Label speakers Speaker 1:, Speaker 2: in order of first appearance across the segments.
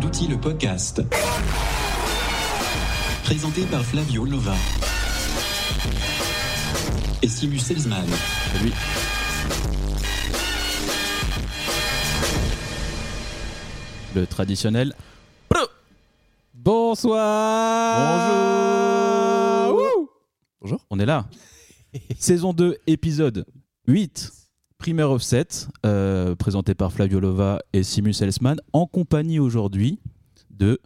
Speaker 1: Touti le podcast. Présenté par Flavio Lova. Et Simus Selzman.
Speaker 2: Salut. Le traditionnel. Bonsoir. Wouh
Speaker 3: Bonjour.
Speaker 2: On est là. Saison 2, épisode 8. Primaire Offset, euh, présenté par Flavio Lova et Simus Elsman, en compagnie aujourd'hui de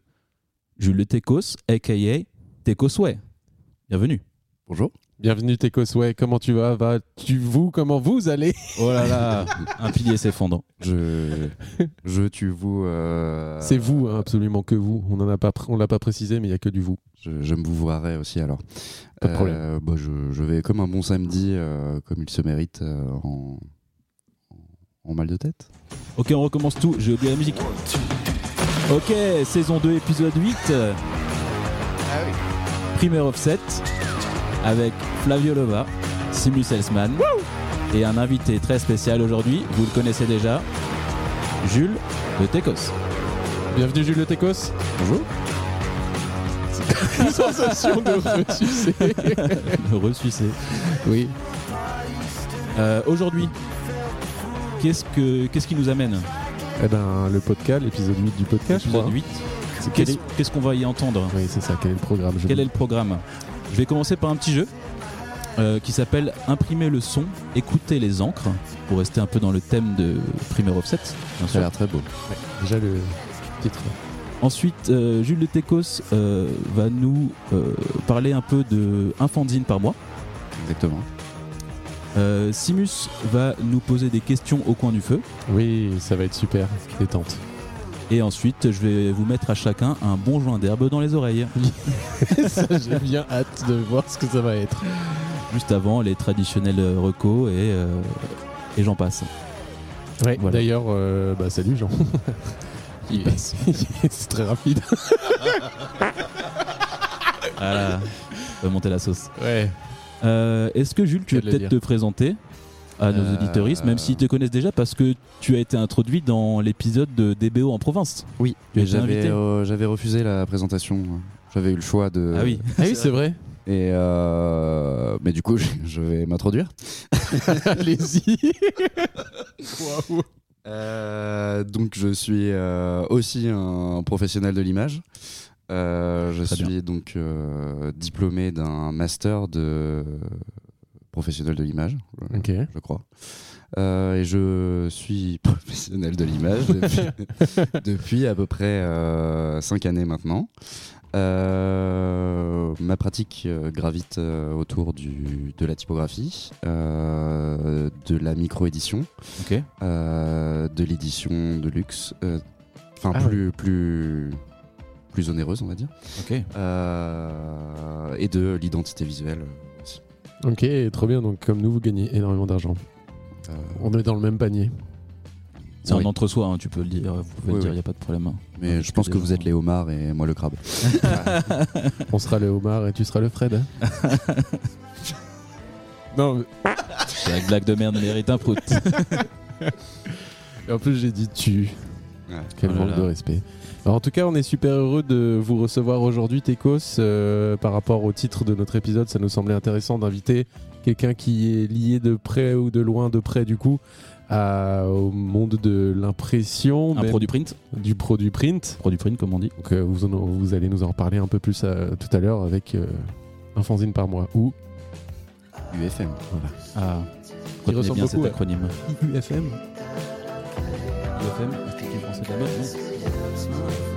Speaker 2: Jules Le Tecos, a.k.a. Tecosway. Bienvenue.
Speaker 3: Bonjour.
Speaker 4: Bienvenue Técosway, comment tu vas Va tu vous comment vous allez
Speaker 2: Oh là là, un pilier s'effondre.
Speaker 3: Je, je tu vous. euh,
Speaker 4: C'est vous hein, absolument que vous. On en a pas pr- on l'a pas précisé mais il y a que du vous.
Speaker 3: Je, je me vous voirai aussi alors.
Speaker 4: Pas de
Speaker 3: Euh,
Speaker 4: problème.
Speaker 3: bah, je, je vais comme un bon samedi, euh, comme il se mérite, euh, en, en mal de tête.
Speaker 2: Ok, on recommence tout. J'ai oublié la musique. Ok, saison 2, épisode 8. Primaire Offset avec Flavio Lova, Simus Elsman et un invité très spécial aujourd'hui. Vous le connaissez déjà, Jules de Tecos.
Speaker 4: Bienvenue Jules Le Técos.
Speaker 3: Bonjour.
Speaker 4: Sensation de ressuscité.
Speaker 2: Heureux Suissé.
Speaker 4: Oui.
Speaker 2: Euh, aujourd'hui, qu'est-ce, que, qu'est-ce qui nous amène
Speaker 4: Eh ben le podcast, l'épisode 8 du podcast je crois.
Speaker 2: Épisode 8.
Speaker 4: C'est quel
Speaker 2: Qu'est-ce,
Speaker 4: est-
Speaker 2: qu'est-ce qu'on va y entendre
Speaker 4: Oui, c'est ça, quel est le programme je
Speaker 2: Quel
Speaker 4: dis.
Speaker 2: est le programme Je vais commencer par un petit jeu euh, qui s'appelle Imprimer le son, écouter les encres, pour rester un peu dans le thème de Primaire Offset, bien
Speaker 3: Ça a
Speaker 2: sûr.
Speaker 3: l'air très beau.
Speaker 4: déjà le titre
Speaker 2: Ensuite, euh, Jules de Tecos euh, va nous euh, parler un peu de un fanzine par mois.
Speaker 3: Exactement.
Speaker 2: Euh, Simus va nous poser des questions au coin du feu.
Speaker 4: Oui, ça va être super, détente.
Speaker 2: Et ensuite, je vais vous mettre à chacun un bon joint d'herbe dans les oreilles.
Speaker 4: ça j'ai bien hâte de voir ce que ça va être.
Speaker 2: Juste avant, les traditionnels euh, recos et, euh, et j'en passe.
Speaker 4: Ouais,
Speaker 2: Voilà.
Speaker 4: D'ailleurs, euh, bah, salut Jean. Il passe. c'est très rapide.
Speaker 2: Ah, va monter la sauce.
Speaker 4: Ouais.
Speaker 2: Euh, Est-ce que Jules, tu veux
Speaker 4: Qu'à le
Speaker 2: peut-être te présenter à nos
Speaker 3: Euh,
Speaker 2: auditeuristes, même s'ils te connaissent déjà, parce que tu as été introduit dans l'épisode de DBO en province.
Speaker 3: Oui.
Speaker 2: Tu as été
Speaker 3: J'avais
Speaker 2: invité.
Speaker 3: euh, j'avais refusé la présentation. J'avais eu le choix de.
Speaker 2: Ah oui.
Speaker 4: Ah oui, c'est vrai.
Speaker 3: Et euh, mais du coup, je, je vais m'introduire.
Speaker 4: Allez-y.
Speaker 3: Euh, donc je suis euh, aussi un professionnel de l'image. Euh, je
Speaker 2: Très
Speaker 3: suis donc euh, diplômé d'un master de professionnel de l'image, euh,
Speaker 4: Ok.
Speaker 3: je crois. Euh, et je suis professionnel de l'image depuis, depuis à peu près 5 années maintenant. Euh, ma pratique euh, gravite euh, autour du, de la typographie, euh, de la microédition,
Speaker 2: Ok.
Speaker 3: euh, de l'édition de luxe, euh, enfin
Speaker 4: Ah
Speaker 3: plus, plus, plus onéreuse on va dire,
Speaker 2: Ok.
Speaker 3: euh, et de l'identité visuelle. aussi.
Speaker 4: Ok, trop bien. Donc, comme nous, vous gagnez énormément d'argent.
Speaker 3: Euh,
Speaker 4: On est dans le même panier.
Speaker 2: C'est
Speaker 3: Oui.
Speaker 2: un entre-soi, hein, tu peux le dire. Vous pouvez
Speaker 3: Oui,
Speaker 2: le dire, il
Speaker 3: oui.
Speaker 2: n'y a pas de problème. hein.
Speaker 3: mais je pense que vous êtes les homards et moi le crabe.
Speaker 4: On sera le homard et tu seras le Fred. hein. non,
Speaker 2: La blague de merde mérite un prout.
Speaker 4: mais- en plus, j'ai dit tu.
Speaker 3: Ouais.
Speaker 4: Quel
Speaker 2: Oh là
Speaker 4: manque
Speaker 2: là.
Speaker 4: de respect. Alors, en tout cas, on est super heureux de vous recevoir aujourd'hui, Tekos. Euh, par rapport au titre de notre épisode, ça nous semblait intéressant d'inviter quelqu'un qui est lié de près ou de loin, de près du coup, à- au monde de l'impression,
Speaker 2: un
Speaker 4: même
Speaker 2: produit print.
Speaker 4: du produit print.
Speaker 2: Produit print, comme on dit.
Speaker 4: Donc euh, vous, en- vous allez nous en reparler un peu plus euh, tout à l'heure avec euh, un fanzine par mois ou
Speaker 3: UFM.
Speaker 2: Ah,
Speaker 4: Qui
Speaker 2: retenez
Speaker 4: ressemble
Speaker 2: bien cet
Speaker 3: hein.
Speaker 4: beaucoup à-
Speaker 2: acronyme.
Speaker 4: UFM.
Speaker 2: IFM, Institut français de la mode, non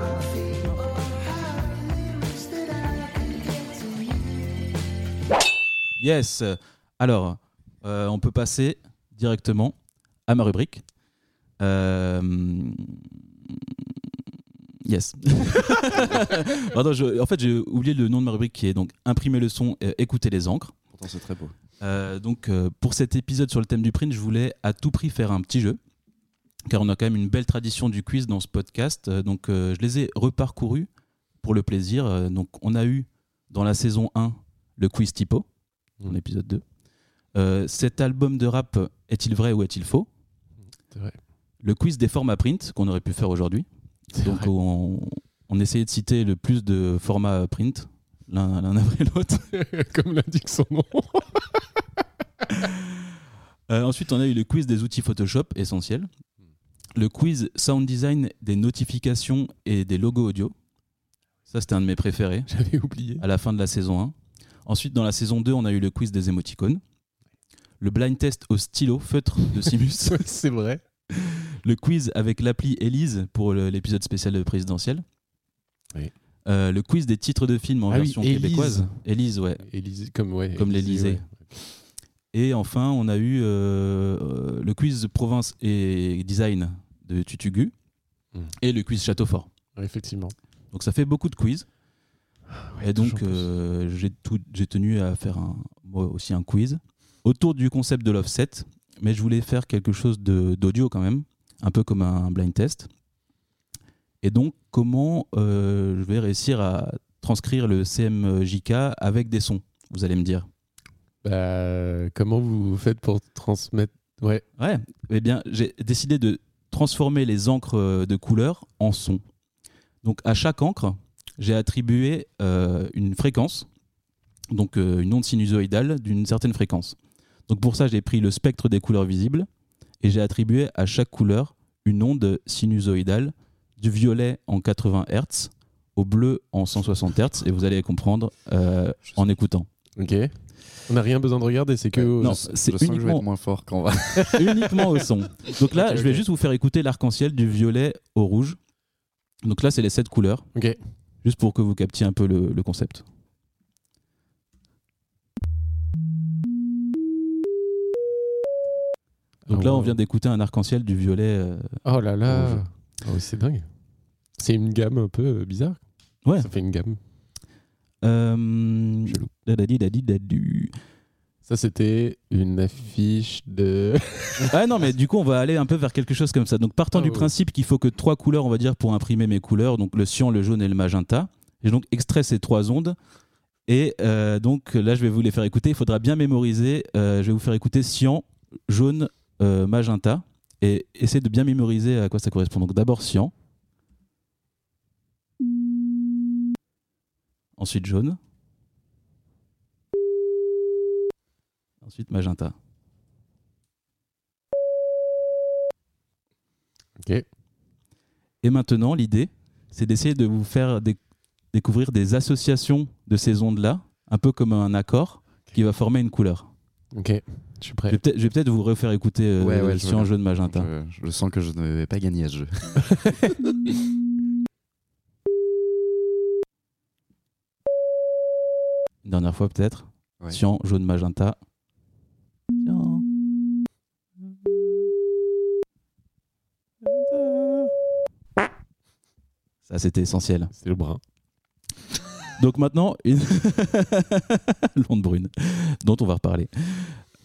Speaker 2: Yes. Alors, euh, on peut passer directement à ma rubrique. Euh, Yes. Pardon, je- en fait, j'ai oublié le nom de ma rubrique qui est donc imprimer le son, euh, écouter les encres.
Speaker 3: Pourtant c'est très beau.
Speaker 2: Euh, donc euh, pour cet épisode sur le thème du print, je voulais à tout prix faire un petit jeu, car on a quand même une belle tradition du quiz dans ce podcast. Euh, donc euh, je les ai reparcourus pour le plaisir. Euh, donc on a eu dans la saison 1 le quiz typo, dans
Speaker 4: Mm.
Speaker 2: l'épisode 2. Euh, cet album de rap est-il vrai ou est-il faux
Speaker 4: C'est vrai.
Speaker 2: Le quiz des formats print qu'on aurait pu faire aujourd'hui. Donc on, on essayait de citer le plus de formats print, l'un l'un après l'autre.
Speaker 4: Comme l'indique son nom.
Speaker 2: Euh, ensuite, on a eu le quiz des outils Photoshop essentiels, le quiz sound design des notifications et des logos audio. Ça, c'était un de mes préférés
Speaker 4: J'avais oublié.
Speaker 2: à la fin de la saison 1. Ensuite, dans la saison 2, on a eu le quiz des émoticônes, le blind test au stylo feutre de Simus,
Speaker 4: Ouais, c'est vrai.
Speaker 2: le quiz avec l'appli Elise pour le- l'épisode spécial de présidentiel.
Speaker 4: Oui.
Speaker 2: Euh, le quiz des titres de films en
Speaker 4: Ah oui,
Speaker 2: version
Speaker 4: Élise.
Speaker 2: québécoise. Élise, ouais.
Speaker 4: Élysée- comme ouais,
Speaker 2: Comme l'Élysée.
Speaker 4: ouais.
Speaker 2: Et enfin, on a eu euh, euh, le quiz province et design de Tutugu
Speaker 4: Mm.
Speaker 2: et le quiz Château Fort.
Speaker 4: Ouais, Effectivement.
Speaker 2: Donc ça fait beaucoup de quiz.
Speaker 4: Ah Ouais,
Speaker 2: et donc
Speaker 4: toujours plus.
Speaker 2: euh, j'ai tout- j'ai tenu à faire un, moi aussi un quiz autour du concept de l'offset, mais je voulais faire quelque chose de- d'audio quand même, un peu comme un blind test. Et donc comment euh, je vais réussir à transcrire le CMJK avec des sons, vous allez me dire.
Speaker 4: Bah, comment vous faites pour transmettre Ouais,
Speaker 2: Ouais, eh bien, j'ai décidé de transformer les encres euh, de couleur en sons. Donc, à chaque encre, j'ai attribué euh, une fréquence, donc euh, une onde sinusoïdale d'une certaine fréquence. Donc, pour ça, j'ai pris le spectre des couleurs visibles et j'ai attribué à chaque couleur une onde sinusoïdale du violet en 80 Hz au bleu en 160 Hz et vous allez comprendre euh, en écoutant.
Speaker 4: ok. On n'a rien besoin de regarder, c'est que.
Speaker 3: Ouais.
Speaker 2: Non,
Speaker 3: je,
Speaker 2: c'est
Speaker 3: je sens que je vais
Speaker 2: uniquement
Speaker 3: être moins fort quand on va.
Speaker 2: uniquement au son. Donc là,
Speaker 4: Ok,
Speaker 2: je vais
Speaker 4: ok.
Speaker 2: juste vous faire écouter l'arc-en-ciel du violet au rouge. Donc là, c'est les sept couleurs,
Speaker 4: euh, Ok.
Speaker 2: juste pour que vous captiez un peu le, le concept. Donc
Speaker 4: Ah,
Speaker 2: là, on
Speaker 4: wow.
Speaker 2: vient d'écouter un arc-en-ciel du violet. euh,
Speaker 4: Oh là
Speaker 2: Rouge.
Speaker 4: là Ah oui, C'est dingue. C'est une gamme un peu euh, bizarre.
Speaker 2: Ouais.
Speaker 4: Ça fait une gamme.
Speaker 2: euh,
Speaker 4: Chelou.
Speaker 2: dadadi, dadi, dadu.
Speaker 4: Ça, c'était une affiche de.
Speaker 2: Ah non, mais du coup, on va aller un peu vers quelque chose comme ça. Donc, partant
Speaker 4: Ah
Speaker 2: du
Speaker 4: ouais.
Speaker 2: principe qu'il faut que trois couleurs, on va dire, pour imprimer mes couleurs, donc le cyan, le jaune et le magenta. J'ai donc extrait ces trois ondes. Et euh, donc là, je vais vous les faire écouter. Il faudra bien mémoriser. Euh, je vais vous faire écouter cyan, jaune, euh, magenta. Et essayer de bien mémoriser à quoi ça correspond. Donc, d'abord cyan. Ensuite jaune. Ensuite magenta.
Speaker 4: Ok.
Speaker 2: Et maintenant, l'idée, c'est d'essayer de vous faire déc- découvrir des associations de ces ondes-là, un peu comme un accord qui va former une couleur.
Speaker 4: Ok. Je suis
Speaker 2: Je vais
Speaker 4: prêt.
Speaker 2: peut-être je vais peut-être vous refaire écouter euh,
Speaker 3: Ouais, ouais, je veux
Speaker 2: Cyan,
Speaker 3: bien.
Speaker 2: jaune, magenta.
Speaker 3: Je, je sens que je ne vais pas gagner à ce jeu.
Speaker 2: Une dernière fois, peut-être.
Speaker 3: Ouais.
Speaker 2: Cyan, jaune, magenta. Cyan. Ça, c'était essentiel.
Speaker 4: C'est le brun.
Speaker 2: Donc maintenant, une... l'onde brune, dont on va reparler.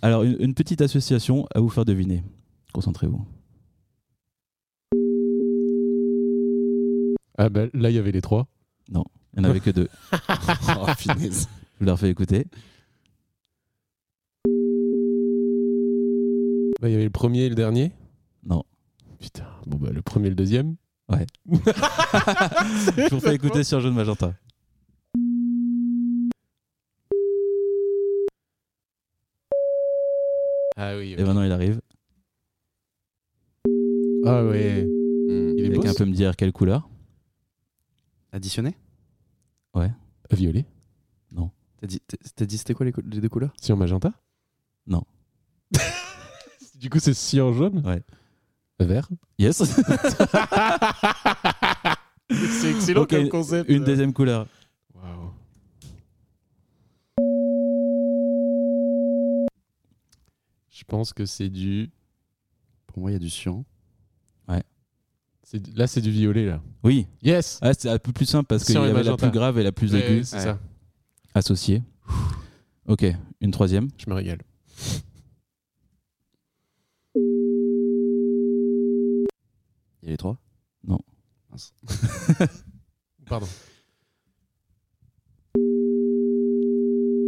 Speaker 2: Alors, une, une petite association à vous faire deviner. Concentrez-vous.
Speaker 4: Ah bah là, il y avait les trois.
Speaker 2: Il n'y en avait que deux.
Speaker 3: oh, finesse.
Speaker 2: Je vous la refais écouter.
Speaker 4: Bah, il y avait le premier et le dernier
Speaker 2: Non.
Speaker 4: Putain. Bon, bah, le premier et le deuxième.
Speaker 2: Je vous fais écouter sur Jaune Magenta.
Speaker 4: Ah oui.
Speaker 2: Et bah- maintenant, il arrive.
Speaker 4: Ah ouais.
Speaker 3: Hmm.
Speaker 4: Il est beau.
Speaker 2: Quelqu'un
Speaker 4: ce-
Speaker 2: peut me dire quelle couleur
Speaker 3: Additionné
Speaker 4: Violet.
Speaker 3: T'as dit, t'as- t'as dit c'était quoi les, cou- les deux couleurs
Speaker 4: Cyan magenta
Speaker 2: Non.
Speaker 4: du coup, c'est cyan jaune
Speaker 2: Ouais.
Speaker 4: Vert
Speaker 2: Yes
Speaker 4: C'est excellent
Speaker 2: Ok, comme
Speaker 4: concept.
Speaker 2: Une deuxième couleur.
Speaker 4: Je pense que c'est du...
Speaker 3: Pour moi, il y a du cyan.
Speaker 4: c'est du- Là, c'est du violet, là.
Speaker 2: Oui.
Speaker 4: Yes
Speaker 2: Ah, c'est un peu plus simple parce qu'il y
Speaker 4: Cyan et
Speaker 2: avait la
Speaker 4: magenta.
Speaker 2: plus grave et la plus
Speaker 4: Ouais,
Speaker 2: aiguë
Speaker 4: c'est
Speaker 3: Ouais.
Speaker 4: ça.
Speaker 2: associée. Ok, une troisième.
Speaker 4: Je me régale.
Speaker 3: Il y a les trois
Speaker 2: Non.
Speaker 3: Mince.
Speaker 4: Pardon.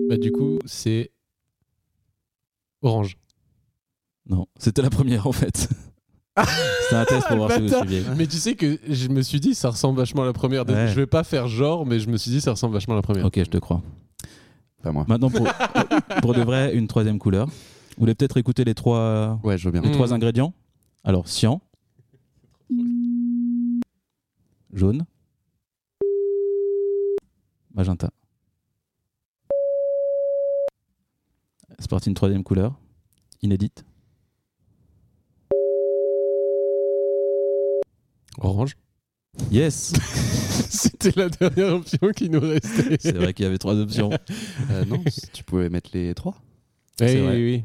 Speaker 4: Bah, du coup, c'est... Orange.
Speaker 2: Non, c'était la première en fait. C'était un test pour voir si vous
Speaker 4: Bâtard.
Speaker 2: suiviez.
Speaker 4: Mais tu sais que je me suis dit, ça ressemble vachement à la première.
Speaker 2: Ouais.
Speaker 4: Je vais pas faire genre, mais je me suis dit, ça ressemble vachement à la première.
Speaker 2: Ok, je te crois.
Speaker 3: Pas moi.
Speaker 2: Maintenant, pour, pour de vrai, une troisième couleur. Vous voulez peut-être écouter les trois,
Speaker 3: Ouais, je veux bien.
Speaker 2: les
Speaker 4: Mm.
Speaker 2: trois ingrédients Alors, cyan. Jaune. Magenta. C'est parti, une troisième couleur. Inédite.
Speaker 4: Orange.
Speaker 2: Yes
Speaker 4: C'était la dernière option qui nous restait.
Speaker 2: C'est vrai qu'il y avait trois options.
Speaker 3: Euh, non, si tu pouvais mettre les trois.
Speaker 2: c'est
Speaker 4: Oui,
Speaker 2: vrai.
Speaker 4: oui, oui.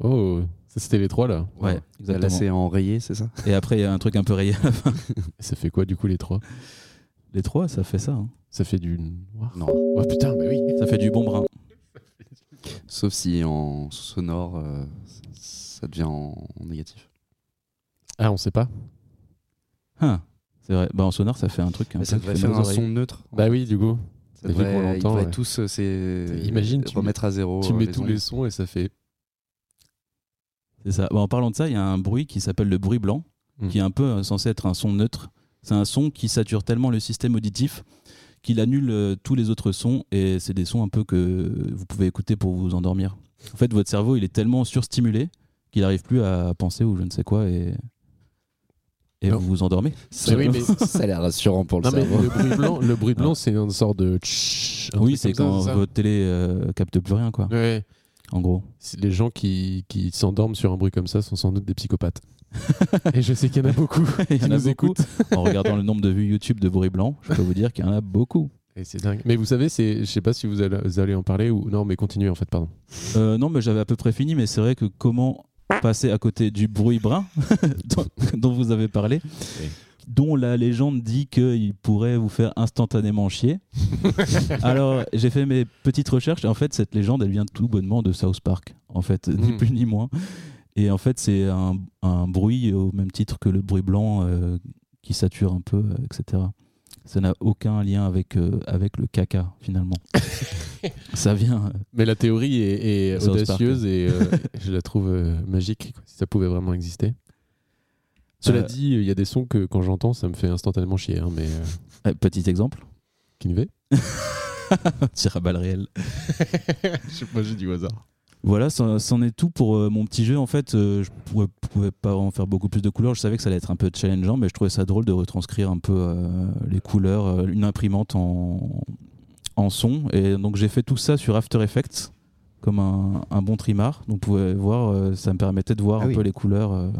Speaker 4: Oh, ça c'était les trois là.
Speaker 2: Ouais,
Speaker 3: Là,
Speaker 2: exactement.
Speaker 3: c'est enrayé, c'est ça
Speaker 2: Et après, il y a un truc un peu rayé à la fin.
Speaker 4: Ça fait quoi du coup les trois
Speaker 2: Les trois, ça fait ça. hein.
Speaker 4: Ça fait du noir.
Speaker 3: Non.
Speaker 4: Oh putain, mais oui.
Speaker 2: Ça fait du bon brun.
Speaker 3: Sauf si en sonore, euh, ça devient en en négatif.
Speaker 4: Ah, on sait pas.
Speaker 2: Hein, c'est vrai. Bah, en sonore, ça fait un truc. un
Speaker 3: Mais
Speaker 2: peu
Speaker 3: ça
Speaker 2: qui
Speaker 3: devrait
Speaker 2: fait
Speaker 3: faire
Speaker 2: mal aux
Speaker 3: un
Speaker 2: oreilles.
Speaker 3: son neutre.
Speaker 4: Bah oui, du coup.
Speaker 3: Ça
Speaker 4: les
Speaker 3: devrait,
Speaker 4: vies qu'on
Speaker 3: ils
Speaker 4: l'entend,
Speaker 3: devraient
Speaker 4: ouais.
Speaker 3: tous euh, c'est
Speaker 4: Imagine, tu
Speaker 3: remettre à
Speaker 2: Oh,
Speaker 3: zéro.
Speaker 4: tu
Speaker 3: euh,
Speaker 4: mets
Speaker 3: les
Speaker 4: tous
Speaker 3: ondes.
Speaker 4: les sons et ça fait.
Speaker 2: C'est ça. Bah, en parlant de ça, il y a un bruit qui s'appelle le bruit blanc,
Speaker 4: Mm.
Speaker 2: qui est un peu euh, censé être un son neutre. C'est un son qui sature tellement le système auditif qu'il annule euh, tous les autres sons et c'est des sons un peu que vous pouvez écouter pour vous endormir. En fait, votre cerveau, il est tellement surstimulé qu'il n'arrive plus à penser ou je ne sais quoi et, et
Speaker 4: Non.
Speaker 2: vous vous endormez.
Speaker 3: Ça,
Speaker 4: oui, mais-
Speaker 3: ça a l'air rassurant pour le
Speaker 4: Non, mais
Speaker 3: cerveau.
Speaker 4: le bruit blanc, le bruit blanc, c'est une sorte de. tch, un
Speaker 2: oui,
Speaker 4: truc
Speaker 2: c'est
Speaker 4: comme ça,
Speaker 2: quand
Speaker 4: ça
Speaker 2: votre télé euh, capte plus rien, quoi.
Speaker 4: Ouais.
Speaker 2: En gros.
Speaker 4: C'est- Les gens qui, qui s'endorment sur un bruit comme ça sont sans doute des psychopathes. Et je sais qu'il y en a beaucoup.
Speaker 2: Il y en a
Speaker 4: nous
Speaker 2: beaucoup.
Speaker 4: écoutent.
Speaker 2: en regardant le nombre de vues YouTube de bruit blanc, je peux vous dire qu'il y en a beaucoup.
Speaker 4: Et c'est dingue. Mais vous savez, c'est, je sais pas si vous allez, vous allez en parler ou non, mais continuez en fait, pardon.
Speaker 2: Euh, non, mais j'avais à peu près fini, mais c'est vrai que comment passer à côté du bruit brun dont, dont vous avez parlé,
Speaker 4: Oui.
Speaker 2: dont la légende dit qu'il pourrait vous faire instantanément chier. Alors, j'ai fait mes petites recherches et en fait, cette légende, elle vient tout bonnement de South Park, en fait, ni
Speaker 4: Mm.
Speaker 2: plus ni moins. Et en fait, c'est un, un bruit au même titre que le bruit blanc euh, qui sature un peu, euh, etc. Ça n'a aucun lien avec, euh, avec le caca, finalement. Ça vient. euh,
Speaker 4: Mais la théorie est, est
Speaker 2: South Park,
Speaker 4: audacieuse et euh, je la trouve euh, magique, quoi, si ça pouvait vraiment exister. Cela
Speaker 2: Euh,
Speaker 4: dit, il y a des sons que quand j'entends, ça me fait instantanément chier, hein, mais euh,
Speaker 2: euh, petit exemple.
Speaker 4: qui ne va
Speaker 2: Tir à balles réelles.
Speaker 4: Je sais pas, j'ai du hasard.
Speaker 2: Voilà, c'en c'en est tout pour euh, mon petit jeu. En fait, euh, je pouvais, pouvais pas en faire beaucoup plus de couleurs. Je savais que ça allait être un peu challengeant, mais je trouvais ça drôle de retranscrire un peu euh, les couleurs, euh, une imprimante en, en son. Et donc j'ai fait tout ça sur After Effects, comme un, un bon trimar. Donc vous pouvez voir, euh, ça me permettait de voir
Speaker 3: Ah
Speaker 2: un
Speaker 3: oui.
Speaker 2: peu les couleurs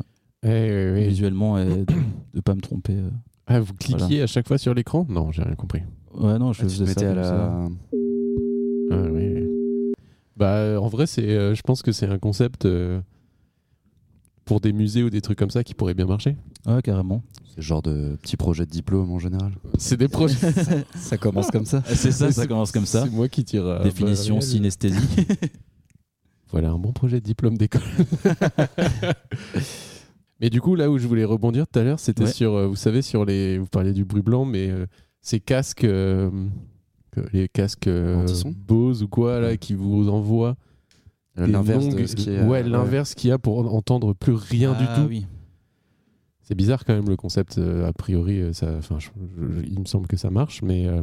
Speaker 2: euh, visuellement et de, de pas me tromper. euh.
Speaker 4: Ah, vous cliquiez
Speaker 2: Voilà.
Speaker 4: à chaque fois sur l'écran Non, j'ai rien compris.
Speaker 2: Ouais, non, je
Speaker 3: Ah, tu te
Speaker 2: faisais ça.
Speaker 3: mettais à
Speaker 2: comme ça.
Speaker 3: la.
Speaker 4: Ah, oui. Bah, euh, en vrai, c'est, euh, je pense que c'est un concept euh, pour des musées ou des trucs comme ça qui pourrait bien marcher.
Speaker 2: Ouais, carrément.
Speaker 3: C'est le genre de petit projet de diplôme en général.
Speaker 4: C'est des projets.
Speaker 3: Ça commence comme ça.
Speaker 2: C'est ça, ça
Speaker 4: C'est-
Speaker 2: commence comme ça.
Speaker 4: C'est moi qui tire. à
Speaker 2: Définition
Speaker 4: balles réelles.
Speaker 2: synesthésie.
Speaker 4: Voilà un bon projet de diplôme d'école. mais du coup, là où je voulais rebondir tout à l'heure, c'était
Speaker 2: Ouais.
Speaker 4: sur, euh, vous savez, sur les, vous parliez du bruit blanc, mais euh, ces casques, euh, que- les casques euh,
Speaker 3: Anti-son
Speaker 4: Bose ou quoi là, qui vous envoient des
Speaker 3: L'inverse
Speaker 4: longues-
Speaker 3: de ce qui est. euh,
Speaker 4: ouais, l'inverse qu'il y a pour en- entendre plus rien du
Speaker 2: Ah
Speaker 4: tout.
Speaker 2: oui.
Speaker 4: C'est bizarre quand même le concept. euh, a priori, euh, ça, enfin, je- je- je- il me semble que ça marche, mais euh,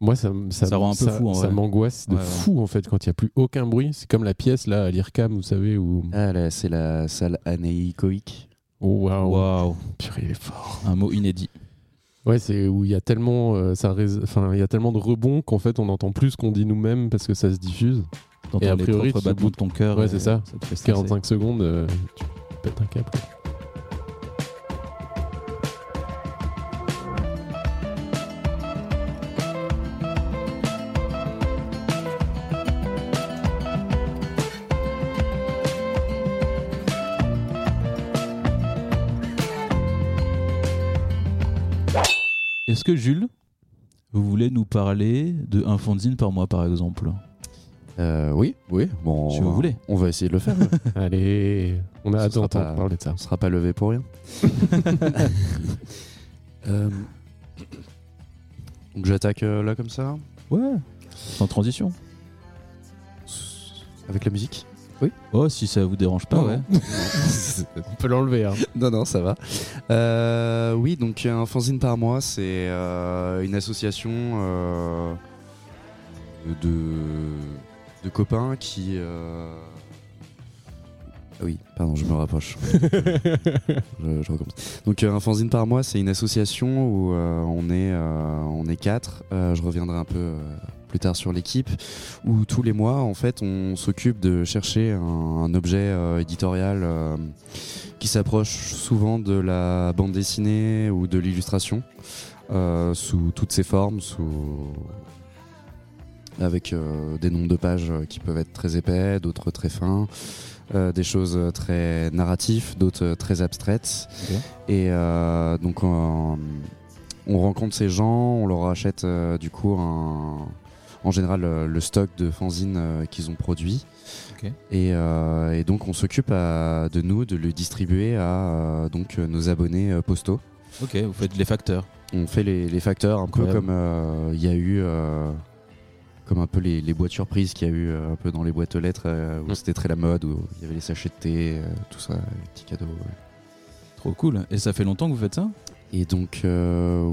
Speaker 4: moi, ça, m- ça,
Speaker 2: Ça rend un peu fou, en
Speaker 4: ça
Speaker 2: vrai.
Speaker 4: m'angoisse de
Speaker 2: Ouais, ouais.
Speaker 4: fou en fait quand il n'y a plus aucun bruit. C'est comme la pièce là à l'IRCAM, vous savez, où.
Speaker 3: Ah, là, c'est la salle anéicoïque.
Speaker 4: Oh, waouh.
Speaker 2: Waouh.
Speaker 4: Purée, il est fort.
Speaker 2: Un mot inédit.
Speaker 4: Ouais, c'est où il y a tellement, euh, ça rés- enfin, il y a tellement de rebonds qu'en fait, on entend plus ce qu'on dit nous-mêmes parce que ça se diffuse.
Speaker 2: T'entends
Speaker 4: Et a
Speaker 2: les
Speaker 4: priori,
Speaker 2: propres
Speaker 4: tu-
Speaker 2: battements de ton cœur.
Speaker 4: Ouais,
Speaker 2: et
Speaker 4: c'est ça.
Speaker 2: te fait stresser.
Speaker 4: 45 secondes, euh, tu pètes un câble.
Speaker 2: Est-ce que Jules, vous voulez nous parler de un fanzine par mois, par exemple
Speaker 3: Euh, oui, oui. Bon,
Speaker 2: Si
Speaker 3: on
Speaker 2: vous
Speaker 3: va-
Speaker 2: voulez.
Speaker 3: On va essayer de le faire. ouais.
Speaker 4: Allez, on a
Speaker 3: Ce
Speaker 4: hâte
Speaker 3: sera
Speaker 4: d'entendre
Speaker 3: pas-
Speaker 4: parler de ça.
Speaker 3: on sera pas levé pour rien. Euh, Donc j'attaque euh, là comme ça,
Speaker 2: Ouais. Sans transition.
Speaker 3: avec la musique. Oui.
Speaker 2: Oh, si ça vous dérange pas, hein.
Speaker 3: Non,
Speaker 2: ouais.
Speaker 4: On peut l'enlever. hein.
Speaker 3: non, non, ça va. Euh, oui, donc un fanzine par mois, c'est euh, une association euh, de, de copains qui. euh, Ah Oui, pardon, je me rapproche. je, je recommence. Donc euh, un fanzine par mois, c'est une association où euh, on, est, euh, on est quatre. Euh, je reviendrai un peu euh, plus tard sur l'équipe. Où tous les mois, en fait, on s'occupe de chercher un, un objet euh, éditorial euh, qui s'approche souvent de la bande dessinée ou de l'illustration, euh, sous toutes ses formes, sous avec euh, des nombres de pages euh, qui peuvent être très épais, d'autres très fins, euh, des choses euh, très narratives, d'autres euh, très abstraites.
Speaker 2: Ok.
Speaker 3: Et euh, donc on, on rencontre ces gens, on leur achète euh, du coup un- en général euh, le stock de fanzines euh, qu'ils ont produit.
Speaker 2: Ok.
Speaker 3: Et, euh, et donc on s'occupe à- de nous de le distribuer à euh, donc euh, nos abonnés euh, postaux.
Speaker 2: Ok, vous faites les facteurs.
Speaker 3: On fait les, les facteurs un peu
Speaker 2: Incroyable.
Speaker 3: comme euh, il y a eu, euh, comme un peu les, les boîtes surprises qu'il y a eu euh, un peu dans les boîtes aux lettres euh, où
Speaker 4: Mm.
Speaker 3: c'était très la mode, où il y avait les sachets de thé, euh, tout ça, les petits cadeaux. ouais.
Speaker 2: Trop cool. Et ça fait longtemps que vous faites ça
Speaker 3: Et donc, euh,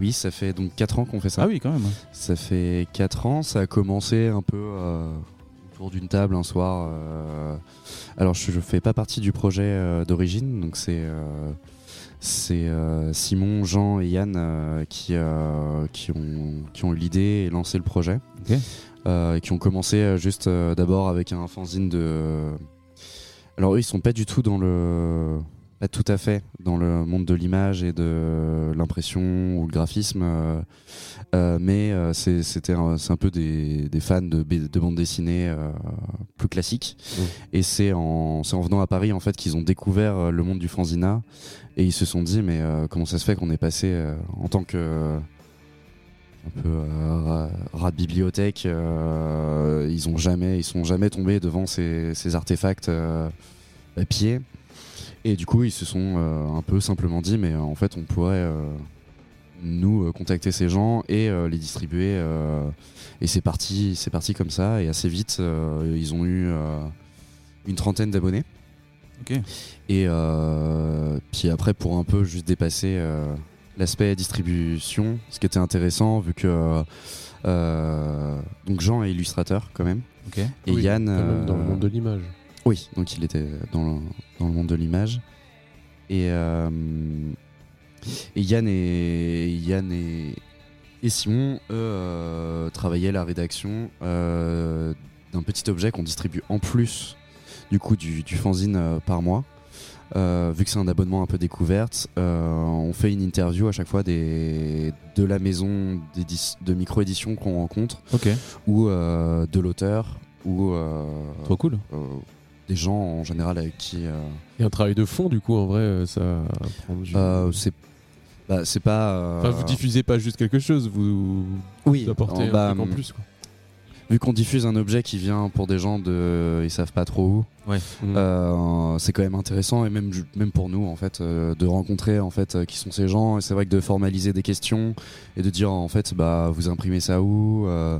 Speaker 3: oui, ça fait donc 4 ans qu'on fait ça.
Speaker 2: Ah oui, quand même.
Speaker 3: Ça fait 4 ans, ça a commencé un peu euh, autour d'une table un soir. euh, alors je ne fais pas partie du projet euh, d'origine, donc c'est euh, c'est, euh, Simon, Jean et Yann euh, qui, euh, qui, ont, qui ont eu l'idée et lancé le projet.
Speaker 2: Ok.
Speaker 3: Euh, et qui ont commencé euh, juste euh, d'abord avec un fanzine de... Alors eux, ils sont pas du tout dans le... Pas tout à fait dans le monde de l'image et de l'impression ou le graphisme. euh, euh, mais euh, c'est- c'était un, c'est un peu des, des fans de, ba- de bande dessinée euh, plus classique.
Speaker 4: Mm.
Speaker 3: Et c'est en, c'est en venant à Paris en fait qu'ils ont découvert euh, le monde du fanzina et ils se sont dit mais euh, comment ça se fait qu'on est passé euh, en tant que euh, un peu euh, ra- rat de bibliothèque, euh, ils ont jamais, ils sont jamais tombés devant ces, ces artefacts euh, à pied. Et du coup, ils se sont euh, un peu simplement dit mais euh, en fait on pourrait euh, nous euh, contacter ces gens et euh, les distribuer. euh, et c'est parti, c'est parti comme ça. Et assez vite, euh, ils ont eu euh, une trentaine d'abonnés.
Speaker 2: Ok.
Speaker 3: Et euh, puis après, pour un peu juste dépasser euh, l'aspect distribution, ce qui était intéressant, vu que euh, donc Jean est illustrateur quand même.
Speaker 2: Ok.
Speaker 3: Et
Speaker 4: Oui,
Speaker 3: Yann,
Speaker 4: quand même dans le
Speaker 3: euh,
Speaker 4: monde de l'image.
Speaker 3: oui, donc il était dans le, dans le monde de l'image. Et, euh, et Yann et Yann et, et Simon, eux, euh, travaillaient la rédaction euh, d'un petit objet qu'on distribue en plus du coup du, du fanzine euh, par mois. Euh, vu que c'est un abonnement un peu découverte, euh, on fait une interview à chaque fois des, de la maison d'édi- de micro-édition qu'on rencontre
Speaker 2: Ok.
Speaker 3: ou euh, de l'auteur ou euh,
Speaker 2: Trop cool.
Speaker 3: euh, des gens en général avec qui euh,
Speaker 4: Et un travail de fond, du coup, en vrai, euh, ça prend du-
Speaker 3: euh, c'est bah, c'est pas euh,
Speaker 4: Enfin, vous diffusez pas juste quelque chose, vous,
Speaker 3: oui
Speaker 4: vous apportez
Speaker 3: en- bah,
Speaker 4: un truc en plus. Quoi.
Speaker 3: vu qu'on diffuse un objet qui vient pour des gens de ils savent pas trop où
Speaker 2: Ouais.
Speaker 3: euh, c'est quand même intéressant et même ju- même pour nous en fait euh, de rencontrer en fait euh, qui sont ces gens et c'est vrai que de formaliser des questions et de dire en fait bah vous imprimez ça où Euh,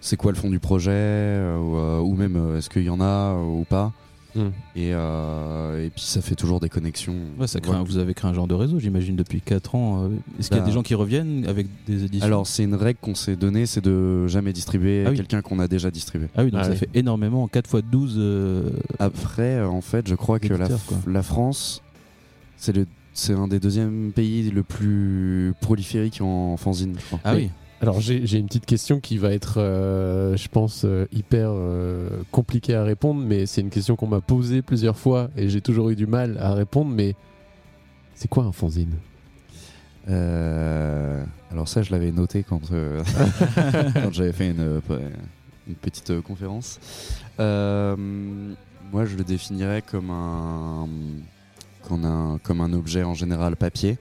Speaker 3: c'est quoi le fond du projet Euh, ou, euh, ou même euh, est-ce qu'il y en a euh, ou pas
Speaker 4: Mm.
Speaker 3: et, euh, et puis ça fait toujours des connexions
Speaker 2: Ouais, ça crée
Speaker 3: Voilà.
Speaker 2: un- vous avez créé un genre de réseau, j'imagine, depuis 4 ans. euh, Est-ce qu'il y a
Speaker 3: Bah.
Speaker 2: des gens qui reviennent avec des éditions
Speaker 3: Alors, c'est une règle qu'on s'est donnée, c'est de jamais distribuer
Speaker 2: Ah oui.
Speaker 3: quelqu'un qu'on a déjà distribué.
Speaker 2: Ah oui, donc
Speaker 4: Ah
Speaker 2: ça
Speaker 4: oui.
Speaker 2: fait énormément. 4 x 12. euh,
Speaker 3: Après, euh, en fait, je crois que la,
Speaker 2: Éditeur,
Speaker 3: F-
Speaker 2: quoi.
Speaker 3: la France, c'est le c'est un des deuxièmes pays le plus proliférique en fanzine, je crois.
Speaker 2: Ah oui.
Speaker 4: Alors j'ai j'ai une petite question qui va être, euh, je pense, euh, hyper euh, compliquée à répondre, mais c'est une question qu'on m'a posée plusieurs fois et j'ai toujours eu du mal à répondre, mais c'est quoi un fanzine
Speaker 3: Euh, alors ça, je l'avais noté quand, euh, quand j'avais fait une, euh, une petite euh, conférence. Euh, moi, je le définirais comme un, comme un, comme un objet en général papier.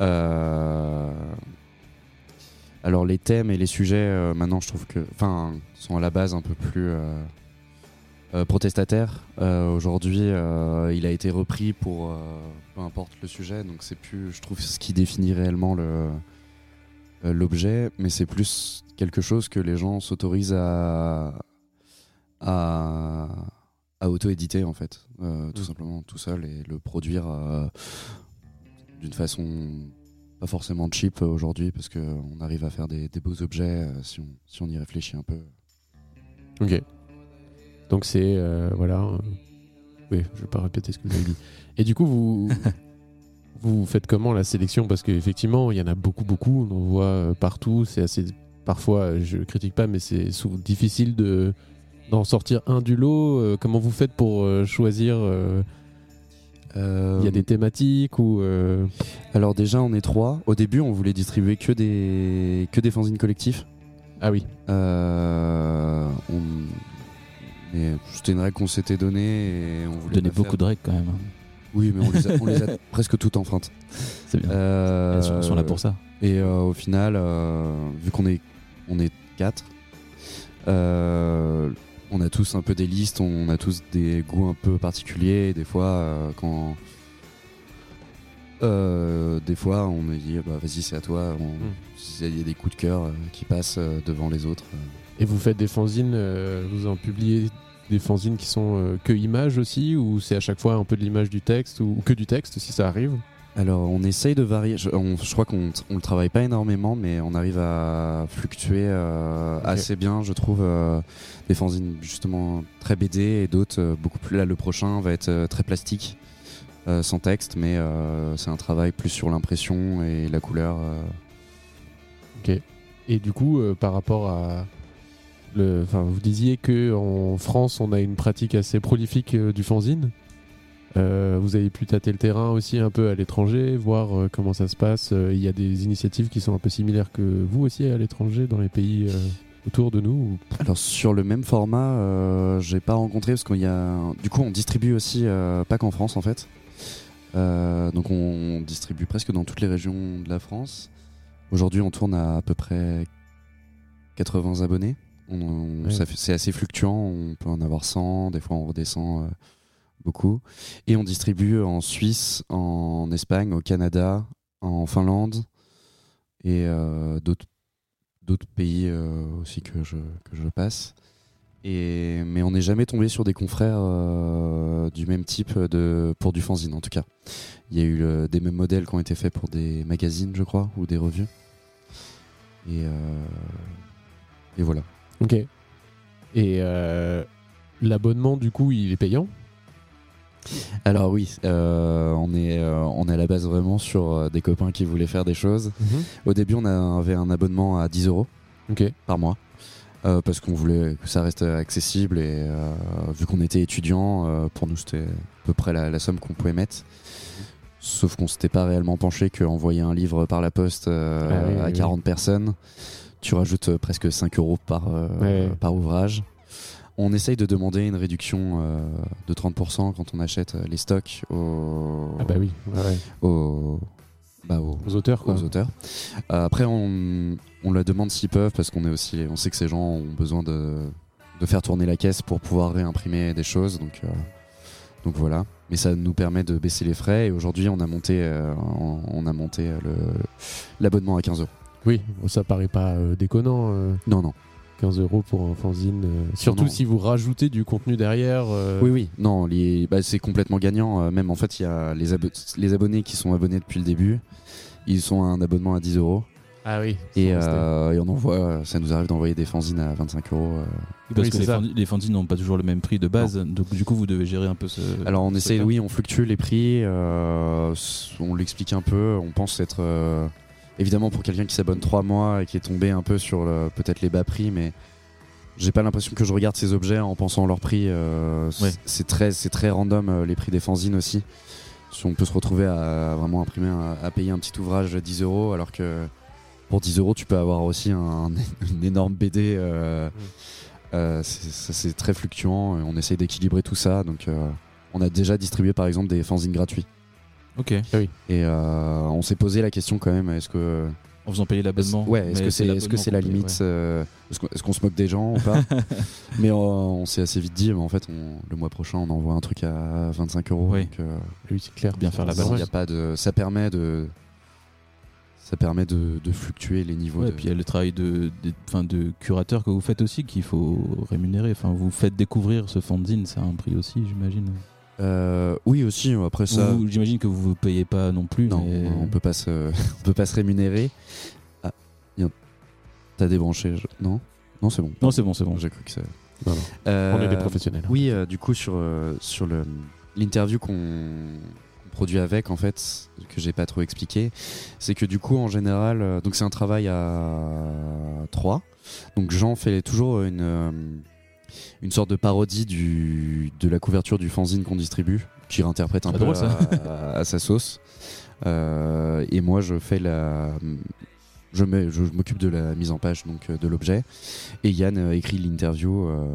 Speaker 3: Euh, alors les thèmes et les sujets, euh, maintenant, je trouve que, enfin, sont à la base un peu plus euh, euh, protestataires. Euh, Aujourd'hui, euh, il a été repris pour euh, peu importe le sujet, donc c'est plus, je trouve, ce qui définit réellement le euh, l'objet, mais c'est plus quelque chose que les gens s'autorisent à à, à auto-éditer en fait, euh, tout simplement tout seul et le produire euh, d'une façon pas forcément cheap euh, aujourd'hui parce qu'on arrive à faire des, des beaux objets euh, si, on, si on y réfléchit un peu.
Speaker 4: Ok. Donc c'est euh, voilà. euh, Oui, je vais pas répéter ce que j'ai dit. Et du coup, vous vous faites comment la sélection Parce qu'effectivement, il y en a beaucoup, beaucoup. On en voit euh, partout. C'est assez. Parfois, euh, je critique pas, mais c'est sou- difficile de d'en sortir un du lot. Euh, Comment vous faites pour euh, choisir euh, Il y a des thématiques ou euh,
Speaker 3: Alors déjà on est trois. Au début on voulait distribuer que des que des fanzines collectifs.
Speaker 4: ah oui.
Speaker 3: Euh, on... mais C'était une règle qu'on s'était donnée et on voulait
Speaker 2: Donner
Speaker 3: pas faire-
Speaker 2: beaucoup de règles quand même. hein.
Speaker 3: Oui, mais on les a, on les a presque toutes empreintes.
Speaker 2: C'est bien.
Speaker 3: Euh,
Speaker 2: Elles sont- elles sont là pour ça.
Speaker 3: Et euh, au final, euh, vu qu'on est, on est quatre, euh, on a tous un peu des listes, on a tous des goûts un peu particuliers. et Des fois, euh, quand. euh, des fois, on me dit, bah, vas-y, c'est à toi. on-
Speaker 4: Mm.
Speaker 3: Il y a des coups de cœur euh, qui passent euh, devant les autres.
Speaker 4: Et vous faites des fanzines. euh, vous en publiez des fanzines qui sont euh, que images aussi, ou c'est à chaque fois un peu de l'image du texte ou, ou que du texte si ça arrive.
Speaker 3: Alors, on essaye de varier. Je, on- je crois qu'on t- on le travaille pas énormément, mais on arrive à fluctuer euh,
Speaker 4: Ok.
Speaker 3: assez bien, je trouve. euh, des fanzines justement très BD et d'autres euh, beaucoup plus. Là, le prochain va être euh, très plastique, euh, sans texte, mais euh, c'est un travail plus sur l'impression et la couleur. euh.
Speaker 4: Et du coup, euh, par rapport à. Le, enfin, vous disiez que en France, on a une pratique assez prolifique euh, du fanzine. Euh, vous avez pu tâter le terrain aussi un peu à l'étranger, voir euh, comment ça se passe. Euh, Il y a des initiatives qui sont un peu similaires que vous aussi à l'étranger, dans les pays euh, autour de nous.
Speaker 3: Alors sur le même format, euh, j'ai pas rencontré parce qu'il y a. Du coup, on distribue aussi euh, pas qu'en France en fait. Euh, donc on distribue presque dans toutes les régions de la France. Aujourd'hui, on tourne à à peu près 80 abonnés. On- on-
Speaker 4: Ouais.
Speaker 3: ça fait- C'est assez fluctuant. On peut en avoir 100. Des fois, on redescend euh, beaucoup. Et on distribue en Suisse, en Espagne, au Canada, en Finlande et euh, d'autres d'autres pays euh, aussi que je, que je passe. Et, mais on n'est jamais tombé sur des confrères euh, du même type de, pour du fanzine en tout cas. Il y a eu euh, des mêmes modèles qui ont été faits pour des magazines je crois ou des revues. Et, euh, et voilà.
Speaker 4: Ok. Et euh, l'abonnement, du coup, il est payant.
Speaker 3: Alors oui, euh, on, est, euh, on est à la base vraiment sur euh, des copains qui voulaient faire des choses.
Speaker 4: Mhm.
Speaker 3: Au début on avait un abonnement à 10 euros.
Speaker 4: Ok.
Speaker 3: par mois. euh, parce qu'on voulait que ça reste accessible et euh, vu qu'on était étudiant, euh, pour nous c'était à peu près la, la somme qu'on pouvait mettre. Sauf qu'on s'était pas réellement penché qu'envoyer un livre par la poste euh,
Speaker 4: Ah oui,
Speaker 3: à
Speaker 4: oui,
Speaker 3: 40 personnes, tu rajoutes euh, presque 5 euros par, euh,
Speaker 4: Ouais.
Speaker 3: par ouvrage. On essaye de demander une réduction euh, de 30% quand on achète euh, les stocks aux,
Speaker 4: Ah bah oui. ouais, ouais.
Speaker 3: aux- bah, aux-
Speaker 4: Aux auteurs, quoi.
Speaker 3: aux auteurs. Euh, après, on, on la demande s'ils peuvent parce qu'on est aussi, on sait que ces gens ont besoin de, de faire tourner la caisse pour pouvoir réimprimer des choses. Donc, euh, donc voilà. Mais ça nous permet de baisser les frais. Et aujourd'hui, on a monté, euh, on, on a monté euh, le- l'abonnement à 15 euros.
Speaker 4: Oui, ça paraît pas euh, déconnant. euh.
Speaker 3: Non, non.
Speaker 4: 15 euros pour un fanzine. euh, surtout
Speaker 3: Non.
Speaker 4: si vous rajoutez du contenu derrière. euh,
Speaker 3: Oui, oui. Non, les- bah, c'est complètement gagnant. Euh, Même en fait, il y a les, abo- les abonnés qui sont abonnés depuis le début. Ils sont à un abonnement à 10 euros.
Speaker 4: Ah oui.
Speaker 3: Et,
Speaker 4: sans rester.
Speaker 3: euh, et on envoie, ça nous arrive d'envoyer des fanzines à 25 euros. euh,
Speaker 2: Parce
Speaker 4: Oui,
Speaker 2: que
Speaker 4: c'est
Speaker 2: les,
Speaker 4: ça.
Speaker 2: fanzines- les fanzines n'ont pas toujours le même prix de base, donc du coup vous devez gérer un peu ce.
Speaker 3: Alors on
Speaker 2: ce
Speaker 3: essaie,
Speaker 2: cas.
Speaker 3: oui, on fluctue les prix, euh, s- on l'explique un peu, on pense être... euh, évidemment pour quelqu'un qui s'abonne 3 mois et qui est tombé un peu sur le- peut-être les bas prix, mais j'ai pas l'impression que je regarde ces objets en pensant à leur prix. euh, c-
Speaker 2: Ouais.
Speaker 3: C'est très, c'est très random euh, les prix des fanzines aussi. Si on peut se retrouver à, à vraiment imprimer, un- à payer un petit ouvrage à 10 euros, alors que pour 10 euros tu peux avoir aussi un- une énorme BD. euh, euh, c'est- ça, c'est très fluctuant, et on essaie d'équilibrer tout ça, donc... euh, on a déjà distribué par exemple des fanzines gratuits.
Speaker 2: Ok.
Speaker 4: Ah
Speaker 3: Et euh, on s'est posé la question quand même, est-ce que
Speaker 2: En faisant payer l'abonnement.
Speaker 3: ouais, est-ce
Speaker 2: mais
Speaker 3: que c'est est-ce que c'est la
Speaker 2: l'abonnement
Speaker 3: limite
Speaker 2: complet,
Speaker 3: euh, Est-ce qu'on est-ce qu'on se moque des gens ou pas Mais euh, on s'est assez vite dit, mais en fait, on- le mois prochain, on envoie un truc à 25 euros.
Speaker 2: Oui.
Speaker 3: donc, euh,
Speaker 4: ah Oui, c'est clair.
Speaker 2: Bien faire la
Speaker 4: C'est
Speaker 2: balance.
Speaker 3: il y a pas de, ça permet de. Ça permet de, de fluctuer les niveaux.
Speaker 2: Ouais,
Speaker 3: de...
Speaker 2: et puis il y a le travail de, de, enfin, de curateur que vous faites aussi qu'il faut rémunérer. Enfin, vous faites découvrir ce fanzine, ça a un prix aussi, j'imagine.
Speaker 3: Euh, oui, aussi, après ça.
Speaker 2: Vous- vous- J'imagine que vous vous payez pas non plus.
Speaker 3: Non,
Speaker 2: mais-
Speaker 3: on peut pas se, on peut pas se rémunérer. Ah, y a- t'as débranché, je- non Non, c'est bon.
Speaker 2: Non, c'est bon, c'est bon.
Speaker 3: J'ai cru que ça.
Speaker 4: Non, non,
Speaker 3: Euh,
Speaker 4: On est des professionnels. hein.
Speaker 3: Oui, euh, du coup, sur, euh, sur le- l'interview qu'on qu'on produit avec, en fait, que j'ai pas trop expliqué, c'est que du coup, en général, euh, donc c'est un travail à trois. Donc Jean fait toujours une, euh, une sorte de parodie du, de la couverture du fanzine qu'on distribue, qui réinterprète un
Speaker 2: Pas
Speaker 3: peu
Speaker 2: Ah, drôle, ça.
Speaker 3: à, à sa sauce. Euh, et moi, je fais la. Je mets- je- je m'occupe de la mise en page donc euh, de l'objet. Et Yann euh, écrit l'interview. euh,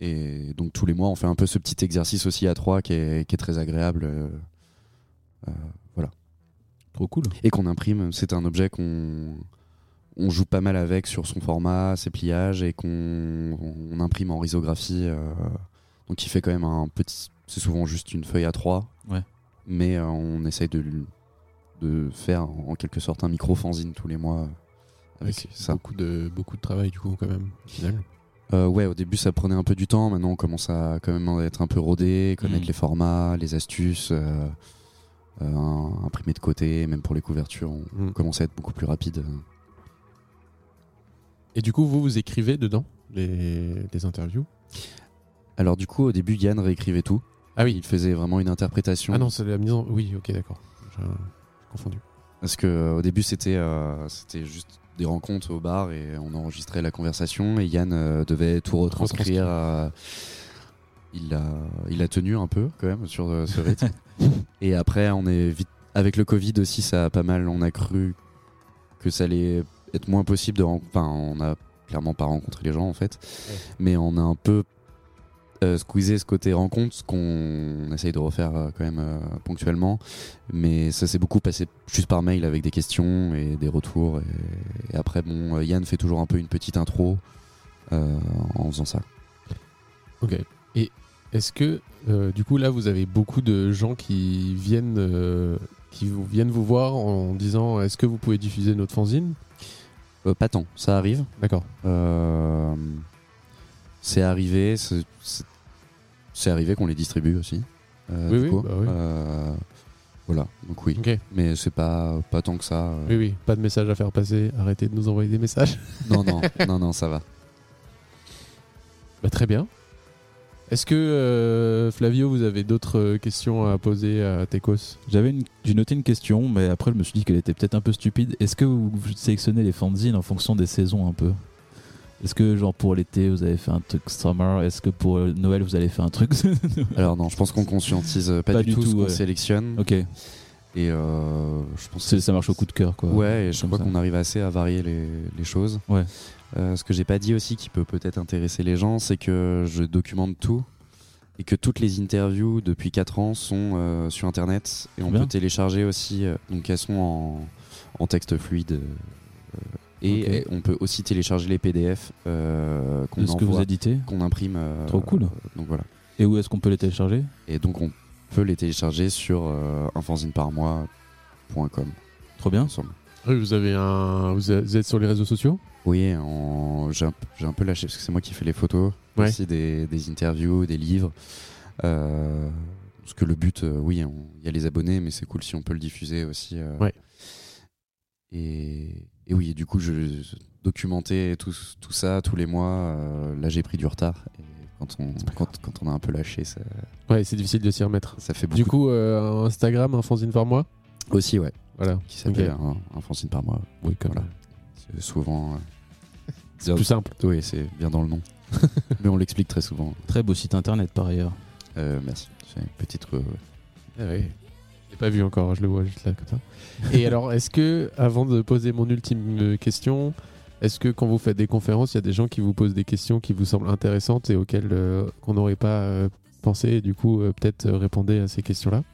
Speaker 3: et donc tous les mois, on fait un peu ce petit exercice aussi à trois qui est, qui est très agréable. euh, euh,
Speaker 2: Trop cool.
Speaker 3: et qu'on imprime. C'est un objet qu'on on joue pas mal avec sur son format, ses pliages, et qu'on on imprime en risographie. euh, donc il fait quand même un petit. C'est souvent juste une feuille à 3
Speaker 2: Ouais.
Speaker 3: Mais euh, on essaye de, l- de faire en en quelque sorte un micro-fanzine tous les mois euh, avec
Speaker 4: Ouais, c'est
Speaker 3: ça.
Speaker 4: Beaucoup de, beaucoup de travail, du coup, quand même. au final.
Speaker 3: Euh, ouais, au début ça prenait un peu du temps. Maintenant on commence à quand même être un peu rodé, connaître
Speaker 2: Mm.
Speaker 3: les formats, les astuces, euh, euh, un- imprimer de côté, même pour les couvertures. On
Speaker 4: Mm.
Speaker 3: commence à être beaucoup plus rapide.
Speaker 4: Et du coup, vous, vous écrivez dedans les, les interviews
Speaker 3: Alors du coup, au début, Yann réécrivait tout.
Speaker 4: Ah oui.
Speaker 3: Il faisait vraiment une interprétation.
Speaker 4: Ah non, c'est la mise en. Oui, ok, d'accord. J'ai j'ai confondu.
Speaker 3: Parce que euh, au début, c'était euh, c'était juste des rencontres au bar et on enregistrait la conversation et Yann euh, devait tout retranscrire.
Speaker 4: Retranscrire.
Speaker 3: à- Il a il a tenu un peu quand même sur euh, ce rythme. et après, on est vite avec le Covid aussi, ça a pas mal. On a cru que ça allait être moins possible de. ren- Enfin, on a clairement pas rencontré les gens en fait,
Speaker 4: Ouais.
Speaker 3: mais on a un peu euh, squeezé ce côté rencontre, ce qu'on essaye de refaire euh, quand même euh, ponctuellement. Mais ça s'est beaucoup passé juste par mail avec des questions et des retours. Et, et après, bon, euh, Yann fait toujours un peu une petite intro euh, en faisant ça.
Speaker 4: Ok. Et est-ce que, euh, du coup, là, vous avez beaucoup de gens qui viennent, euh, qui vous, viennent vous voir en disant est-ce que vous pouvez diffuser notre fanzine
Speaker 3: Euh, pas tant, ça arrive.
Speaker 4: D'accord.
Speaker 3: Euh, c'est arrivé, c'est- c'est c'est arrivé qu'on les distribue aussi. euh,
Speaker 4: Oui,
Speaker 3: du
Speaker 4: oui,
Speaker 3: coup.
Speaker 4: bah oui.
Speaker 3: Euh, voilà, donc oui.
Speaker 4: Ok.
Speaker 3: Mais c'est pas, pas tant que ça. euh.
Speaker 4: Oui, oui. Pas de message à faire passer. Arrêtez de nous envoyer des messages.
Speaker 3: Non, non, non, non, ça va.
Speaker 4: Bah, très bien. Est-ce que, euh, Flavio, vous avez d'autres euh, questions à poser à Tecos
Speaker 2: J'avais une- j'ai noté une question, mais après je me suis dit qu'elle était peut-être un peu stupide. Est-ce que vous vous sélectionnez les fanzines en fonction des saisons un peu Est-ce que genre pour l'été vous avez fait un truc summer Est-ce que pour euh, Noël vous allez faire un truc
Speaker 3: Alors non, je pense qu'on conscientise euh, pas, du, tout, ce qu'on
Speaker 2: ouais.
Speaker 3: sélectionne.
Speaker 2: Ok,
Speaker 3: Et euh, je pense
Speaker 2: c'est- ça marche au coup de cœur quoi.
Speaker 3: Ouais, et je
Speaker 2: Comme ça.
Speaker 3: crois qu'on arrive assez à varier les, les choses.
Speaker 2: Ouais.
Speaker 3: Euh, ce que j'ai pas dit aussi qui peut peut-être intéresser les gens, c'est que je documente tout et que toutes les interviews depuis 4 ans sont euh, sur internet et on
Speaker 2: Bien.
Speaker 3: peut télécharger aussi, euh, donc elles sont en, en texte fluide. euh, et
Speaker 2: Ok.
Speaker 3: et on peut aussi télécharger les PDF euh, qu'on
Speaker 2: De ce que vous
Speaker 3: envoie,
Speaker 2: éditez
Speaker 3: qu'on imprime. euh,
Speaker 2: Trop cool.
Speaker 3: euh, donc voilà.
Speaker 2: Et où est-ce qu'on peut les télécharger
Speaker 3: Et donc on peut les télécharger sur euh, unfanzineparmois.com,
Speaker 2: Trop bien.
Speaker 3: il me semble.
Speaker 4: Oui, vous avez un. Vous êtes vous êtes sur les réseaux sociaux
Speaker 3: Oui, en- j'ai un, j'ai un peu lâché parce que c'est moi qui fais les photos,
Speaker 4: Ouais.
Speaker 3: aussi des, des interviews, des livres. Euh, parce que le but, euh, oui, on- il y a les abonnés, mais c'est cool si on peut le diffuser aussi. euh.
Speaker 4: Ouais.
Speaker 3: Et, et oui, et du coup, je, je documentais tout, tout ça tous les mois. euh, là, j'ai pris du retard. Et quand, on, quand, quand on a un peu lâché, ça,
Speaker 4: Ouais, c'est difficile de s'y remettre.
Speaker 3: ça fait beaucoup.
Speaker 4: Du coup, euh, Instagram, un fanzine par mois
Speaker 3: aussi, ouais,
Speaker 4: Voilà.
Speaker 3: qui s'appelle
Speaker 4: Ok.
Speaker 3: un, un fanzine par mois.
Speaker 4: Oui, comme
Speaker 3: Voilà. C'est Souvent, euh,
Speaker 4: C'est plus simple.
Speaker 3: oui, c'est bien dans le nom. mais on l'explique très souvent.
Speaker 2: Très beau site internet par ailleurs.
Speaker 3: Euh, merci. C'est une petite. euh, re-
Speaker 4: Ah oui. Je l'ai pas vu encore, je le vois juste là comme ça. Et alors, est-ce que, avant de poser mon ultime euh, question, est-ce que quand vous faites des conférences, il y a des gens qui vous posent des questions qui vous semblent intéressantes et auxquelles euh, qu'on n'aurait pas euh, pensé et du coup, euh, peut-être euh, répondez à ces questions-là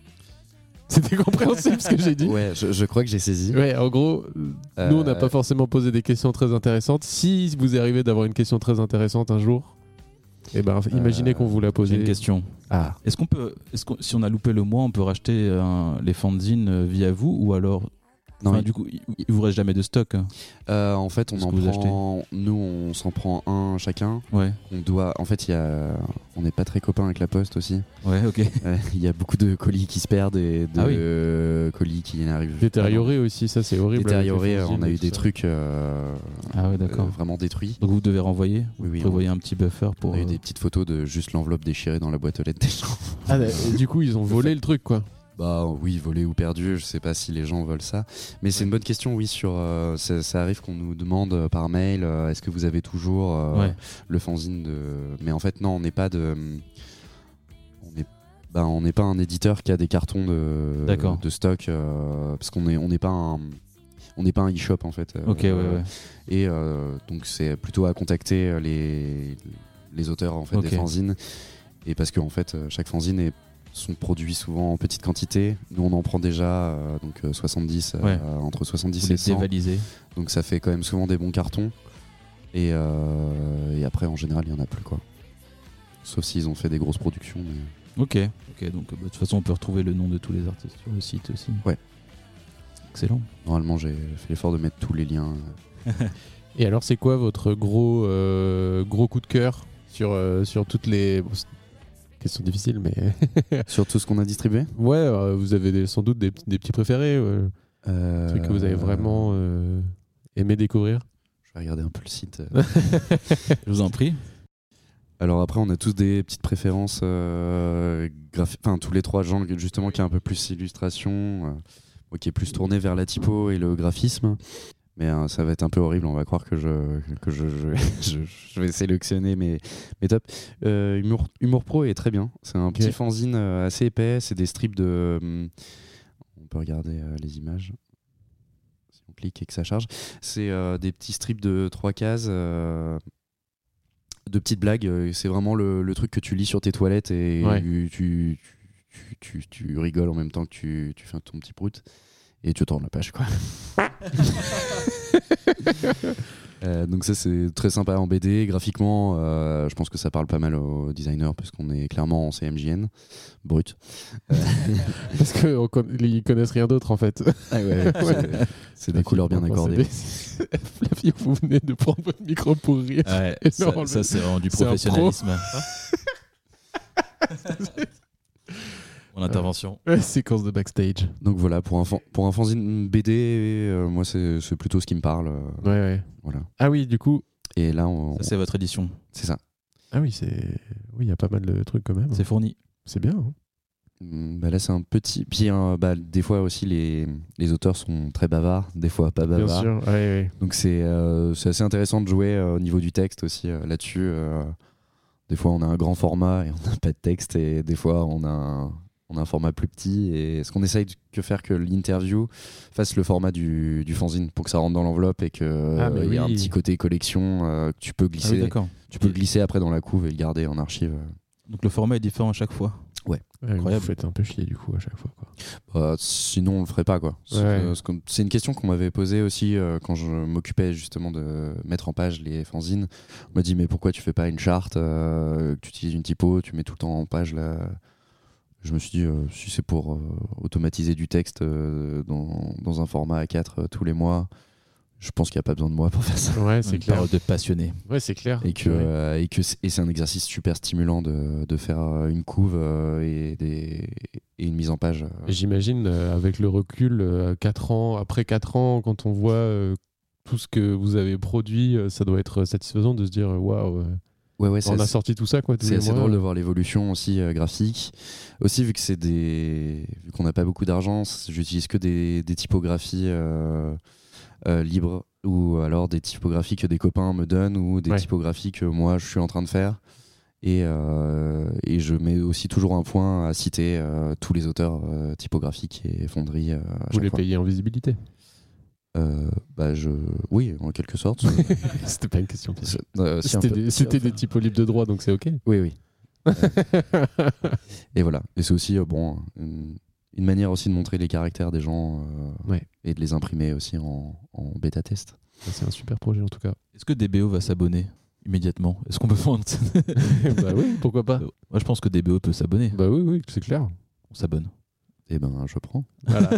Speaker 4: C'était compréhensible ce que j'ai dit
Speaker 3: Ouais, je, je crois que j'ai saisi.
Speaker 4: Ouais, en gros, euh, nous, on n'a
Speaker 3: Euh,
Speaker 4: pas forcément posé des questions très intéressantes. Si vous arrivez d'avoir une question très intéressante un jour, eh ben, imaginez
Speaker 3: Euh,
Speaker 4: qu'on vous la pose.
Speaker 2: J'ai une question.
Speaker 4: Ah,
Speaker 2: Est-ce qu'on peut, est-ce qu'on- si on a loupé le mois, on peut racheter euh, les fanzines euh, via vous ou alors
Speaker 3: Non,
Speaker 2: Enfin,
Speaker 3: il-
Speaker 2: Du coup, il il vous reste jamais de stock. hein.
Speaker 3: Euh, en fait, on
Speaker 2: Ce
Speaker 3: en
Speaker 2: que vous
Speaker 3: prend. Nous, on s'en prend un chacun.
Speaker 2: Ouais,
Speaker 3: On doit. En fait, il y a. On n'est pas très copains avec la Poste aussi.
Speaker 2: ouais, ok.
Speaker 3: Euh, Il y a beaucoup de colis qui se perdent et de
Speaker 2: Ah oui. bah,
Speaker 3: euh, colis qui n'arrivent pas.
Speaker 4: Détérioré aussi, ça c'est horrible.
Speaker 3: Détérioré.
Speaker 4: avec les
Speaker 3: On a
Speaker 4: fanzines et
Speaker 3: eu
Speaker 4: tout
Speaker 3: des
Speaker 4: ça.
Speaker 3: trucs euh,
Speaker 2: Ah ouais,
Speaker 3: euh,
Speaker 2: d'accord.
Speaker 3: vraiment détruits.
Speaker 2: Donc vous devez renvoyer,
Speaker 3: Oui, oui,
Speaker 2: prévoyez un petit buffer
Speaker 3: on
Speaker 2: pour.
Speaker 3: a eu
Speaker 2: euh,
Speaker 3: des petites photos de juste l'enveloppe déchirée dans la boîte aux lettres des gens.
Speaker 4: Ah, bah, et du coup, ils ont volé le truc quoi.
Speaker 3: Bah oui, volé ou perdu, je sais pas si les gens veulent ça. Mais c'est une bonne question, oui, sur euh, ça, ça arrive qu'on nous demande euh, par mail euh, est-ce que vous avez toujours euh,
Speaker 2: Ouais.
Speaker 3: le fanzine de mais en fait non, on n'est pas de on n'est bah, on n'est pas un éditeur qui a des cartons de
Speaker 2: D'accord.
Speaker 3: de stock euh, parce qu'on est on n'est pas un on n'est pas un e-shop en fait. euh,
Speaker 2: Ok, ouais, ouais.
Speaker 3: Et euh, donc c'est plutôt à contacter euh, les, les auteurs en fait,
Speaker 2: Ok.
Speaker 3: des fanzines. Et parce que en fait, euh, chaque fanzine est sont produits souvent en petite quantité. Nous, on en prend déjà euh, donc euh, 70 euh,
Speaker 2: Ouais.
Speaker 3: entre
Speaker 2: Vous
Speaker 3: 70
Speaker 2: les
Speaker 3: et 100.
Speaker 2: dévalisez.
Speaker 3: Donc ça fait quand même souvent des bons cartons. Et, euh, et après, en général, il y en a plus quoi. Sauf s'ils ont fait des grosses productions. mais-
Speaker 2: Ok, ok. Donc euh, bah, de toute façon, on peut retrouver le nom de tous les artistes sur le site aussi.
Speaker 3: Ouais.
Speaker 2: Excellent.
Speaker 3: Normalement, j'ai fait l'effort de mettre tous les liens. euh,
Speaker 4: Et alors, c'est quoi votre gros, euh, gros coup de cœur sur, euh, sur toutes les. bon, c'est une question difficile, mais.
Speaker 3: Sur tout ce qu'on a distribué.
Speaker 4: ouais, euh, vous avez des- sans doute des, petits- des petits préférés, euh,
Speaker 3: Euh,
Speaker 4: trucs que vous avez vraiment euh, aimé découvrir.
Speaker 3: Je vais regarder un peu le site. euh,
Speaker 2: Je vous en prie.
Speaker 3: Alors après, on a tous des petites préférences euh, graphi- enfin tous les trois, Jean justement qui est un peu plus illustration, euh, moi, qui est plus tourné vers la typo et le graphisme. Mais euh, ça va être un peu horrible, on va croire que je, que je, je- je- je vais sélectionner mes, mes tops. Euh, Humour, Humour Pro est très bien, c'est un petit fanzine euh, assez épais, c'est des strips de... hum, on peut regarder euh, les images si on clique et que ça charge. C'est euh, des petits strips de trois cases, euh, de petites blagues. euh, C'est vraiment le, le truc que tu lis sur tes toilettes et
Speaker 4: Ouais.
Speaker 3: tu, tu, tu- tu- tu rigoles en même temps que tu, tu fais ton petit prout et tu tournes la page. quoi. Euh, donc ça c'est très sympa en BD graphiquement euh, je pense que ça parle pas mal aux designers parce qu'on est clairement en CMJN brut
Speaker 4: Parce qu'ils connaissent rien d'autre en fait.
Speaker 3: Ah c'est- c'est des couleurs bien accordées
Speaker 4: Flavio, vous venez de prendre votre micro pour rire.
Speaker 2: Ouais,
Speaker 4: Et non,
Speaker 2: ça,
Speaker 4: le-
Speaker 2: ça, c'est vraiment du
Speaker 4: c'est un pro.
Speaker 2: professionnalisme. Mon intervention.
Speaker 4: Euh, Séquence de backstage.
Speaker 3: Donc voilà, pour un, fan- pour un fanzine BD, euh, moi c'est c'est plutôt ce qui me parle. euh,
Speaker 4: Ouais, ouais.
Speaker 3: voilà.
Speaker 4: Ah oui, du coup.
Speaker 3: Et là, on-
Speaker 2: Ça, c'est votre édition.
Speaker 3: c'est ça.
Speaker 4: Ah oui, c'est. Oui, il y a pas mal de trucs quand même.
Speaker 2: C'est fourni.
Speaker 4: C'est bien. hein.
Speaker 3: Mm, bah là, c'est un petit. Puis euh, bah, des fois aussi, les, les auteurs sont très bavards, des fois pas
Speaker 4: Bien
Speaker 3: bavards.
Speaker 4: sûr. Ouais, ouais.
Speaker 3: Donc c'est euh, c'est assez intéressant de jouer euh, au niveau du texte aussi euh, là-dessus. euh, des fois, on a un grand format et on n'a pas de texte, et des fois, on a un, on a un format plus petit. Et ce qu'on essaye de que faire que l'interview fasse le format du, du fanzine pour que ça rentre dans l'enveloppe et qu'il
Speaker 4: Ah, mais
Speaker 3: y a un
Speaker 4: oui.
Speaker 3: petit côté collection euh, que tu peux
Speaker 2: Ah oui,
Speaker 3: glisser.
Speaker 2: d'accord.
Speaker 3: tu peux le glisser après dans la couve et le garder en archive. euh.
Speaker 2: Donc le format est différent à chaque fois.
Speaker 4: Ouais,
Speaker 2: Incroyable.
Speaker 4: Vous faites un peu chier du coup à chaque fois. Quoi.
Speaker 3: Bah, sinon, on le ferait pas quoi. C'est
Speaker 4: Ouais.
Speaker 3: euh, c'est comme- c'est une question qu'on m'avait posée aussi euh, quand je m'occupais justement de mettre en page les fanzines. On m'a dit mais pourquoi tu fais pas une charte, euh, que tu utilises une typo, tu mets tout le temps en page là. Je me suis dit euh, si c'est pour euh, automatiser du texte euh, dans, dans un format A4 euh, tous les mois, je pense qu'il n'y a pas besoin de moi pour faire ça.
Speaker 4: Ouais,
Speaker 2: Une parole de passionné.
Speaker 4: Ouais, c'est clair.
Speaker 3: Et que,
Speaker 4: Ouais.
Speaker 3: euh, et que c'est- et c'est un exercice super stimulant de, de faire euh, une couve euh, et, des, et une mise en page. euh,
Speaker 4: J'imagine, euh, avec le recul, euh, quatre ans, après 4 ans, quand on voit euh, tout ce que vous avez produit, euh, ça doit être satisfaisant de se dire waouh, euh,
Speaker 3: Ouais, ouais, c'est
Speaker 4: on a
Speaker 3: assez-
Speaker 4: sorti tout ça quoi. tous
Speaker 3: C'est
Speaker 4: les
Speaker 3: assez
Speaker 4: mois.
Speaker 3: drôle de voir l'évolution aussi euh, graphique. Aussi, vu que c'est des, vu qu'on n'a pas beaucoup d'argent, c- j'utilise que des, des typographies euh, euh, libres ou alors des typographies que des copains me donnent ou des
Speaker 4: Ouais.
Speaker 3: typographies que moi je suis en train de faire. Et, euh, et je mets aussi toujours un point à citer euh, tous les auteurs euh, typographiques et fonderies. euh, à
Speaker 4: Vous
Speaker 3: chaque
Speaker 4: les
Speaker 3: fois.
Speaker 4: payez en visibilité.
Speaker 3: Euh, bah, je... Oui, en quelque sorte.
Speaker 4: C'était pas une question. piège.
Speaker 3: C'est- euh, si, un
Speaker 4: C'était
Speaker 3: peu.
Speaker 4: des, c'était des typos libres de droit, donc c'est ok. Ah,
Speaker 3: Oui, oui. Et voilà. Et c'est aussi, euh, bon, une, une manière aussi de montrer les caractères des gens euh,
Speaker 4: Ouais.
Speaker 3: et de les imprimer aussi en, en bêta test.
Speaker 4: c'est un super projet en tout cas.
Speaker 2: Est-ce que DBO va s'abonner immédiatement Est-ce qu'on peut vendre ça
Speaker 4: bah oui, pourquoi pas.
Speaker 2: Moi, je pense que DBO peut s'abonner.
Speaker 4: Bah oui, oui, c'est clair.
Speaker 2: On s'abonne.
Speaker 3: Eh ben, je prends.
Speaker 4: Voilà.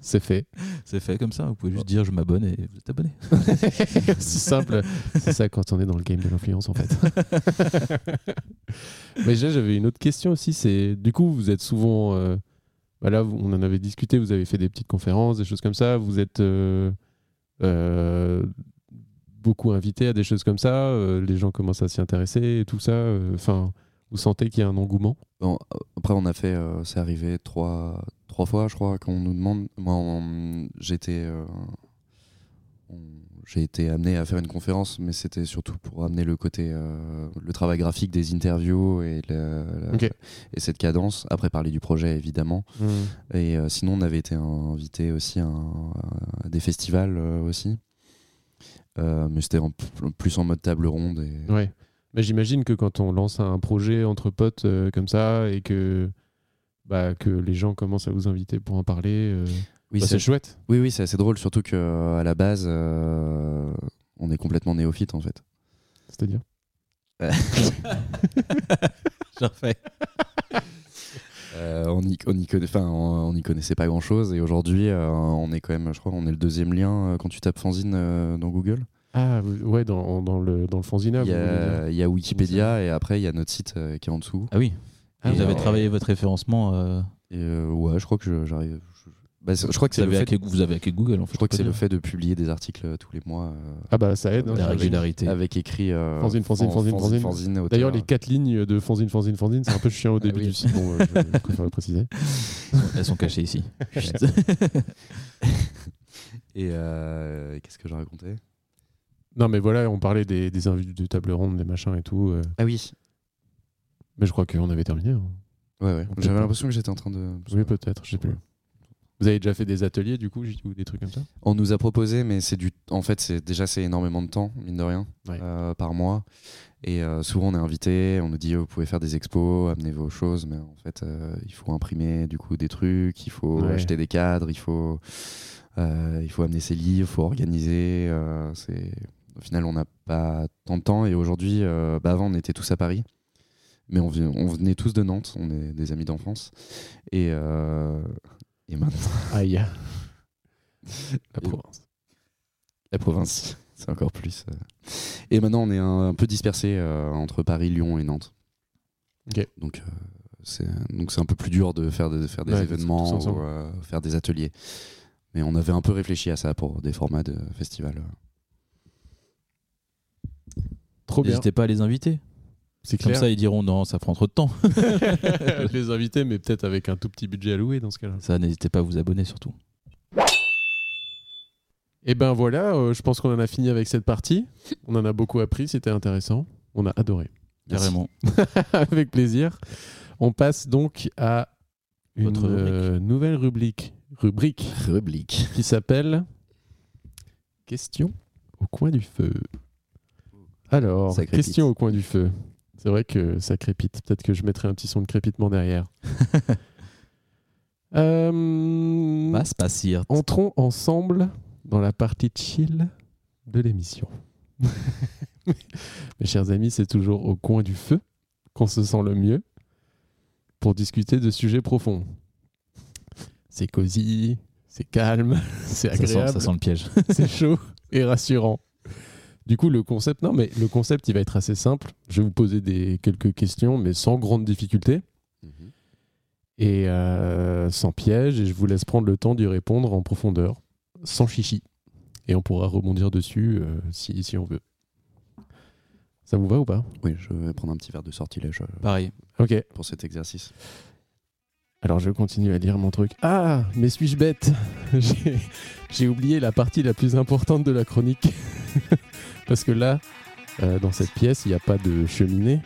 Speaker 4: c'est fait.
Speaker 2: C'est fait comme ça. Vous
Speaker 3: Oh.
Speaker 2: pouvez juste dire je m'abonne et vous êtes abonné.
Speaker 4: c'est simple. C'est ça quand on est dans le game de l'influence en fait. Mais déjà j'avais une autre question aussi. C'est du coup vous êtes souvent. euh, bah là vous- on en avait discuté. Vous avez fait des petites conférences, des choses comme ça. Vous êtes euh, euh, beaucoup invité à des choses comme ça. euh, les gens commencent à s'y intéresser et tout ça. euh, Enfin vous sentez qu'il y a un engouement.
Speaker 3: Bon, euh, après, on a fait, euh, c'est arrivé trois, trois fois, je crois, qu'on nous demande. Moi, on- j'étais, euh, on- j'ai été amené à faire une conférence, mais c'était surtout pour amener le côté, euh, le travail graphique des interviews et, la- la-
Speaker 4: Ok.
Speaker 3: et cette cadence. Après, parler du projet, évidemment. Et euh, sinon, on avait été invité aussi à, un- à des festivals euh, aussi. Euh, mais c'était en p- plus en mode table ronde. Et,
Speaker 4: Ouais. Mais j'imagine que quand on lance un projet entre potes euh, comme ça et que bah, que les gens commencent à vous inviter pour en parler, euh,
Speaker 3: Oui,
Speaker 4: bah, c'est chouette.
Speaker 3: Oui, oui, c'est assez drôle, surtout que euh, à la base, euh, on est complètement néophyte en fait.
Speaker 4: C'est-à-dire.
Speaker 2: J'en fais.
Speaker 3: Euh, on n'y on y conna- enfin, on- on y connaissait pas grand chose et aujourd'hui, euh, on est quand même, je crois, on est le deuxième lien euh, quand tu tapes fanzine euh, dans Google.
Speaker 4: Ah vous- ouais, dans, dans le dans le fanzina.
Speaker 3: Il y,
Speaker 4: vous voulez dire.
Speaker 3: a, il y a Wikipédia et après, il y a notre site euh, qui est en dessous.
Speaker 2: Ah oui.
Speaker 4: Ah
Speaker 2: vous
Speaker 4: oui,
Speaker 2: avez
Speaker 3: alors-
Speaker 2: travaillé votre référencement. euh,
Speaker 3: Et, euh, ouais, je crois que je- j'arrive. Je, bah, c'est- je crois
Speaker 2: vous,
Speaker 3: que c'est le
Speaker 2: avez
Speaker 3: fait.
Speaker 2: hacké, vous avez hacké Google en fait.
Speaker 3: Je crois que
Speaker 2: on
Speaker 3: c'est
Speaker 2: peut
Speaker 3: le
Speaker 2: dire.
Speaker 3: fait de publier des articles euh, tous les mois euh,
Speaker 4: Ah bah ça aide. hein,
Speaker 2: La
Speaker 4: j'imagine.
Speaker 2: régularité.
Speaker 3: avec écrit euh,
Speaker 4: Fanzine, fanzine,
Speaker 3: fan-
Speaker 4: fanzine, fanzine.
Speaker 3: auteur.
Speaker 4: D'ailleurs les quatre lignes de fanzine, fanzine, fanzine, c'est un peu chiant au début
Speaker 3: Ah oui.
Speaker 4: du site. Bon, euh, je, je préfère le préciser.
Speaker 2: Elles sont cachées ici.
Speaker 3: Et euh, qu'est-ce que je racontais
Speaker 4: Non mais voilà, on parlait des des invités de table ronde, des machins et tout. euh,
Speaker 3: Ah oui.
Speaker 4: mais je crois qu'on avait terminé. hein.
Speaker 3: Ouais, ouais.
Speaker 4: On peut
Speaker 3: J'avais
Speaker 4: pas.
Speaker 3: l'impression que j'étais en train de.
Speaker 4: Oui peut-être, je sais plus. Vous avez déjà fait des ateliers du coup ou des trucs comme ça
Speaker 3: On nous a proposé, mais c'est du. En fait, c'est déjà c'est énormément de temps, mine de rien,
Speaker 4: Ouais.
Speaker 3: euh, par mois. Et euh, souvent, on est invité, on nous dit, euh, vous pouvez faire des expos, amenez vos choses, mais en fait, euh, il faut imprimer du coup des trucs, il faut
Speaker 4: Ouais.
Speaker 3: acheter des cadres, il faut, euh, il faut amener ses livres, il faut organiser. euh, c'est au final, on n'a pas tant de temps. Et aujourd'hui, euh, bah, avant, on était tous à Paris. Mais on, vi- on venait tous de Nantes, on est des amis d'enfance. Et, euh, et maintenant,
Speaker 4: Aïe. La
Speaker 3: Et-
Speaker 4: province.
Speaker 3: la province, c'est encore plus. euh. Et maintenant, on est un, un peu dispersé euh, entre Paris, Lyon et Nantes.
Speaker 4: Ok.
Speaker 3: Donc, euh, c'est donc c'est un peu plus dur de faire, de, faire des
Speaker 4: Ouais, tous
Speaker 3: événements
Speaker 4: ensemble.
Speaker 3: ou euh, faire des ateliers. Mais on avait un peu réfléchi à ça pour des formats de festival.
Speaker 4: Trop bien.
Speaker 2: N'hésitez pas à les inviter.
Speaker 4: C'est
Speaker 2: Comme ça, ils diront non, ça prend trop de temps.
Speaker 4: les inviter, mais peut-être avec un tout petit budget alloué dans ce cas-là.
Speaker 2: Ça, n'hésitez pas à vous abonner surtout.
Speaker 4: Et ben voilà, euh, je pense qu'on en a fini avec cette partie. On en a beaucoup appris, c'était intéressant. On a adoré.
Speaker 3: Merci.
Speaker 2: Carrément.
Speaker 4: avec plaisir. On passe donc à une
Speaker 2: Votre rubrique.
Speaker 4: euh, nouvelle rubrique, rubrique
Speaker 3: Rubrique.
Speaker 4: qui s'appelle Question au coin du feu. Alors,
Speaker 3: Ça crépite.
Speaker 4: question au coin du feu. C'est vrai que ça crépite. Peut-être que je mettrai un petit son de crépitement derrière. Euh,
Speaker 3: Bah,
Speaker 2: Passe, passe, sire.
Speaker 4: Entrons ensemble dans la partie chill de l'émission. Mes chers amis, c'est toujours au coin du feu qu'on se sent le mieux pour discuter de sujets profonds. C'est cosy, c'est calme, c'est
Speaker 2: Ça sent,
Speaker 4: agréable,
Speaker 2: ça sent le piège.
Speaker 4: c'est chaud et rassurant. Du coup, le concept, non, mais le concept, il va être assez simple. Je vais vous poser des, quelques questions, mais sans grande difficulté
Speaker 3: Mhm.
Speaker 4: et euh, sans piège, et je vous laisse prendre le temps d'y répondre en profondeur, sans chichi. Et on pourra rebondir dessus euh, si, si on veut. Ça vous va ou pas
Speaker 3: Oui, je vais prendre un petit verre de sortilège euh,
Speaker 2: Pareil.
Speaker 4: Ok.
Speaker 3: pour cet exercice.
Speaker 4: Alors je continue à lire mon truc. Ah, mais suis-je bête J'ai- J'ai oublié la partie la plus importante de la chronique. Parce que là, euh, dans cette pièce, il n'y a pas de cheminée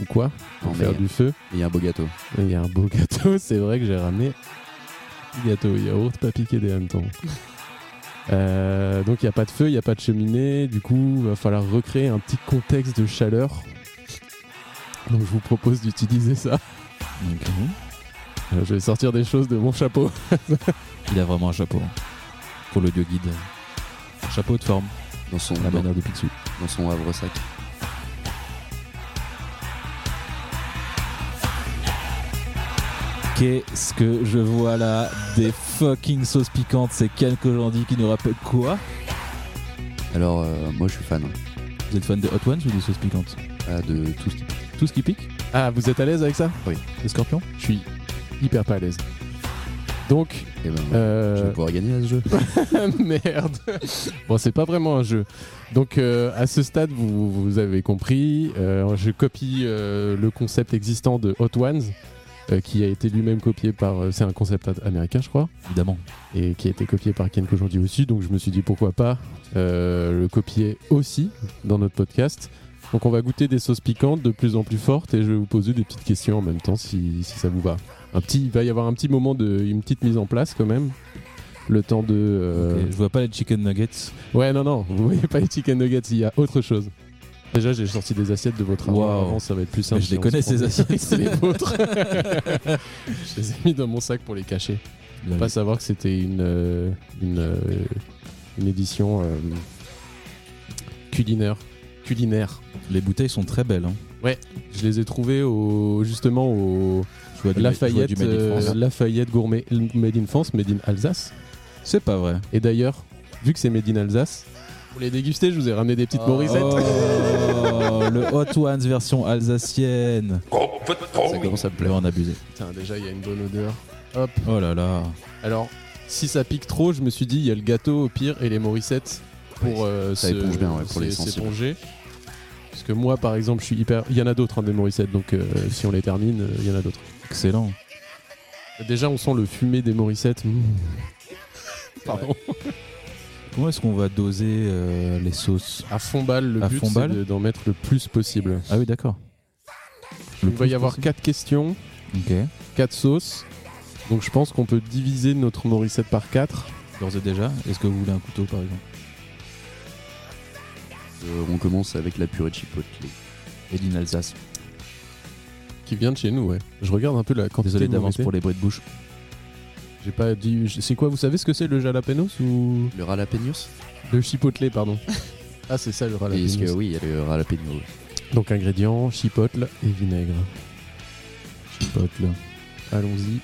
Speaker 4: ou quoi pour
Speaker 3: Non, mais
Speaker 4: faire
Speaker 3: il y a-
Speaker 4: du feu.
Speaker 3: il y a un beau gâteau.
Speaker 4: Il y a un beau gâteau, c'est vrai que j'ai ramené du gâteau yaourt, pas piqué des hannetons. Euh, donc il n'y a pas de feu, il n'y a pas de cheminée, du coup il va falloir recréer un petit contexte de chaleur. Donc je vous propose d'utiliser ça.
Speaker 2: Donc,
Speaker 4: Euh, je vais sortir des choses de mon chapeau.
Speaker 2: Il a vraiment un chapeau. hein. Pour l'audio guide. Un Chapeau de forme,
Speaker 3: Dans son,
Speaker 2: la
Speaker 3: dans,
Speaker 2: manière de Picsou.
Speaker 3: dans son havre sac.
Speaker 5: Fire! Qu'est-ce que je vois là Des fucking sauces piquantes, c'est Ken Kojandi qui nous rappelle quoi
Speaker 3: Alors, euh, moi, je suis fan hein,
Speaker 2: Vous êtes fan des Hot Ones ou des sauces piquantes
Speaker 3: ah, de tout ce qui.
Speaker 2: Tout ce qui pique
Speaker 4: Ah, vous êtes à l'aise avec ça
Speaker 5: Les scorpions
Speaker 4: Je suis hyper pas à l'aise. Donc,
Speaker 3: Eh ben, je vais
Speaker 4: euh,
Speaker 3: pouvoir gagner à ce jeu.
Speaker 4: merde. Bon, c'est pas vraiment un jeu. Donc, euh, à ce stade, vous, vous avez compris, euh, je copie euh, le concept existant de Hot Ones, euh, qui a été lui-même copié par. euh, c'est un concept ad- américain, je crois,
Speaker 2: Évidemment.
Speaker 4: et qui a été copié par Ken Kojandi aussi. Donc, je me suis dit pourquoi pas euh, le copier aussi dans notre podcast. Donc, on va goûter des sauces piquantes de plus en plus fortes, et je vais vous poser des petites questions en même temps si, si ça vous va. Un petit, il va y avoir un petit moment de, une petite mise en place quand même. Le temps de. euh,
Speaker 2: Et Je vois pas les chicken nuggets.
Speaker 4: Ouais, non, non, vous voyez pas les chicken nuggets, il y a autre chose. Déjà, j'ai sorti des assiettes de votre armoire
Speaker 2: Waouh.
Speaker 4: avant, ça va être plus simple.
Speaker 2: Mais je
Speaker 4: si
Speaker 2: les
Speaker 4: on
Speaker 2: connais,
Speaker 4: se prend-
Speaker 2: ces assiettes.
Speaker 4: C'est les vôtres. je les ai mis dans mon sac pour les cacher.
Speaker 2: Euh,
Speaker 4: Faut Pas savoir que c'était une, euh, une, euh, une édition euh, culinaire. Culinaire.
Speaker 2: Les bouteilles sont très belles. hein.
Speaker 4: Je les ai trouvées au, justement au
Speaker 2: Je vois du ma- je vois
Speaker 4: Lafayette,
Speaker 2: du Made in
Speaker 4: euh,
Speaker 2: France.
Speaker 4: Lafayette Gourmet Made in France, Made in Alsace.
Speaker 2: C'est pas vrai.
Speaker 4: Et d'ailleurs, vu que c'est Made in Alsace, pour les déguster, je vous ai ramené des petites
Speaker 5: Oh,
Speaker 4: morisettes.
Speaker 2: Oh,
Speaker 5: Le Hot Ones version alsacienne.
Speaker 2: Oh,
Speaker 3: Ça commence à me
Speaker 2: Là,
Speaker 3: plaire.
Speaker 2: on a abusé.
Speaker 4: Putain, déjà, il y a une bonne odeur.
Speaker 2: Oh là là.
Speaker 4: Alors, si ça pique trop, je me suis dit, il y a le gâteau au pire et les morissettes pour euh,
Speaker 3: ça
Speaker 4: se-
Speaker 3: éponge bien, ouais, pour les
Speaker 4: se-
Speaker 3: sensibles.
Speaker 4: s'éponger. Parce que moi, par exemple, je suis hyper. Il y en a d'autres, hein, des morissettes, donc euh, si on les termine, euh, il y en a d'autres.
Speaker 2: Excellent.
Speaker 4: Déjà, on sent le fumé des morissettes. Mmh. Pardon.
Speaker 2: Comment est-ce qu'on va doser euh, les sauces
Speaker 4: À fond balle, le
Speaker 2: À
Speaker 4: but,
Speaker 2: fond
Speaker 4: c'est
Speaker 2: balle.
Speaker 4: de- d'en mettre le plus possible.
Speaker 2: Ah oui, d'accord. Le
Speaker 4: Il va
Speaker 2: plus
Speaker 4: y avoir
Speaker 2: possible.
Speaker 4: quatre questions,
Speaker 2: Ok.
Speaker 4: quatre sauces. Donc, je pense qu'on peut diviser notre morissette par quatre.
Speaker 2: D'ores et déjà, est-ce que vous voulez un couteau par exemple
Speaker 3: Euh, on commence avec la purée de chipotle.
Speaker 2: Et d'une Alsace.
Speaker 4: Qui vient de chez nous, ouais. Je regarde un peu la quantité
Speaker 2: Désolé
Speaker 4: de
Speaker 2: d'avance
Speaker 4: morissettes.
Speaker 2: pour les bruits de bouche.
Speaker 4: J'ai pas dit. je- C'est quoi Vous savez ce que c'est le jalapenos ou
Speaker 3: Le ralapenos
Speaker 4: le chipotle Pardon. ah, c'est ça le
Speaker 3: Parce que
Speaker 4: jalapenos.
Speaker 3: oui, il y a le ralapenos.
Speaker 4: Donc ingrédients chipotle et vinaigre.
Speaker 2: Chipotle.
Speaker 4: Allons-y.